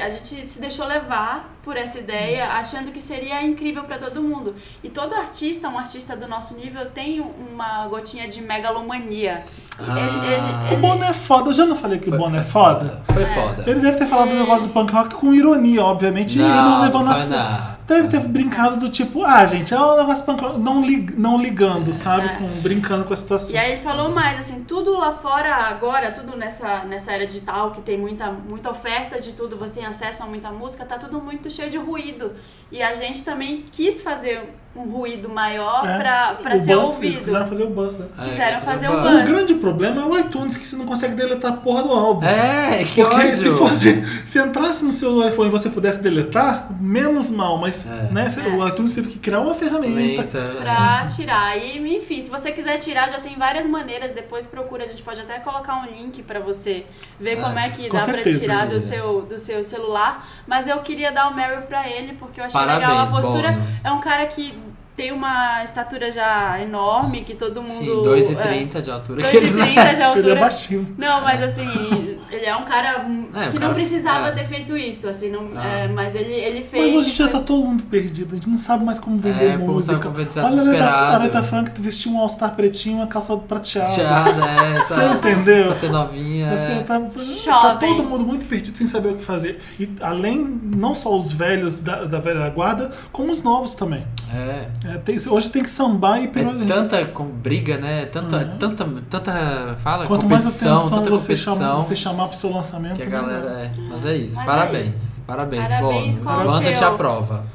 Speaker 1: a gente se deixou levar por essa
Speaker 3: Hum.
Speaker 1: ideia, achando que seria incrível pra todo mundo. E todo artista, um artista do nosso nível, tem uma gotinha de megalomania.
Speaker 3: Ah.
Speaker 1: Ele- ele-
Speaker 2: O Bono é foda, eu já não falei que o Bono é foda.
Speaker 3: Foi foda.
Speaker 2: Ele deve ter falado
Speaker 1: É.
Speaker 2: do negócio do punk rock com ironia, obviamente, e
Speaker 3: Não,
Speaker 2: não levando
Speaker 3: não
Speaker 2: a
Speaker 3: foi
Speaker 2: sério.
Speaker 3: nada.
Speaker 2: Deve ter brincado do tipo, ah, gente, é um negócio punk rock, não, lig- não ligando, sabe? Com, brincando com a situação.
Speaker 1: É. E aí ele falou mais, assim, tudo lá fora agora, tudo nessa, nessa era digital que tem muita, muita oferta de tudo, você tem acesso a muita música, tá tudo muito cheio de ruído. E a gente também quis fazer um ruído maior
Speaker 2: É.
Speaker 1: pra, pra
Speaker 2: o
Speaker 1: ser
Speaker 2: bus, Eles
Speaker 1: ouvido.
Speaker 2: quiseram fazer o bus, né?
Speaker 3: É,
Speaker 1: Quiseram fazer um
Speaker 2: O
Speaker 1: Mas-
Speaker 2: grande problema é o iTunes, que você não consegue deletar a porra do álbum.
Speaker 3: É, que
Speaker 2: Porque
Speaker 3: ódio.
Speaker 2: se fosse. Se entrasse no seu iPhone e você pudesse deletar, menos mal, mas
Speaker 3: É.
Speaker 2: né, cê- o iTunes teve que criar uma ferramenta.
Speaker 3: Eita.
Speaker 1: Pra tirar. E, enfim, se você quiser tirar, já tem várias maneiras. Depois procura, a gente pode até colocar um link pra você ver como é que
Speaker 2: Ah, com
Speaker 1: dá
Speaker 2: certeza,
Speaker 1: pra tirar
Speaker 3: Júlia.
Speaker 1: do seu, do seu celular. Mas eu queria dar o Meryl pra ele, porque eu achei legal a
Speaker 3: Parabéns, né?
Speaker 1: postura.
Speaker 3: Bono.
Speaker 1: É um cara que tem uma estatura já enorme, que todo mundo.
Speaker 3: Sim, 2,30 de
Speaker 1: É,
Speaker 3: altura. que eles-
Speaker 1: 2,30 de
Speaker 2: Ele é
Speaker 1: altura.
Speaker 2: baixinho.
Speaker 1: Não, mas assim, ele é um cara hum,
Speaker 3: É, um
Speaker 1: que
Speaker 3: cara-
Speaker 1: não precisava
Speaker 3: é.
Speaker 1: ter feito isso, assim, não,
Speaker 3: Ah.
Speaker 1: é, mas ele, ele fez.
Speaker 2: Mas hoje já tá
Speaker 1: foi-
Speaker 2: todo mundo perdido, a gente não sabe mais como vender
Speaker 3: É, o povo
Speaker 2: música.
Speaker 3: tá com- tá
Speaker 2: Olha a Aretha- a
Speaker 3: desesperado.
Speaker 2: Aretha Frank vestiu um All-Star pretinho e uma calça prateada.
Speaker 3: Tiada, é,
Speaker 2: Você
Speaker 3: tá-
Speaker 2: entendeu?
Speaker 3: Pra ser novinha.
Speaker 2: Assim,
Speaker 3: é.
Speaker 2: tá, tá
Speaker 1: Jovem.
Speaker 2: todo mundo muito perdido sem saber o que fazer. E além, não só os velhos da, da velha guarda, como os novos também.
Speaker 3: É.
Speaker 2: É, tem- hoje tem que sambar e
Speaker 3: É
Speaker 2: pirolar.
Speaker 3: tanta com- briga, né? Tanta, tanta, tanta fala,
Speaker 2: Uhum. Quanto mais
Speaker 3: competição,
Speaker 2: atenção
Speaker 3: tanta
Speaker 2: você,
Speaker 3: competição
Speaker 2: chama- você né? chamar pro seu lançamento,
Speaker 3: que a
Speaker 2: melhor.
Speaker 3: galera é. Mas é isso.
Speaker 1: Mas é
Speaker 3: parabéns,
Speaker 1: isso.
Speaker 3: parabéns,
Speaker 1: Parabéns,
Speaker 3: Bono.
Speaker 1: qual o
Speaker 3: Wanda
Speaker 1: seu?
Speaker 3: te aprova.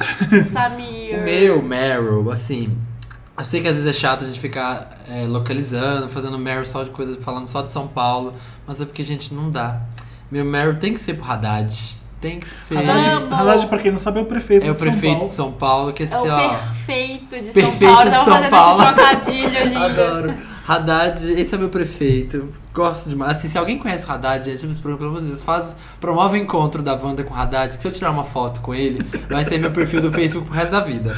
Speaker 1: Samir.
Speaker 3: O meu Meryl, assim. Eu sei que às vezes é chato a gente ficar é, localizando, fazendo Meryl só de coisa, falando só de São Paulo, mas é porque, gente, não dá. Meu Meryl tem que ser pro Haddad. Tem que ser.
Speaker 2: Haddad,
Speaker 1: Amo.
Speaker 2: Haddad, pra quem não sabe, é o prefeito
Speaker 3: É o
Speaker 2: de São
Speaker 3: prefeito
Speaker 2: Paulo.
Speaker 3: de São Paulo, que
Speaker 1: É o
Speaker 3: assim, ó.
Speaker 1: perfeito de São
Speaker 3: Perfeito
Speaker 1: Paulo.
Speaker 3: de
Speaker 1: Tava
Speaker 3: São
Speaker 1: fazendo
Speaker 3: Paulo.
Speaker 1: esse trocadilho lindo.
Speaker 3: Adoro. Haddad, esse é meu prefeito. Gosto demais. Assim, se alguém conhece o Haddad, gente, esse programa, pelo amor de Deus, faz, promove o encontro da Wanda com o Haddad, que se eu tirar uma foto com ele, vai ser meu perfil do Facebook pro resto da vida.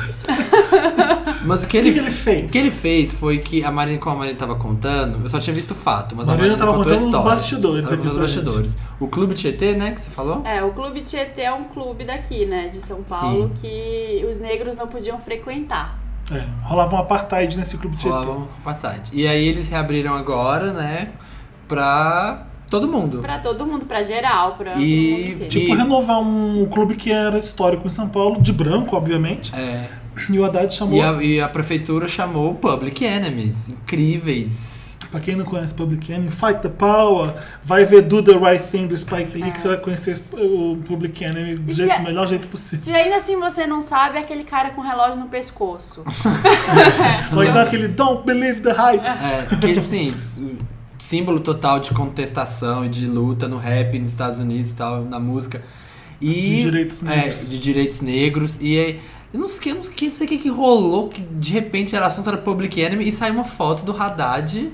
Speaker 3: Mas o que
Speaker 2: O que, que
Speaker 3: ele,
Speaker 2: ele fez?
Speaker 3: o que ele fez foi que a Marina, como a Marina tava contando, eu só tinha visto o fato, mas
Speaker 2: Marina
Speaker 3: a Marina
Speaker 2: tava
Speaker 3: contou a
Speaker 2: contando os
Speaker 3: história.
Speaker 2: bastidores
Speaker 3: Ela contou os
Speaker 2: aqui pra
Speaker 3: bastidores. O Clube Tietê, né, que você falou?
Speaker 1: É, o Clube Tietê é um clube daqui, né, de São Paulo,
Speaker 3: Sim.
Speaker 1: que os negros não podiam frequentar.
Speaker 2: É, rolava um apartheid nesse clube de
Speaker 3: Rolava um apartheid. E aí eles reabriram agora, né, pra todo mundo.
Speaker 1: Pra todo mundo, pra geral,
Speaker 3: E-
Speaker 1: pra todo mundo inteiro.
Speaker 2: Tipo,
Speaker 3: E-
Speaker 2: renovar um clube que era histórico em São Paulo, de branco, obviamente.
Speaker 3: É,
Speaker 2: E o Haddad chamou.
Speaker 3: E a, e a prefeitura chamou o Public Enemies. Incríveis.
Speaker 2: Pra quem não conhece Public Enemy, Fight the Power, vai ver Do the Right Thing do Spike Lee, que você vai conhecer esse- o Public Enemy do
Speaker 1: É. E
Speaker 2: jeito-
Speaker 1: se-
Speaker 2: melhor jeito possível.
Speaker 1: Se ainda assim você não sabe, é aquele cara com relógio no pescoço.
Speaker 2: Ou então aquele Don't Believe the Hype.
Speaker 3: É, que, tipo assim, s- símbolo total de contestação e de luta no rap nos Estados Unidos e tal, na música. E,
Speaker 2: De direitos
Speaker 3: é,
Speaker 2: negros.
Speaker 3: de direitos negros. E aí, eu não sei, eu não sei, não sei o que, que rolou, que de repente era assunto era Public Enemy e saiu uma foto do Haddad.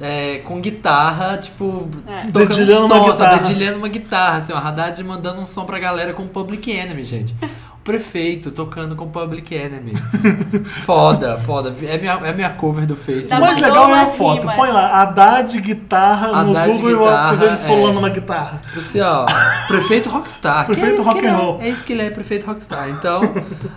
Speaker 3: é, com guitarra, tipo,
Speaker 1: É.
Speaker 3: tocando
Speaker 2: Dedilhando
Speaker 3: um
Speaker 2: uma
Speaker 3: som, só
Speaker 2: guitarra.
Speaker 3: dedilhando uma guitarra, assim, o Haddad mandando um som pra galera com Public Enemy, gente. O prefeito tocando com Public Enemy. foda, foda. É minha, é minha cover do Facebook.
Speaker 1: Tá
Speaker 2: o mais
Speaker 1: mandou
Speaker 2: legal é a
Speaker 1: umas
Speaker 2: foto.
Speaker 1: rimas.
Speaker 2: Põe lá, Haddad guitarra
Speaker 3: Haddad
Speaker 2: no Google e você vê ele
Speaker 3: guitarra,
Speaker 2: solando
Speaker 3: é.
Speaker 2: uma guitarra.
Speaker 3: Tipo assim, ó, prefeito rockstar. que
Speaker 2: Prefeito
Speaker 3: é isso
Speaker 2: rock
Speaker 3: que
Speaker 2: and
Speaker 3: ele é.
Speaker 2: roll.
Speaker 3: É isso que ele é, prefeito rockstar. Então,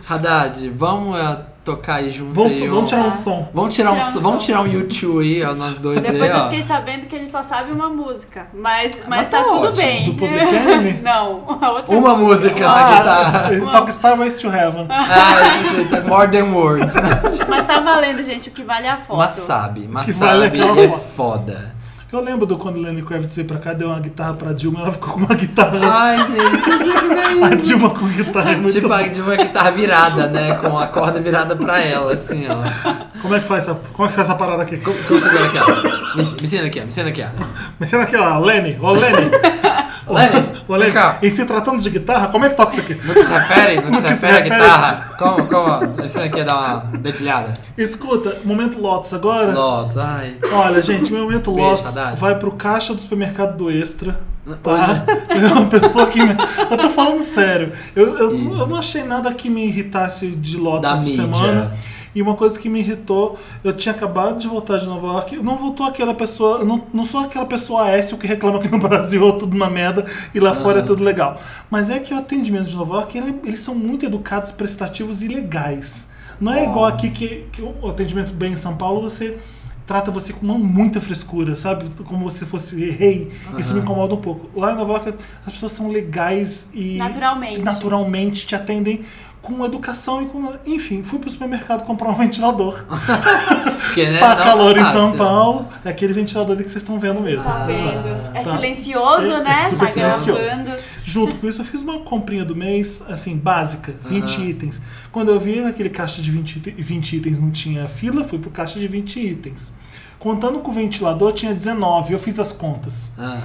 Speaker 3: Haddad, vamos eh, tocar aí junto
Speaker 2: Vamos,
Speaker 3: aí. um...
Speaker 2: vamos
Speaker 1: Ah.
Speaker 2: tirar um som.
Speaker 3: Vamos tirar um,
Speaker 1: Tirar um
Speaker 3: vamos
Speaker 1: som.
Speaker 3: tirar um YouTube aí, ó, nós dois
Speaker 1: Depois
Speaker 3: aí,
Speaker 1: eu
Speaker 3: ó.
Speaker 1: fiquei sabendo que ele só sabe uma música. Mas,
Speaker 3: Mas
Speaker 1: mas, tá,
Speaker 3: tá
Speaker 1: tudo
Speaker 3: ótimo.
Speaker 1: bem.
Speaker 2: Do Public Enemy?
Speaker 1: não, a outra
Speaker 3: Uma música na
Speaker 2: Ah,
Speaker 3: guitarra.
Speaker 2: Talk Star Race to Heaven.
Speaker 3: Ah, isso aí tá more than words.
Speaker 1: Mas tá valendo, gente, o que vale é a foto.
Speaker 3: Mas sabe, mas
Speaker 2: Que vale
Speaker 3: sabe
Speaker 2: aquela
Speaker 3: é
Speaker 2: foto.
Speaker 3: foda.
Speaker 2: Eu lembro do quando Lenny Kravitz veio pra cá, deu uma guitarra pra Dilma, ela ficou com uma guitarra.
Speaker 3: Ai, gente,
Speaker 2: A Dilma com guitarra é muito
Speaker 3: Tipo,
Speaker 2: bom.
Speaker 3: a- de uma guitarra virada, né? Com a corda virada pra ela, assim, ó.
Speaker 2: Como é que faz essa, como é que faz essa parada aqui?
Speaker 3: Como, como você vira aqui, ó? Me, me ensina aqui, ó. Me ensina aqui, ó.
Speaker 2: Mas será que é lá, Lenny? Ô Lenny! Ô,
Speaker 3: Lenny,
Speaker 2: Ô Lenny,
Speaker 3: vem cá.
Speaker 2: e se tratando de guitarra, como é que toca isso aqui?
Speaker 3: No que se refere, no que se
Speaker 2: que se
Speaker 3: refere à
Speaker 2: refere.
Speaker 3: guitarra. Como, como? Esse daqui é dar uma dedilhada.
Speaker 2: Escuta, momento Lotus agora.
Speaker 3: Lotus, ai.
Speaker 2: Olha, gente, meu momento
Speaker 3: Beijo,
Speaker 2: Lotus
Speaker 3: Haddad.
Speaker 2: vai pro caixa do supermercado do Extra. Tá?
Speaker 3: Hoje-
Speaker 2: É uma pessoa que. Me... Eu tô falando sério. Eu, eu,
Speaker 3: Isso.
Speaker 2: eu não achei nada que me irritasse de Lotus
Speaker 3: Da
Speaker 2: essa
Speaker 3: mídia.
Speaker 2: semana. E uma coisa que me irritou, eu tinha acabado de voltar de Nova York, eu não voltou aquela pessoa, eu não, não sou aquela pessoa Aécio que reclama que no Brasil é tudo uma merda e lá fora é tudo legal. Mas é que o atendimento de Nova York, ele- é, eles são muito educados, prestativos e legais. Não é igual aqui que, que o atendimento bem em São Paulo, você trata você com uma muita frescura, sabe? Como se fosse rei. Isso me incomoda um pouco. Lá em Nova York, as pessoas são legais e.
Speaker 1: Naturalmente.
Speaker 2: Naturalmente te atendem com educação e com. Enfim, fui pro supermercado comprar um ventilador.
Speaker 3: Porque, né,
Speaker 2: Tá
Speaker 3: não
Speaker 2: calor em
Speaker 3: fácil.
Speaker 2: São Paulo. É aquele ventilador ali que vocês estão vendo mesmo.
Speaker 1: Tá vendo? É
Speaker 2: Tá.
Speaker 1: silencioso,
Speaker 2: É- é
Speaker 1: né?
Speaker 2: super
Speaker 1: tá
Speaker 2: silencioso.
Speaker 1: gravando.
Speaker 2: Junto com isso, eu fiz uma comprinha do mês, assim, básica, 20 itens. Quando eu vi naquele caixa de 20, ite- 20 itens não tinha fila, fui pro caixa de 20 itens. Contando com o ventilador, tinha 19, eu fiz as contas.
Speaker 3: Ah.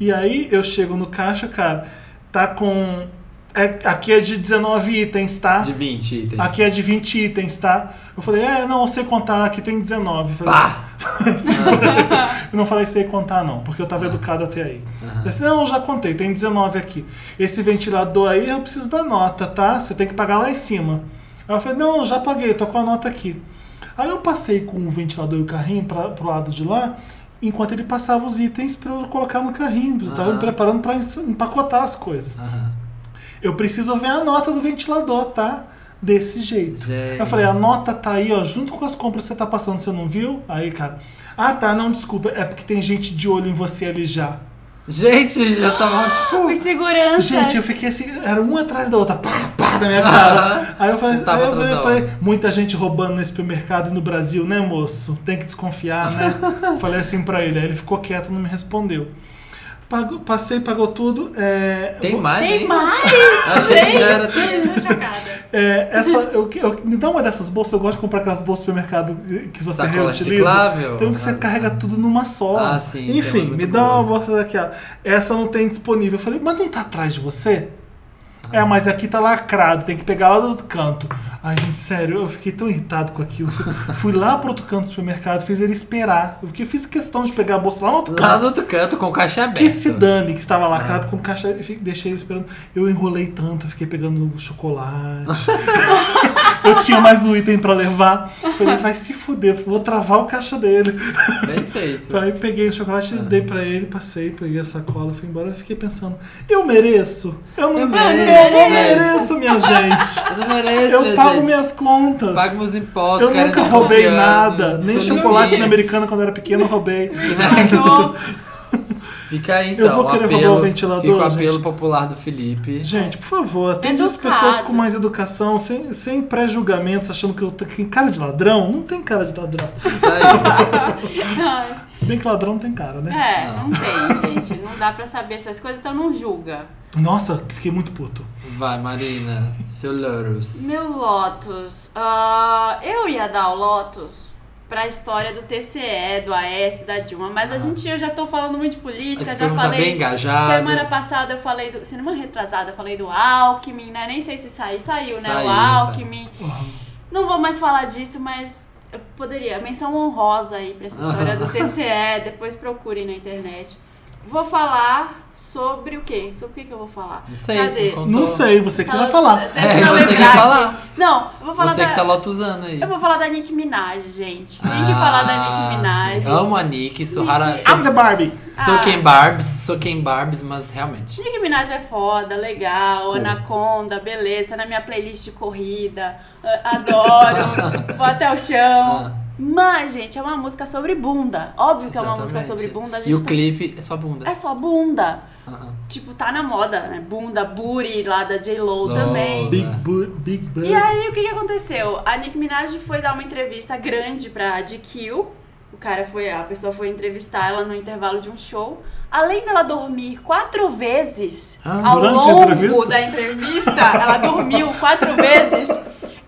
Speaker 2: E aí eu chego no caixa, cara, tá com. é- aqui é de 19 itens, tá?
Speaker 3: De 20 itens.
Speaker 2: Aqui é de 20 itens, tá? Eu falei, é, não, eu sei contar, aqui tem 19. Eu falei,
Speaker 3: Pá!
Speaker 2: eu não falei sei contar, não, porque eu tava educado até aí. Eu disse, não, eu já contei, tem 19 aqui. Esse ventilador aí eu preciso da nota, tá? Você tem que pagar lá em cima. Aí eu falei, não, eu já paguei, tô com a nota aqui. Aí eu passei com o ventilador e o carrinho pra, pro lado de lá, enquanto ele passava os itens pra eu colocar no carrinho. Eu tava me preparando pra empacotar as coisas. Eu preciso ver a nota do ventilador, tá? Desse jeito.
Speaker 3: Gente.
Speaker 2: Eu falei, a nota tá aí, ó, junto com as compras que você tá passando, você não viu? Aí, cara. Ah, tá, não, desculpa, é porque tem gente de olho em você ali já.
Speaker 3: Gente, já tava
Speaker 1: Os
Speaker 3: tipo.
Speaker 1: seguranças.
Speaker 2: Gente, eu fiquei assim, era um atrás da outra, pá, pá, na minha cara. Aí eu falei,
Speaker 3: Não tava
Speaker 2: aí eu
Speaker 3: atrás
Speaker 2: falei
Speaker 3: da
Speaker 2: pra ele,
Speaker 3: outra.
Speaker 2: muita gente roubando nesse supermercado e no Brasil, né, moço? Tem que desconfiar, né? falei assim pra ele, aí ele ficou quieto, não me respondeu. Pagou- passei, pagou tudo. é,
Speaker 3: Tem mais?
Speaker 1: Tem
Speaker 3: hein?
Speaker 1: mais,
Speaker 3: Achei que já era
Speaker 1: gente. Tô chocada.
Speaker 2: É, essa, eu, que- eu- me dá uma dessas bolsas, eu gosto de comprar aquelas bolsas do supermercado que você
Speaker 3: Sacola
Speaker 2: reutiliza.
Speaker 3: Tá reciclável?
Speaker 2: Tem um que você
Speaker 3: Ah,
Speaker 2: carrega tudo numa só.
Speaker 3: Ah, sim, tem umas
Speaker 2: Enfim,
Speaker 3: muito
Speaker 2: me dá uma
Speaker 3: boas.
Speaker 2: bolsa daquela. Essa não tem disponível. Eu falei, mas não tá atrás de você?
Speaker 3: Ah.
Speaker 2: É, mas aqui tá lacrado, tem que pegar lá do outro canto. Ai, gente, sério, eu fiquei tão irritado com aquilo. Fui lá pro outro canto do supermercado, fiz ele esperar. Porque eu fiz questão de pegar a bolsa lá no outro
Speaker 3: Lá
Speaker 2: canto.
Speaker 3: no outro canto, com o caixa aberto.
Speaker 2: Que se dane, que estava lacrado com caixa. eu fi- Deixei ele esperando. Eu enrolei tanto, eu fiquei pegando chocolate. eu tinha mais um item pra levar. Falei, vai se fuder, vou travar o caixa dele.
Speaker 3: Bem feito.
Speaker 2: Aí peguei o chocolate, dei pra ele, passei, peguei a sacola, fui embora. Eu fiquei pensando, eu mereço? Eu não
Speaker 3: Eu
Speaker 2: Eu não
Speaker 3: mereço.
Speaker 2: mereço, minha gente.
Speaker 3: Eu não mereço,
Speaker 2: Eu
Speaker 3: minha
Speaker 2: pago
Speaker 3: gente.
Speaker 2: minhas contas.
Speaker 3: Pago meus impostos,
Speaker 2: eu
Speaker 3: cara,
Speaker 2: nunca
Speaker 3: desconfiando.
Speaker 2: roubei nada, nem
Speaker 3: Todo
Speaker 2: chocolate
Speaker 3: dia.
Speaker 2: na americana quando era pequeno eu roubei.
Speaker 1: Pagou.
Speaker 3: Fica aí então.
Speaker 2: Eu vou querer
Speaker 3: o
Speaker 2: roubar
Speaker 3: apelo,
Speaker 2: o ventilador,
Speaker 3: Fica o apelo
Speaker 2: gente.
Speaker 3: popular do Felipe.
Speaker 2: Gente, por favor, atende as
Speaker 1: Educados.
Speaker 2: pessoas com mais educação, sem, sem pré-julgamentos, achando que eu tenho cara de ladrão. Não tem cara de ladrão.
Speaker 3: Isso aí.
Speaker 1: Ai.
Speaker 2: Bem que ladrão tem cara, né?
Speaker 1: É, não tem, gente. Não dá pra saber essas coisas, então não julga.
Speaker 2: Nossa, fiquei muito puto.
Speaker 3: Vai, Marina. Seu Louros.
Speaker 1: Meu Lotus. Ah, eu ia dar o Lotus pra história do TCE, do AS, da Dilma, mas a gente, eu já tô falando muito de política,
Speaker 3: Esse
Speaker 1: já
Speaker 3: programa tá
Speaker 1: falei.
Speaker 3: Ah. bem engajado.
Speaker 1: Semana passada eu falei do. Semana retrasada eu falei do Alckmin, né? Nem sei se saiu. Saiu, né?
Speaker 3: Saiu, Uhum.
Speaker 1: O Alckmin. Não vou mais falar disso, mas eu poderia. Menção honrosa aí pra essa história do TCE. Depois procurem na internet. Vou falar sobre o quê? Sobre o que, que eu vou falar?
Speaker 3: Não sei,
Speaker 1: Cadê?
Speaker 3: não contou.
Speaker 2: Não sei, você que vai falar.
Speaker 1: Deixa eu
Speaker 3: É, você que vai
Speaker 1: lembrar aqui.
Speaker 3: falar.
Speaker 1: Não, eu vou falar
Speaker 3: Você
Speaker 1: da...
Speaker 3: que tá lotusando aí.
Speaker 1: Eu vou falar da Nick Minaj, gente. Tem que falar da Nick Minaj.
Speaker 3: Ah, sim. Amo a Nick, sou rara. Sou,
Speaker 2: I'm the Barbie.
Speaker 3: sou
Speaker 1: Ah.
Speaker 3: quem Barbs, sou quem Barbs, mas realmente.
Speaker 1: Nicki Minaj é foda, legal, Anaconda, beleza, na minha playlist de corrida, a- adoro, vou até o chão.
Speaker 3: Ah.
Speaker 1: Mas, gente, é uma música sobre bunda. Óbvio que é uma música
Speaker 3: Exatamente.
Speaker 1: sobre bunda, a gente
Speaker 3: E o
Speaker 1: tá-
Speaker 3: clipe é só bunda.
Speaker 1: É só bunda.
Speaker 3: Aham.
Speaker 1: Tipo, tá na moda, né? Bunda, booty lá da J-Lo
Speaker 3: Lo.
Speaker 1: também.
Speaker 2: Big bu- Big Bang.
Speaker 1: E aí, o que, que aconteceu? A Nick Minaj foi dar uma entrevista grande pra GQ. O cara foi, a pessoa foi entrevistar ela no intervalo de um show. Além dela dormir quatro vezes
Speaker 2: Ah,
Speaker 1: ao
Speaker 2: durante a
Speaker 1: longo
Speaker 2: entrevista?
Speaker 1: da entrevista, ela dormiu quatro vezes.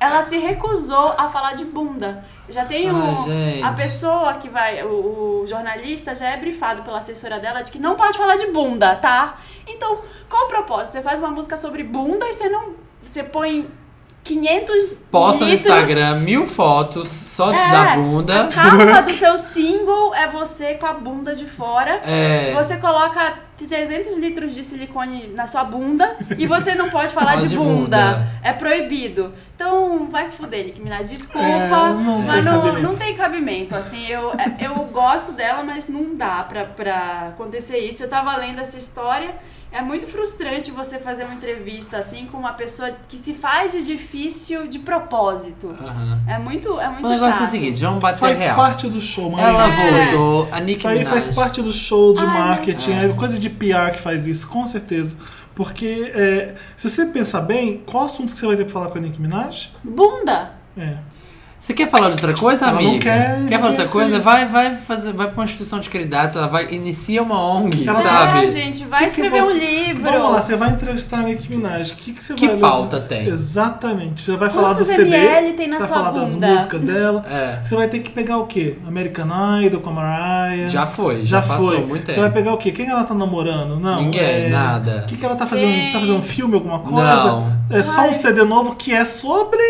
Speaker 1: Ela se recusou a falar de bunda. Já tem o,
Speaker 3: Ai, gente.
Speaker 1: a pessoa que vai, o, o jornalista já é brifado pela assessora dela de que não pode falar de bunda, tá? Então, qual o propósito? Você faz uma música sobre bunda e você não, você põe 500
Speaker 3: Posta no
Speaker 1: litros.
Speaker 3: Instagram né? mil fotos só de
Speaker 1: É,
Speaker 3: da bunda.
Speaker 1: A capa do seu single é você com a bunda de fora.
Speaker 3: É.
Speaker 1: Você coloca 300 litros de silicone na sua bunda e você não pode falar
Speaker 3: Fala
Speaker 1: de,
Speaker 3: de
Speaker 1: bunda.
Speaker 3: bunda.
Speaker 1: É proibido. Então vai se fuder, Nicki Minaj. Desculpa,
Speaker 2: É, não
Speaker 1: mas
Speaker 2: tem
Speaker 1: não,
Speaker 2: cabimento.
Speaker 1: não tem cabimento. Assim, eu, é, eu gosto dela, mas não dá pra, pra acontecer isso. Eu tava lendo essa história. É muito frustrante você fazer uma entrevista assim com uma pessoa que se faz de difícil de propósito.
Speaker 3: Aham.
Speaker 1: É muito, é muito
Speaker 3: O negócio
Speaker 1: chato.
Speaker 3: é o seguinte, vamos bater
Speaker 2: Faz
Speaker 3: real.
Speaker 2: parte do show, mano.
Speaker 3: Ela
Speaker 1: É.
Speaker 3: voltou, a Nicki
Speaker 2: Isso aí
Speaker 3: Minaj.
Speaker 2: faz parte do show de marketing,
Speaker 3: mas-
Speaker 2: é coisa de PR que faz isso, com certeza. Porque é, se você pensar bem, qual assunto que você vai ter pra falar com a Nicki Minaj?
Speaker 1: Bunda.
Speaker 2: É.
Speaker 3: Você quer falar de outra coisa,
Speaker 2: Ela não
Speaker 3: amiga? falar
Speaker 2: quer
Speaker 3: de outra
Speaker 2: isso,
Speaker 3: coisa?
Speaker 2: isso.
Speaker 3: Vai, vai, fazer, vai pra uma instituição de caridade, sei lá, vai, inicia uma ONG,
Speaker 2: Ela-
Speaker 3: sabe?
Speaker 1: É, gente, vai
Speaker 2: Que que
Speaker 1: escrever
Speaker 2: você-
Speaker 1: um livro.
Speaker 2: Vamos lá, você vai entrevistar a Nicki Minaj. O que, que você
Speaker 3: Que
Speaker 2: vai
Speaker 3: pauta tem?
Speaker 2: Exatamente. Você vai falar do
Speaker 1: Quantos
Speaker 2: CD.
Speaker 1: ML tem na
Speaker 2: você
Speaker 1: sua
Speaker 2: vai falar
Speaker 1: bunda?
Speaker 2: das músicas dela.
Speaker 3: É.
Speaker 2: Você vai ter que pegar o quê? American Idol com a Mariah.
Speaker 3: Já foi, já passou
Speaker 2: foi.
Speaker 3: muito
Speaker 2: Você
Speaker 3: tempo.
Speaker 2: vai pegar o quê? Quem ela tá namorando? Não.
Speaker 3: Ninguém,
Speaker 2: é,
Speaker 3: nada.
Speaker 2: O que, que ela tá fazendo?
Speaker 1: Quem?
Speaker 2: Tá fazendo filme, alguma coisa?
Speaker 3: Não.
Speaker 2: É só
Speaker 1: Ai.
Speaker 2: um CD novo que é sobre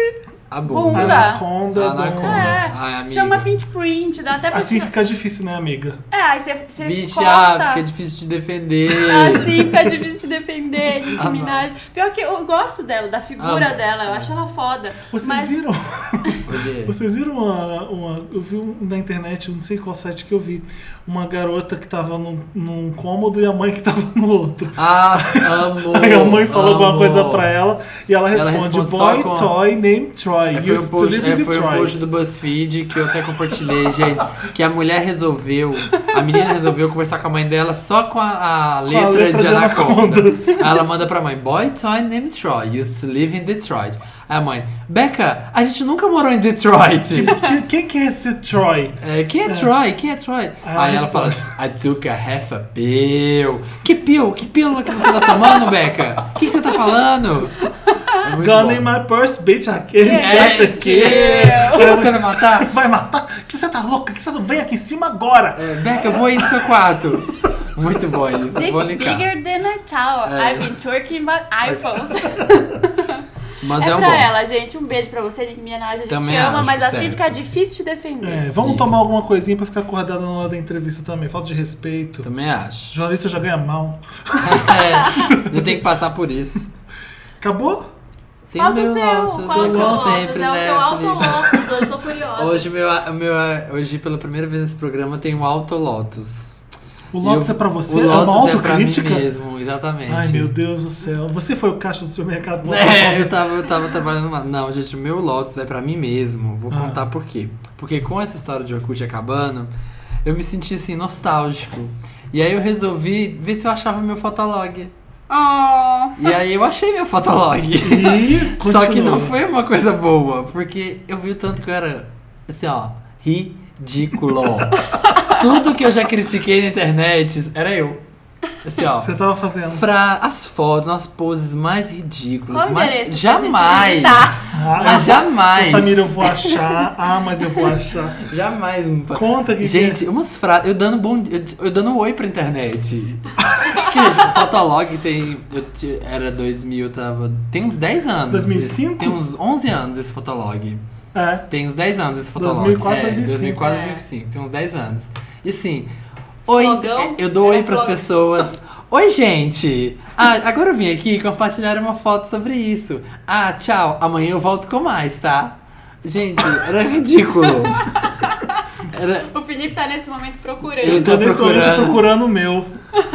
Speaker 3: A bunda.
Speaker 1: Bunda.
Speaker 2: Anaconda.
Speaker 3: Anaconda.
Speaker 2: né?
Speaker 1: É,
Speaker 3: Ah, Ai, amiga.
Speaker 1: chama print print, dá até pra...
Speaker 2: Assim fica difícil, né, amiga?
Speaker 1: É, aí você, você
Speaker 3: Bicha,
Speaker 1: corta.
Speaker 3: ah, fica difícil de defender.
Speaker 1: Assim, fica difícil de defender, de
Speaker 3: Ah, não.
Speaker 1: Minaj. Pior que eu gosto dela, da figura
Speaker 3: Amo.
Speaker 1: dela, eu acho ela foda.
Speaker 2: Vocês
Speaker 1: Mas
Speaker 2: viram?
Speaker 3: Porque-
Speaker 2: Vocês viram uma, uma- Eu vi um- na internet, eu não sei qual site que eu vi, uma garota que tava num, num cômodo e a mãe que tava no outro.
Speaker 3: Ah, amo.
Speaker 2: Aí a mãe falou alguma
Speaker 3: amo.
Speaker 2: coisa pra ela e ela
Speaker 3: Ela
Speaker 2: responde,
Speaker 3: responde só
Speaker 2: Boy,
Speaker 3: com-
Speaker 2: toy, name Troy.
Speaker 3: É, foi um,
Speaker 2: Used to
Speaker 3: post,
Speaker 2: live
Speaker 3: é,
Speaker 2: in
Speaker 3: foi um
Speaker 2: Detroit."
Speaker 3: post do BuzzFeed que eu até compartilhei, gente. Que a mulher resolveu, a menina resolveu conversar com a mãe dela só com a, a letra,
Speaker 2: letra
Speaker 3: de,
Speaker 2: de
Speaker 3: Anaconda. Aí ela manda pra mãe: Boy toy named Troy, used to live in Detroit. Aí a mãe: Becca, a gente nunca morou em Detroit.
Speaker 2: Que- Quem que é esse Troy?
Speaker 3: É, quem é Troy? Quem é Troy?
Speaker 2: ela
Speaker 3: Aí ela fala:
Speaker 2: responde.
Speaker 3: I took a half a pill. Que pill? Que pílula que você tá tomando, Becca? O que, que você tá falando? É muito
Speaker 2: Gun
Speaker 3: bom.
Speaker 2: in my purse, bitch, I can't
Speaker 3: É,
Speaker 2: just
Speaker 3: que você vai matar?
Speaker 2: Vai matar? Que você tá louca? Que você não vem aqui em cima agora?
Speaker 3: É, Beca, eu vou ir no seu quarto. Muito bom isso.
Speaker 1: Dick
Speaker 3: Vou linkar.
Speaker 1: bigger than a towel,
Speaker 3: É.
Speaker 1: I've been talking about iPhones.
Speaker 3: Mas
Speaker 1: é
Speaker 3: é, um
Speaker 1: pra
Speaker 3: bom.
Speaker 1: ela, gente, um beijo pra você, Nicki Minaj, a gente
Speaker 3: Também
Speaker 1: ama,
Speaker 3: acho,
Speaker 1: mas assim
Speaker 3: sério.
Speaker 1: fica difícil te defender.
Speaker 2: É, vamos tomar alguma coisinha pra ficar acordada na hora da entrevista também. Falta de respeito.
Speaker 3: Também acho.
Speaker 2: jornalista já ganha mal.
Speaker 3: É, não tem que passar por isso.
Speaker 2: Acabou?
Speaker 3: Tem
Speaker 1: Falta o
Speaker 3: meu
Speaker 1: seu,
Speaker 3: Lotus,
Speaker 1: falta o seu
Speaker 3: como
Speaker 1: Lotus, é o seu
Speaker 3: Felipe?
Speaker 1: auto-Lotus, hoje tô curiosa.
Speaker 3: né, Hoje, meu, meu, hoje, pela primeira vez nesse programa, tem um Auto Lotus.
Speaker 2: O Lotus
Speaker 3: E
Speaker 2: é pra você?
Speaker 3: O
Speaker 2: é uma
Speaker 3: Lotus é, pra mim
Speaker 2: autocrítica?
Speaker 3: mesmo, exatamente.
Speaker 2: Ai, meu Deus do céu. Você foi o caixa do supermercado.
Speaker 3: É, eu tava, eu tava trabalhando lá. Não, gente, o meu Lotus é pra mim mesmo. Vou
Speaker 2: Ah.
Speaker 3: contar por quê. Porque com essa história de Orkut acabando, eu me senti assim, nostálgico. E aí eu resolvi ver se eu achava meu fotolog. E aí eu achei meu fotolog.
Speaker 2: E
Speaker 3: Só que não
Speaker 2: continua.
Speaker 3: foi uma coisa boa, porque eu vi o tanto que eu era, assim, ó, ridículo. Tudo que eu já critiquei na internet era eu. Assim, ó.
Speaker 2: Você tava fazendo.
Speaker 3: Fra as fotos, as poses mais ridículas,
Speaker 1: Qual o endereço
Speaker 3: mas
Speaker 1: pra
Speaker 3: jamais.
Speaker 1: gente visitar?
Speaker 2: Ah,
Speaker 3: Mas
Speaker 2: eu-
Speaker 3: jamais.
Speaker 2: Samira, eu vou achar. Ah, mas eu vou achar.
Speaker 3: Jamais. um pa-
Speaker 2: Conta que é?
Speaker 3: Gente, umas frases. Eu dando bom. Eu, eu dando um oi pra internet. Porque, gente, o Fotolog tem. Eu, ti- era 2000, eu tava. Tem uns 10 anos.
Speaker 2: 2005?
Speaker 3: esse- Tem uns 11 anos esse Fotolog.
Speaker 2: É.
Speaker 3: Tem uns 10 anos esse Fotolog.
Speaker 2: 2004,
Speaker 3: é,
Speaker 2: 2005.
Speaker 3: 2004, 2005. Tem uns 10 anos. E assim, oi,
Speaker 1: Fogão?
Speaker 3: é, eu dou oi
Speaker 1: Era
Speaker 3: pras
Speaker 1: fogão.
Speaker 3: pessoas. Oi, gente! Ah, agora eu vim aqui compartilhar uma foto sobre isso. Ah, tchau, amanhã eu volto com mais, tá? Gente, era ridículo. Era...
Speaker 1: O Felipe tá nesse momento procurando.
Speaker 3: Ele
Speaker 2: Tô
Speaker 3: tá
Speaker 2: nesse momento
Speaker 3: procurando.
Speaker 2: procurando o meu.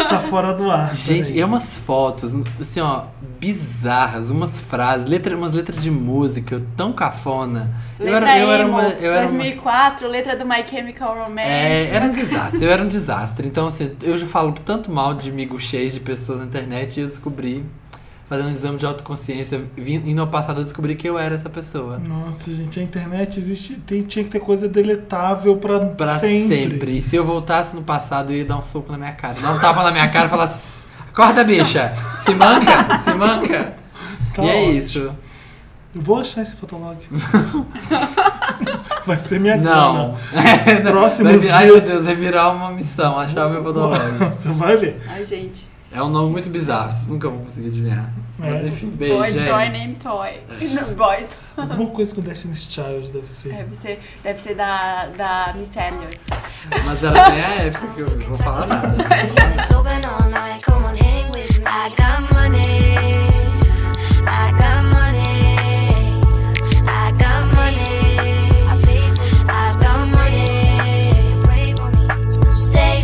Speaker 2: Tá fora do ar.
Speaker 3: Gente,
Speaker 2: peraí.
Speaker 3: é umas fotos, assim, ó, bizarras, umas frases, letra, umas letras de música tão cafona.
Speaker 1: Letra
Speaker 3: eu era
Speaker 1: emo,
Speaker 3: uma. Eu era uma
Speaker 1: 2004, letra do My Chemical Romance.
Speaker 3: É, era um
Speaker 1: mas-
Speaker 3: desastre, eu era um desastre. Então, assim, eu já falo tanto mal de amigos cheios de pessoas na internet e eu descobri, fazendo um exame de autoconsciência, vim- indo ao passado, eu descobri que eu era essa pessoa.
Speaker 2: Nossa, gente, a internet existe. Tem, tinha que ter coisa deletável pra,
Speaker 3: Pra sempre. E se eu voltasse no passado, eu ia dar um soco na minha cara. Dar um tapa na minha cara e falar: "S- Acorda, bicha! Se manca! Se manca!
Speaker 2: Tá
Speaker 3: e é
Speaker 2: ótimo.
Speaker 3: isso.
Speaker 2: Eu vou achar esse fotolog. Vai ser minha
Speaker 3: Não.
Speaker 2: grana. É Próximos
Speaker 3: Vai vir- Ai, meu
Speaker 2: dias.
Speaker 3: Deus, vai virar uma missão achar meu fotolog.
Speaker 2: Você vai ver.
Speaker 1: Ai, gente.
Speaker 3: É um nome muito bizarro, vocês nunca vão conseguir adivinhar. Mas
Speaker 2: É.
Speaker 3: enfim, beijo,
Speaker 1: Boy
Speaker 3: gente. É.
Speaker 1: Joy Name Toy. Boy Toy.
Speaker 2: Alguma coisa com Destiny's Child deve ser.
Speaker 1: Deve ser, deve ser da, da Miss Elliot.
Speaker 3: Mas era bem a época que eu não vou falar nada.
Speaker 6: It's open all night. Come on, hang with me. I got money. I got money. I got money. I pay. I got money. Pray for me. Stay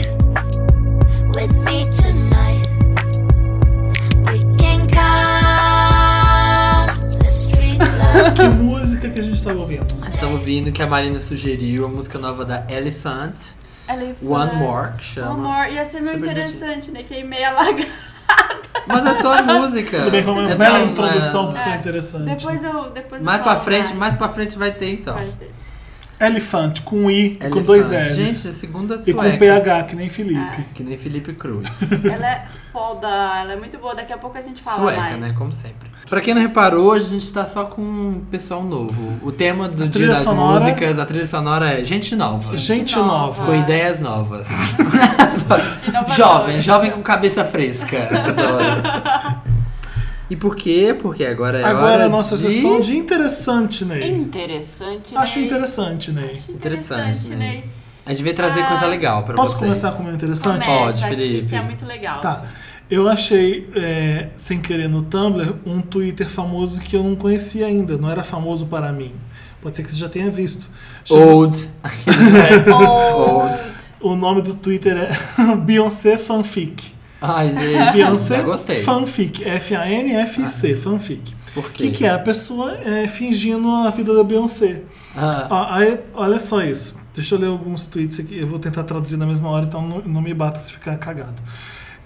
Speaker 6: with me tonight. We can count the street lights.
Speaker 2: Que música que a gente tava ouvindo?
Speaker 3: Estamos ouvindo que a Marina sugeriu a música nova da Elephant,
Speaker 1: Elefante.
Speaker 3: One More, que chama.
Speaker 1: é One More. Ia ser meio
Speaker 3: Super
Speaker 1: interessante, né? Queimei a largada.
Speaker 3: Mas é só a música.
Speaker 2: Tudo bem, foi uma
Speaker 3: É
Speaker 2: bela
Speaker 3: tão,
Speaker 2: introdução
Speaker 3: é,
Speaker 2: pro seu interessante.
Speaker 1: Depois eu. Depois eu
Speaker 3: Mais
Speaker 1: falo
Speaker 3: pra frente,
Speaker 1: mais.
Speaker 3: mais pra frente vai ter então.
Speaker 1: Vai ter.
Speaker 2: Elefante, com I, com
Speaker 3: Elephant.
Speaker 2: dois L's.
Speaker 3: Gente, é segunda
Speaker 2: e com
Speaker 3: sueca.
Speaker 2: PH, que nem Felipe.
Speaker 3: Que nem Felipe Cruz.
Speaker 1: Ela é foda, ela é muito boa. Daqui a pouco a gente fala
Speaker 3: Sueca,
Speaker 1: mais.
Speaker 3: né? Como sempre. Pra quem não reparou, hoje a gente tá só com um pessoal novo. O tema do dia
Speaker 2: trilha
Speaker 3: das
Speaker 2: sonora-
Speaker 3: músicas, da trilha sonora é gente nova.
Speaker 2: Gente
Speaker 1: nova.
Speaker 2: nova.
Speaker 3: Com ideias novas.
Speaker 1: Inovadora.
Speaker 3: jovem, jovem com cabeça fresca. Adoro. E por quê? Porque agora é
Speaker 2: Agora
Speaker 3: hora
Speaker 2: a nossa
Speaker 3: de...
Speaker 2: sessão de interessante, Ney.
Speaker 1: Interessante.
Speaker 2: Acho
Speaker 1: Ney.
Speaker 2: interessante, né? Ney.
Speaker 3: Interessante, né?
Speaker 1: Ney.
Speaker 3: A gente veio trazer
Speaker 1: Ah,
Speaker 3: coisa legal pra
Speaker 2: Posso
Speaker 3: vocês.
Speaker 2: começar com uma interessante?
Speaker 1: Começa
Speaker 3: Pode,
Speaker 1: aqui,
Speaker 3: Felipe.
Speaker 1: Que é muito legal.
Speaker 2: Tá. Eu achei, é, sem querer, no Tumblr, um Twitter famoso que eu não conhecia ainda. Não era famoso para mim. Pode ser que você já tenha visto. Chama-
Speaker 3: Old.
Speaker 1: Old.
Speaker 2: O nome do Twitter é Beyoncé Fanfic.
Speaker 3: Ai, gente.
Speaker 2: Beyoncé
Speaker 3: Ah, Já gostei. Ah.
Speaker 2: Fanfic. F-A-N-F-C, Fanfic.
Speaker 3: Por
Speaker 2: O
Speaker 3: quê?
Speaker 2: que, que é? A pessoa é, fingindo a vida da Beyoncé.
Speaker 3: Ah,
Speaker 2: Ó, aí, olha só isso. Deixa eu ler alguns tweets aqui. Eu vou tentar traduzir na mesma hora, então não, não me bata se ficar cagado.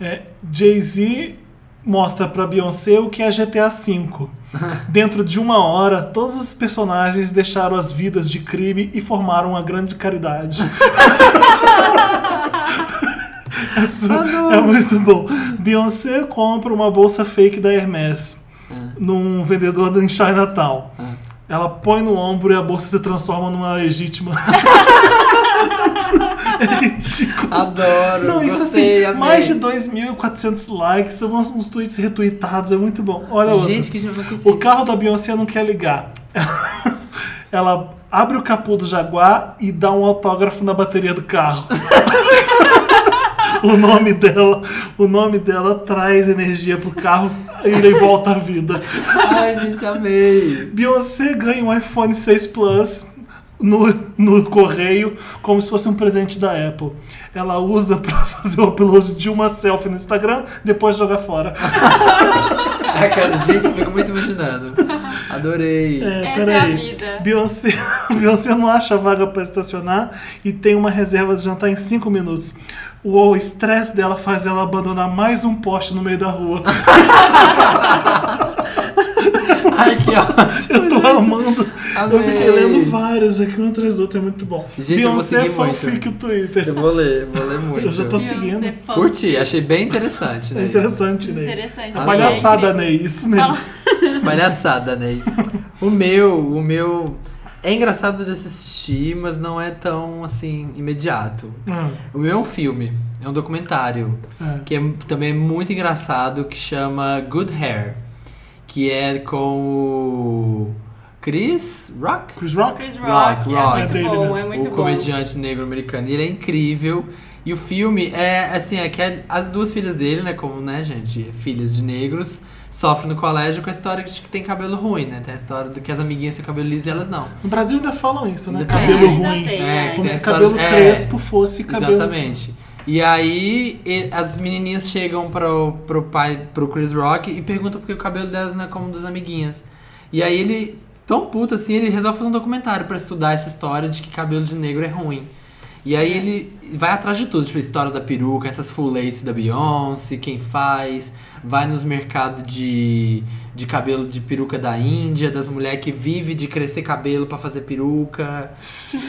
Speaker 2: É, Jay-Z mostra pra Beyoncé o que é GTA V. Dentro de uma hora, todos os personagens deixaram as vidas de crime e formaram uma grande caridade. Isso é muito bom. Beyoncé compra uma bolsa fake da Hermès num vendedor em Chinatown.
Speaker 3: Ah.
Speaker 2: Ela põe no ombro e a bolsa se transforma numa legítima. é ridículo.
Speaker 3: Adoro.
Speaker 2: Não, isso
Speaker 3: Ah, gostei,
Speaker 2: assim,
Speaker 3: amei.
Speaker 2: mais de 2.400 likes, são uns, uns tweets retweetados, é muito bom. Olha outro.
Speaker 3: Gente, que gente não consigo.
Speaker 2: O carro da Beyoncé não quer ligar. Ela abre o capô do Jaguar e dá um autógrafo na bateria do carro. o nome dela, o nome dela traz energia pro carro e ele volta à vida.
Speaker 3: Ai, gente, amei.
Speaker 2: Beyoncé ganha um iPhone 6 Plus no, no correio como se fosse um presente da Apple. Ela usa pra fazer o upload de uma selfie no Instagram, depois joga fora.
Speaker 3: Ah, cara, gente, eu fico muito imaginando. Adorei.
Speaker 2: É,
Speaker 1: Essa é a vida.
Speaker 2: Beyoncé, Beyoncé não acha vaga pra estacionar e tem uma reserva de jantar em 5 minutos. O estresse dela faz ela abandonar mais um poste no meio da rua.
Speaker 3: Ai, que ótimo.
Speaker 2: Eu tô amando. Eu fiquei
Speaker 3: Amei.
Speaker 2: lendo vários aqui um atrás do outro, é muito bom.
Speaker 3: Gente, eu vou
Speaker 2: Beyoncé é
Speaker 3: seguir muito.
Speaker 2: fanfic o
Speaker 3: Eu
Speaker 2: Twitter.
Speaker 3: vou ler, vou ler muito.
Speaker 2: Eu já tô seguindo.
Speaker 1: Beyoncé fã.
Speaker 3: Curti, achei bem interessante,
Speaker 2: É
Speaker 3: né?
Speaker 2: interessante, né?
Speaker 1: Interessante.
Speaker 3: Arrasou.
Speaker 2: Palhaçada,
Speaker 1: né?
Speaker 2: Ney, isso mesmo.
Speaker 3: Palhaçada, Ney. O meu, o meu. É engraçado de assistir, mas não é tão assim, imediato.
Speaker 2: Hum.
Speaker 3: O meu é um filme, é um documentário,
Speaker 2: É.
Speaker 3: que é também muito engraçado, que chama Good Hair, que é com o Chris Rock?
Speaker 2: Chris Rock?
Speaker 1: Chris Rock,
Speaker 3: Rock,
Speaker 1: é
Speaker 3: Rock.
Speaker 1: muito
Speaker 2: É dele
Speaker 1: bom, é
Speaker 2: mesmo.
Speaker 1: muito
Speaker 3: o
Speaker 1: bom.
Speaker 3: comediante negro americano. E Ele é incrível. E o filme é assim, é que as duas filhas dele, né? Como, né, gente, filhas de negros, sofrem no colégio com a história de que tem cabelo ruim, né? Tem a história de que as amiguinhas têm cabelo liso e elas não.
Speaker 2: No Brasil ainda falam isso, né?
Speaker 3: Ainda
Speaker 2: Cabelo
Speaker 3: tem.
Speaker 2: ruim.
Speaker 1: Ainda tem, É,
Speaker 2: Como
Speaker 3: tem
Speaker 2: se
Speaker 3: a história-
Speaker 2: cabelo
Speaker 3: é.
Speaker 2: crespo fosse cabelo.
Speaker 3: Exatamente. E aí e- as menininhas chegam pro, pro pai, pro Chris Rock e perguntam porque o cabelo delas não é como das amiguinhas. E aí ele, tão puto assim, ele resolve fazer um documentário pra estudar essa história de que cabelo de negro é ruim. E aí ele vai atrás de tudo, tipo, a história da peruca, essas full lace da Beyoncé, quem faz, vai nos mercados de, de cabelo de peruca da Índia, das mulheres que vivem de crescer cabelo pra fazer peruca,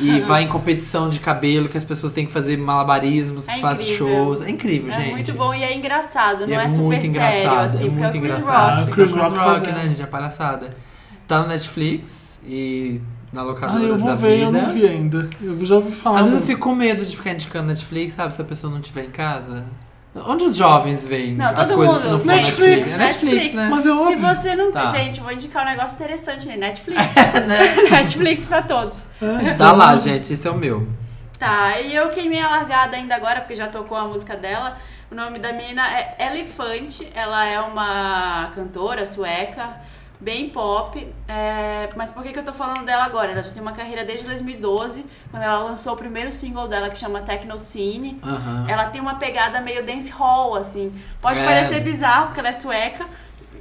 Speaker 3: e vai em competição de cabelo que as pessoas têm que fazer malabarismos,
Speaker 1: É
Speaker 3: faz
Speaker 1: incrível.
Speaker 3: shows. É incrível,
Speaker 1: É
Speaker 3: gente.
Speaker 1: muito bom e é engraçado,
Speaker 3: E
Speaker 1: não é,
Speaker 3: é
Speaker 1: super
Speaker 3: muito engraçado,
Speaker 1: sério. Assim,
Speaker 3: é
Speaker 1: porque
Speaker 3: muito
Speaker 1: o Chris
Speaker 3: engraçado.
Speaker 1: Rock.
Speaker 3: É
Speaker 2: Ah, Chris
Speaker 3: Chris
Speaker 2: Rock
Speaker 3: Rock,
Speaker 2: fazendo.
Speaker 3: né, gente? É palhaçada. Tá no Netflix e tá na
Speaker 2: Ah,
Speaker 3: locadora
Speaker 2: eu
Speaker 3: da
Speaker 2: vou ver,
Speaker 3: vida.
Speaker 2: eu não vi ainda. Eu já ouvi falar.
Speaker 3: Às vezes eu
Speaker 2: mas-
Speaker 3: fico com medo de ficar indicando Netflix, sabe? Se a pessoa não estiver em casa. Onde os jovens veem
Speaker 1: Não,
Speaker 3: as
Speaker 1: todo
Speaker 3: coisas
Speaker 1: mundo.
Speaker 3: no fundo?
Speaker 2: Netflix.
Speaker 3: É Netflix, né?
Speaker 2: Mas eu
Speaker 1: Se
Speaker 2: amo.
Speaker 1: você não.
Speaker 3: Tá.
Speaker 1: Gente, vou indicar um negócio interessante aí. Netflix.
Speaker 3: Né?
Speaker 1: Netflix pra todos.
Speaker 2: é,
Speaker 3: Dá Tá lá, gente, esse é o meu.
Speaker 1: Tá, e eu queimei a largada ainda agora, porque já tocou a música dela. O nome da menina é Elefante, ela é uma cantora sueca, bem pop. É, Mas por que, que eu tô falando dela agora? Ela já tem uma carreira desde 2012, quando ela lançou o primeiro single dela, que chama Tecnocine.
Speaker 3: Aham.
Speaker 1: Ela tem uma pegada meio dance hall, assim. Pode
Speaker 3: Ah. É.
Speaker 1: parecer bizarro, porque ela é sueca.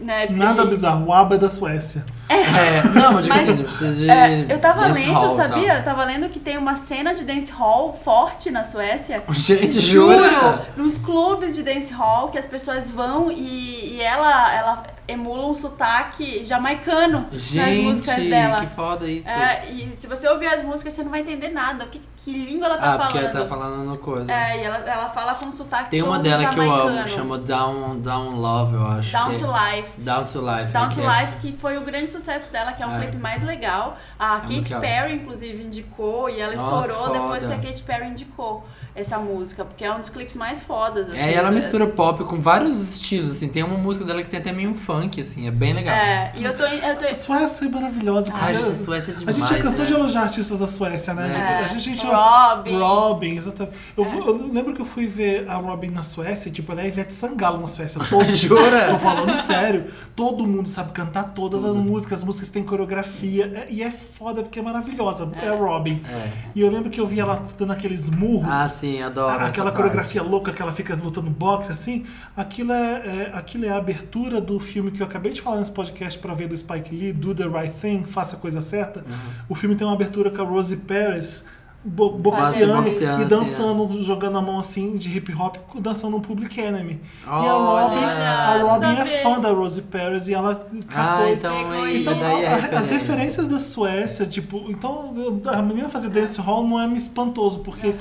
Speaker 1: Né?
Speaker 2: Nada
Speaker 1: e-
Speaker 2: bizarro. O ABBA é da Suécia.
Speaker 3: É, não, mas digo
Speaker 1: Mas,
Speaker 3: assim, você precisa de.
Speaker 1: É, eu tava
Speaker 3: dance
Speaker 1: lendo,
Speaker 3: hall e tal.
Speaker 1: sabia? Eu tava lendo que tem uma cena de dance hall forte na Suécia.
Speaker 3: Gente,
Speaker 1: Juro,
Speaker 3: jura?
Speaker 1: nos clubes de dance hall que as pessoas vão e, e ela, ela emula um sotaque jamaicano nas
Speaker 3: Gente,
Speaker 1: músicas dela.
Speaker 3: que foda isso.
Speaker 1: É, e se você ouvir as músicas, você não vai entender nada. O Que, que língua ela tá
Speaker 3: ah, porque
Speaker 1: falando?
Speaker 3: ela tá falando no coisa.
Speaker 1: É, e ela, ela fala com um sotaque
Speaker 3: Tem uma
Speaker 1: todo
Speaker 3: dela que eu amo,
Speaker 1: jamaicano.
Speaker 3: chama Down, Down Love, eu acho.
Speaker 1: Down
Speaker 3: que
Speaker 1: to
Speaker 3: é.
Speaker 1: Life.
Speaker 3: Down to Life.
Speaker 1: Down
Speaker 3: é
Speaker 1: to
Speaker 3: que é.
Speaker 1: Life, que foi o grande sucesso dela, que é um
Speaker 3: É.
Speaker 1: clipe mais legal. A Katy
Speaker 3: musical.
Speaker 1: Perry, inclusive, indicou e ela
Speaker 3: É Nossa,
Speaker 1: estourou
Speaker 3: que
Speaker 1: depois que
Speaker 3: foda.
Speaker 1: a Katy Perry indicou essa música, porque é um dos clipes mais fodas. Assim,
Speaker 3: É, e ela
Speaker 1: da-
Speaker 3: mistura pop com vários estilos, assim. Tem uma música dela que tem até meio um funk, assim. É bem legal.
Speaker 1: É, Ah, e eu tô. Eu tô
Speaker 2: A Suécia é maravilhosa.
Speaker 3: Ai,
Speaker 2: cara.
Speaker 3: gente, a Suécia é
Speaker 2: A
Speaker 3: demais,
Speaker 2: gente já
Speaker 3: né?
Speaker 2: cansou de elogiar artistas da Suécia, né?
Speaker 3: É.
Speaker 2: A gente, a gente
Speaker 1: Robin. É.
Speaker 2: Robin, exatamente. Eu, fui- eu lembro que eu fui ver a Robin na Suécia, tipo, ela é a Ivete Sangalo na Suécia. Todo
Speaker 3: Jura?
Speaker 2: Tô falando sério. Todo mundo sabe cantar todas as músicas, as músicas têm coreografia. é- E é foda porque é maravilhosa. É, a Robin.
Speaker 3: É.
Speaker 2: E eu lembro que eu vi ela dando aqueles murros.
Speaker 3: Ah, sim, adoro. essa
Speaker 2: Aquela
Speaker 3: parte.
Speaker 2: coreografia louca que ela fica lutando boxe, assim, aquilo é, é- aquilo é a abertura do filme que eu acabei de falar nesse podcast pra ver do Spike Lee, Do the Right Thing, Faça a Coisa Certa.
Speaker 3: Uhum.
Speaker 2: O filme tem uma abertura com a Rosie Perez bo boxeando
Speaker 3: boxeando,
Speaker 2: e
Speaker 3: assim,
Speaker 2: dançando, jogando a mão assim de hip hop, dançando um Public Enemy. e a
Speaker 3: Olha,
Speaker 2: Robin, a
Speaker 1: tudo
Speaker 2: Robin
Speaker 1: a
Speaker 2: é
Speaker 1: ver.
Speaker 2: fã da Rosie Perez e ela catou
Speaker 3: Ah, então,
Speaker 1: Pegou
Speaker 3: é,
Speaker 1: e-
Speaker 3: então daí é
Speaker 2: a-
Speaker 3: referência.
Speaker 2: as referências da Suécia, tipo, então a menina fazer dance hall não é me espantoso, porque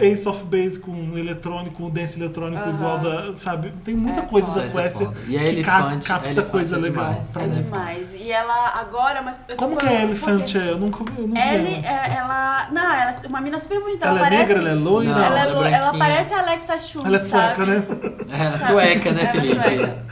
Speaker 2: Ace of Base com eletrônico, dance eletrônico igual da, sabe? Tem muita coisa da
Speaker 3: Isso é
Speaker 2: Suécia
Speaker 3: foda. E a
Speaker 2: que ca-
Speaker 3: Elefante-
Speaker 2: capta
Speaker 3: Elefante
Speaker 2: coisa
Speaker 3: é
Speaker 2: legal.
Speaker 3: demais.
Speaker 2: pra
Speaker 1: É
Speaker 2: música.
Speaker 1: demais. E ela agora, mas. eu tô
Speaker 2: Como que
Speaker 1: falando-
Speaker 2: é elefante?
Speaker 1: porque
Speaker 2: Eu nunca eu não vi
Speaker 1: Ellie,
Speaker 2: ela.
Speaker 1: é, ela. Não, ela é uma mina super bonita.
Speaker 2: Ela é
Speaker 1: parece,
Speaker 2: negra, ela é loira?
Speaker 3: Não,
Speaker 1: Ela, é
Speaker 3: ela é
Speaker 1: lo- ela
Speaker 3: branquinha.
Speaker 1: parece a Alexa Chung.
Speaker 2: Ela é
Speaker 1: sabe?
Speaker 2: sueca, né?
Speaker 3: Era sueca, né,
Speaker 1: Era
Speaker 3: Felipe?
Speaker 1: É, sueca. Então,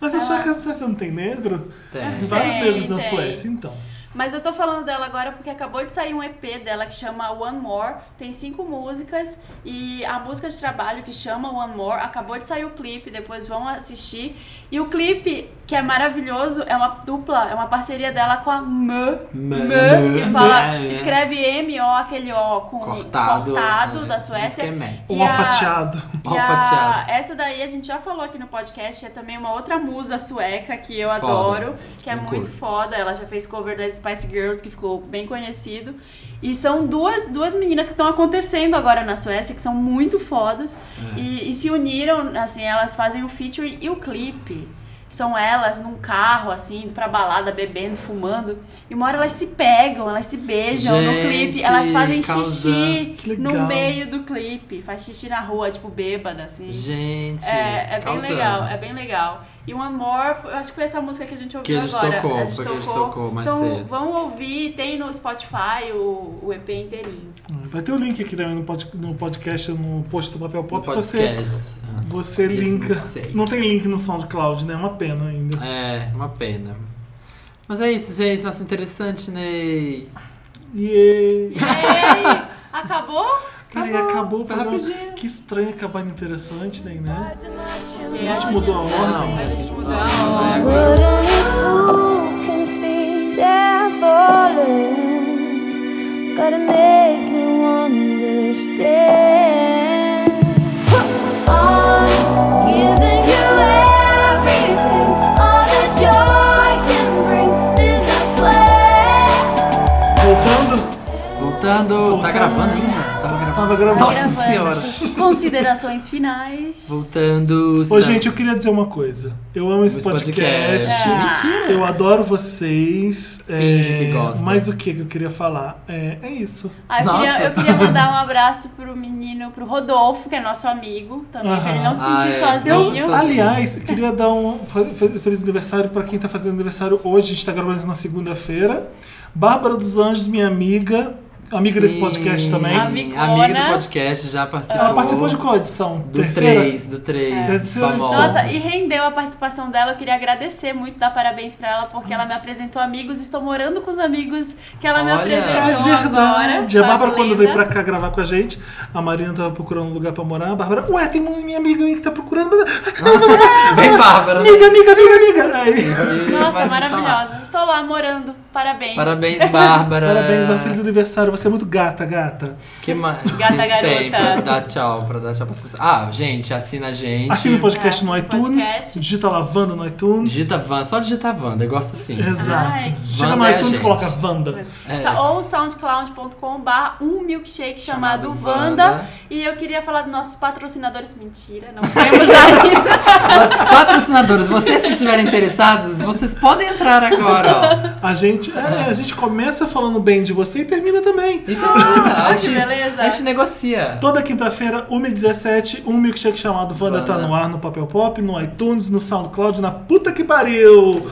Speaker 2: Mas na sueca na Suécia não tem negro?
Speaker 3: Tem.
Speaker 2: Tem vários
Speaker 1: é Tem,
Speaker 2: negros na
Speaker 1: tem.
Speaker 2: Suécia, então.
Speaker 1: Mas eu tô falando dela agora porque acabou de sair um EP dela que chama One More. Tem cinco músicas e a música de trabalho que chama One More acabou de sair o clipe. Depois vão assistir. E o clipe, que é maravilhoso, é uma dupla, é uma parceria dela com a Mö.
Speaker 3: Mö,
Speaker 1: Mö, que
Speaker 3: Mö,
Speaker 1: fala,
Speaker 3: é, é.
Speaker 1: escreve M-O, aquele O com
Speaker 3: Cortado,
Speaker 1: cortado
Speaker 3: é,
Speaker 1: da Suécia.
Speaker 3: diz que é Mö.
Speaker 1: E
Speaker 2: Um
Speaker 1: a-
Speaker 2: afateado.
Speaker 1: e a-
Speaker 3: Alfatiado.
Speaker 1: essa daí a gente já falou aqui no podcast, é também uma outra musa sueca que eu
Speaker 3: Foda.
Speaker 1: adoro, que é
Speaker 3: Eu
Speaker 1: muito
Speaker 3: curto.
Speaker 1: foda. Ela já fez cover das Spice Girls, que ficou bem conhecido. E são duas, duas meninas que estão acontecendo agora na Suécia, que são muito fodas.
Speaker 3: É.
Speaker 1: E, e se uniram, assim, elas fazem o feature e o clipe. São elas num carro, assim, indo pra balada, bebendo, fumando. E uma hora elas se pegam, elas se beijam no
Speaker 3: Gente,
Speaker 1: clipe. Elas fazem xixi
Speaker 2: Que
Speaker 1: no
Speaker 2: legal.
Speaker 1: meio meio do clipe, faz xixi na rua, tipo, bêbada, assim.
Speaker 3: Gente.
Speaker 1: é, é bem
Speaker 3: causando.
Speaker 1: legal, é bem legal. E One More, foi- eu acho que foi essa música que a gente ouviu
Speaker 3: Que a gente
Speaker 1: agora.
Speaker 3: tocou, foi que a gente tocou mais
Speaker 1: então,
Speaker 3: cedo.
Speaker 1: vão ouvir, tem no Spotify o, o EP inteirinho.
Speaker 2: Vai ter o link aqui também no, pod- no podcast, no post do Papel
Speaker 3: No
Speaker 2: Pop. Você,
Speaker 3: podcast.
Speaker 2: Você
Speaker 3: Esse
Speaker 2: linka.
Speaker 3: não sei.
Speaker 2: Não tem link no SoundCloud, né? É uma pena ainda.
Speaker 3: É, uma pena. Mas é isso, gente. Nossa, interessante, né? Ney.
Speaker 2: Yeah.
Speaker 1: E aí, acabou?
Speaker 2: Cara, e acabou o
Speaker 3: foi
Speaker 2: programa.
Speaker 3: rapidinho.
Speaker 2: Que estranho acabar no interessante, nem, né?
Speaker 1: E
Speaker 2: A gente mudou a
Speaker 3: Não,
Speaker 2: hora.
Speaker 1: a gente mudou a
Speaker 6: What any fool can see they're falling. Gotta make you understand. I'm giving you everything, all the joy can bring. This I swear.
Speaker 2: Voltando,
Speaker 3: Voltando. Tá gravando ainda? Tava gravando.
Speaker 2: tava
Speaker 1: Tá
Speaker 2: gravando.
Speaker 3: Nossa senhora.
Speaker 1: Considerações finais.
Speaker 3: Voltando.
Speaker 2: Ô,
Speaker 3: está-
Speaker 2: gente, eu queria dizer uma coisa. Eu amo esse
Speaker 3: Esse podcast.
Speaker 2: podcast. Eu adoro vocês. É,
Speaker 3: Finge que gosta.
Speaker 2: Mas o que que eu queria falar? É, é isso.
Speaker 1: Ah, eu, queria, eu
Speaker 3: Nossa.
Speaker 1: queria mandar um abraço pro menino, pro Rodolfo, que é nosso amigo também, pra ele não se
Speaker 3: Ah,
Speaker 1: sentir
Speaker 3: é.
Speaker 2: Eu,
Speaker 1: sozinho.
Speaker 3: Sozinho.
Speaker 2: aliás, queria dar um fe- feliz aniversário pra quem tá fazendo aniversário hoje. A gente tá gravando isso na segunda-feira. Bárbara dos Anjos, minha amiga. amiga desse
Speaker 3: Sim,
Speaker 2: podcast também.
Speaker 1: Amiga. Amigona.
Speaker 3: do podcast, já participou.
Speaker 2: Ela participou de qual edição?
Speaker 3: Do
Speaker 2: Terceira? É.
Speaker 3: 3, do 3.
Speaker 2: Terceira edição.
Speaker 1: Nossa, e rendeu a participação dela. Eu queria agradecer muito, dar parabéns pra ela, porque ela me apresentou amigos. Estou morando com os amigos que ela me
Speaker 3: Olha.
Speaker 1: apresentou.
Speaker 2: É verdade.
Speaker 1: Então, Agora, Tá
Speaker 2: a Bárbara, quando veio pra
Speaker 1: cá.
Speaker 2: cá gravar com a gente, a Marina tava procurando um lugar pra morar. A Bárbara, ué, tem uma minha amiga minha que tá procurando.
Speaker 3: Vem, Bárbara.
Speaker 2: Amiga, amiga, amiga, amiga. Aí.
Speaker 3: E
Speaker 2: tá
Speaker 3: Bárbara está
Speaker 1: Nossa,
Speaker 3: lá.
Speaker 1: maravilhosa. Estou lá morando. Parabéns.
Speaker 3: Parabéns, Bárbara.
Speaker 2: Parabéns, Bárbara, feliz aniversário. Você é muito gata, gata.
Speaker 3: que mais
Speaker 1: Gata
Speaker 3: que a gente tem
Speaker 1: garota.
Speaker 3: pra dar tchau, pra dar tchau pras pessoas? Ah, gente, assina a gente.
Speaker 2: Assina o podcast no
Speaker 1: É, assina o
Speaker 2: iTunes.
Speaker 1: podcast.
Speaker 2: Digita Lavanda no iTunes.
Speaker 3: Digita Wanda, só digita Wanda, eu gosto assim.
Speaker 2: Exato.
Speaker 1: Ai,
Speaker 2: Chega no
Speaker 3: Wanda é a
Speaker 2: iTunes e
Speaker 3: gente.
Speaker 2: coloca Wanda.
Speaker 3: É.
Speaker 1: Sa- Ou soundcloud.com.br um milkshake chamado,
Speaker 3: Chamado
Speaker 1: Wanda.
Speaker 3: Wanda.
Speaker 1: E eu queria falar dos nossos patrocinadores. Mentira, não temos ainda.
Speaker 3: Nossos patrocinadores, vocês que estiverem interessados, vocês podem entrar agora, ó.
Speaker 2: A gente, é, a gente começa falando bem de você e termina também.
Speaker 3: E termina. Então, a
Speaker 1: que
Speaker 3: gente-
Speaker 1: beleza.
Speaker 3: A gente negocia.
Speaker 2: Toda quinta-feira, 1h17, um milkshake chamado Wanda tá
Speaker 3: Wanda.
Speaker 2: no ar, no Papel Pop, no iTunes, no SoundCloud, na puta que pariu!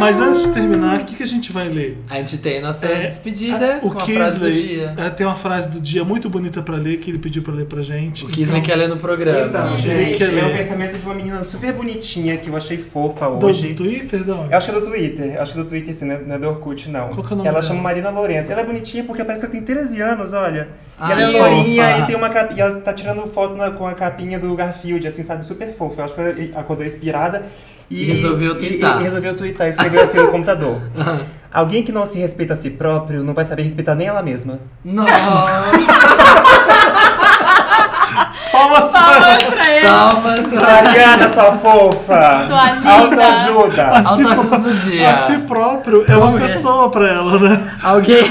Speaker 2: Mas antes de terminar, o que, que a gente vai ler?
Speaker 3: A gente tem nossa
Speaker 2: É,
Speaker 3: despedida
Speaker 2: a- o
Speaker 3: com a frase do
Speaker 2: Kisley
Speaker 3: dia.
Speaker 2: é, tem uma frase do dia muito bonita pra ler, que ele pediu pra ler pra gente.
Speaker 3: O Kisley quer ler no programa.
Speaker 7: Então,
Speaker 2: Gente,
Speaker 7: gente, é
Speaker 2: é.
Speaker 7: o pensamento de uma menina super bonitinha que eu achei fofa
Speaker 2: do
Speaker 7: hoje.
Speaker 2: Twitter, não?
Speaker 7: Eu acho que é do Twitter, acho que é do Twitter sim, não é- não é do Orkut, não.
Speaker 2: Qual que é o nome
Speaker 7: ela
Speaker 2: dela?
Speaker 7: chama Marina Lourenço. Ela é bonitinha porque parece que ela tem 13 anos, olha.
Speaker 3: Ai,
Speaker 2: Ah,
Speaker 7: e ela
Speaker 3: que
Speaker 7: é florinha
Speaker 3: fofa.
Speaker 7: e tem uma capinha. Ela tá tirando foto na- com a capinha do Garfield, assim, sabe? Super fofa. Eu acho que ela acordou inspirada e.
Speaker 3: E resolveu
Speaker 7: e-
Speaker 3: twittar.
Speaker 7: E, resolveu twittar, escreveu assim no computador. Alguém que não se respeita a si próprio não vai saber respeitar nem ela mesma.
Speaker 3: Nossa,
Speaker 2: Palmas pra
Speaker 1: Palmas
Speaker 3: Tá.
Speaker 1: pra ele.
Speaker 3: palmas pra
Speaker 7: Mariana, sua fofa!
Speaker 1: Sua linda.
Speaker 7: Autoajuda!
Speaker 3: autoajuda do
Speaker 2: a si
Speaker 3: dia.
Speaker 2: próprio, é uma
Speaker 3: Vamos ver.
Speaker 2: pessoa pra ela, né?
Speaker 3: Alguém,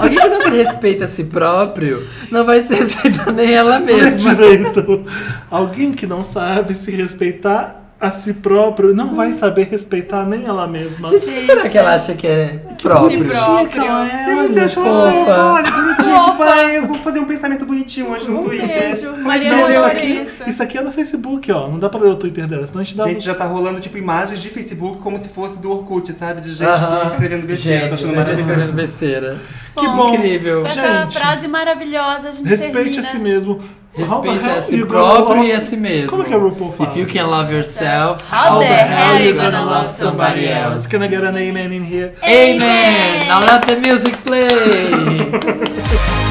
Speaker 3: alguém que não se respeita a si próprio não vai se respeitar nem ela
Speaker 2: É
Speaker 3: mesma.
Speaker 2: direito. Alguém que não sabe se respeitar a si próprio não vai saber respeitar nem ela mesma.
Speaker 3: Gente, o que será que ela acha que é próprio?
Speaker 1: se pró-
Speaker 2: Bonitinha que ela é,
Speaker 7: E você
Speaker 2: olha.
Speaker 7: achou
Speaker 3: fofa.
Speaker 7: uma fofa? Olha, bonitinha.
Speaker 1: Fofa.
Speaker 7: Tipo, ai, eu vou fazer um pensamento bonitinho hoje no
Speaker 2: Um
Speaker 7: Twitter.
Speaker 1: beijo.
Speaker 7: Mas
Speaker 1: Maria
Speaker 7: não,
Speaker 2: Não,
Speaker 1: Maria
Speaker 2: isso
Speaker 7: eu-
Speaker 1: Lourenço.
Speaker 2: aqui, isso aqui é no Facebook, ó. Não dá pra ler o Twitter dela, senão a gente dá.
Speaker 7: Gente, já tá rolando, tipo, imagens de Facebook como se fosse do Orkut, sabe? De gente
Speaker 3: Aham.
Speaker 7: escrevendo besteira.
Speaker 3: Gente, é
Speaker 7: tô achando
Speaker 3: gente escrevendo
Speaker 7: maravilhoso.
Speaker 3: besteira.
Speaker 2: um- que bom.
Speaker 3: Incrível.
Speaker 1: Com Essa
Speaker 2: Gente,
Speaker 1: frase maravilhosa, a gente
Speaker 2: respeite a
Speaker 1: termina.
Speaker 2: si mesmo.
Speaker 3: Respeite
Speaker 2: How
Speaker 3: a
Speaker 2: the
Speaker 3: si
Speaker 2: hell you
Speaker 3: próprio
Speaker 2: gonna
Speaker 3: e a
Speaker 2: love-
Speaker 3: si mesmo.
Speaker 2: Como é que a RuPaul fala?
Speaker 3: If you can love yourself,
Speaker 1: How the hell you gonna love somebody
Speaker 2: else? Can I get an amen in here?
Speaker 3: Amen! Now let the music play!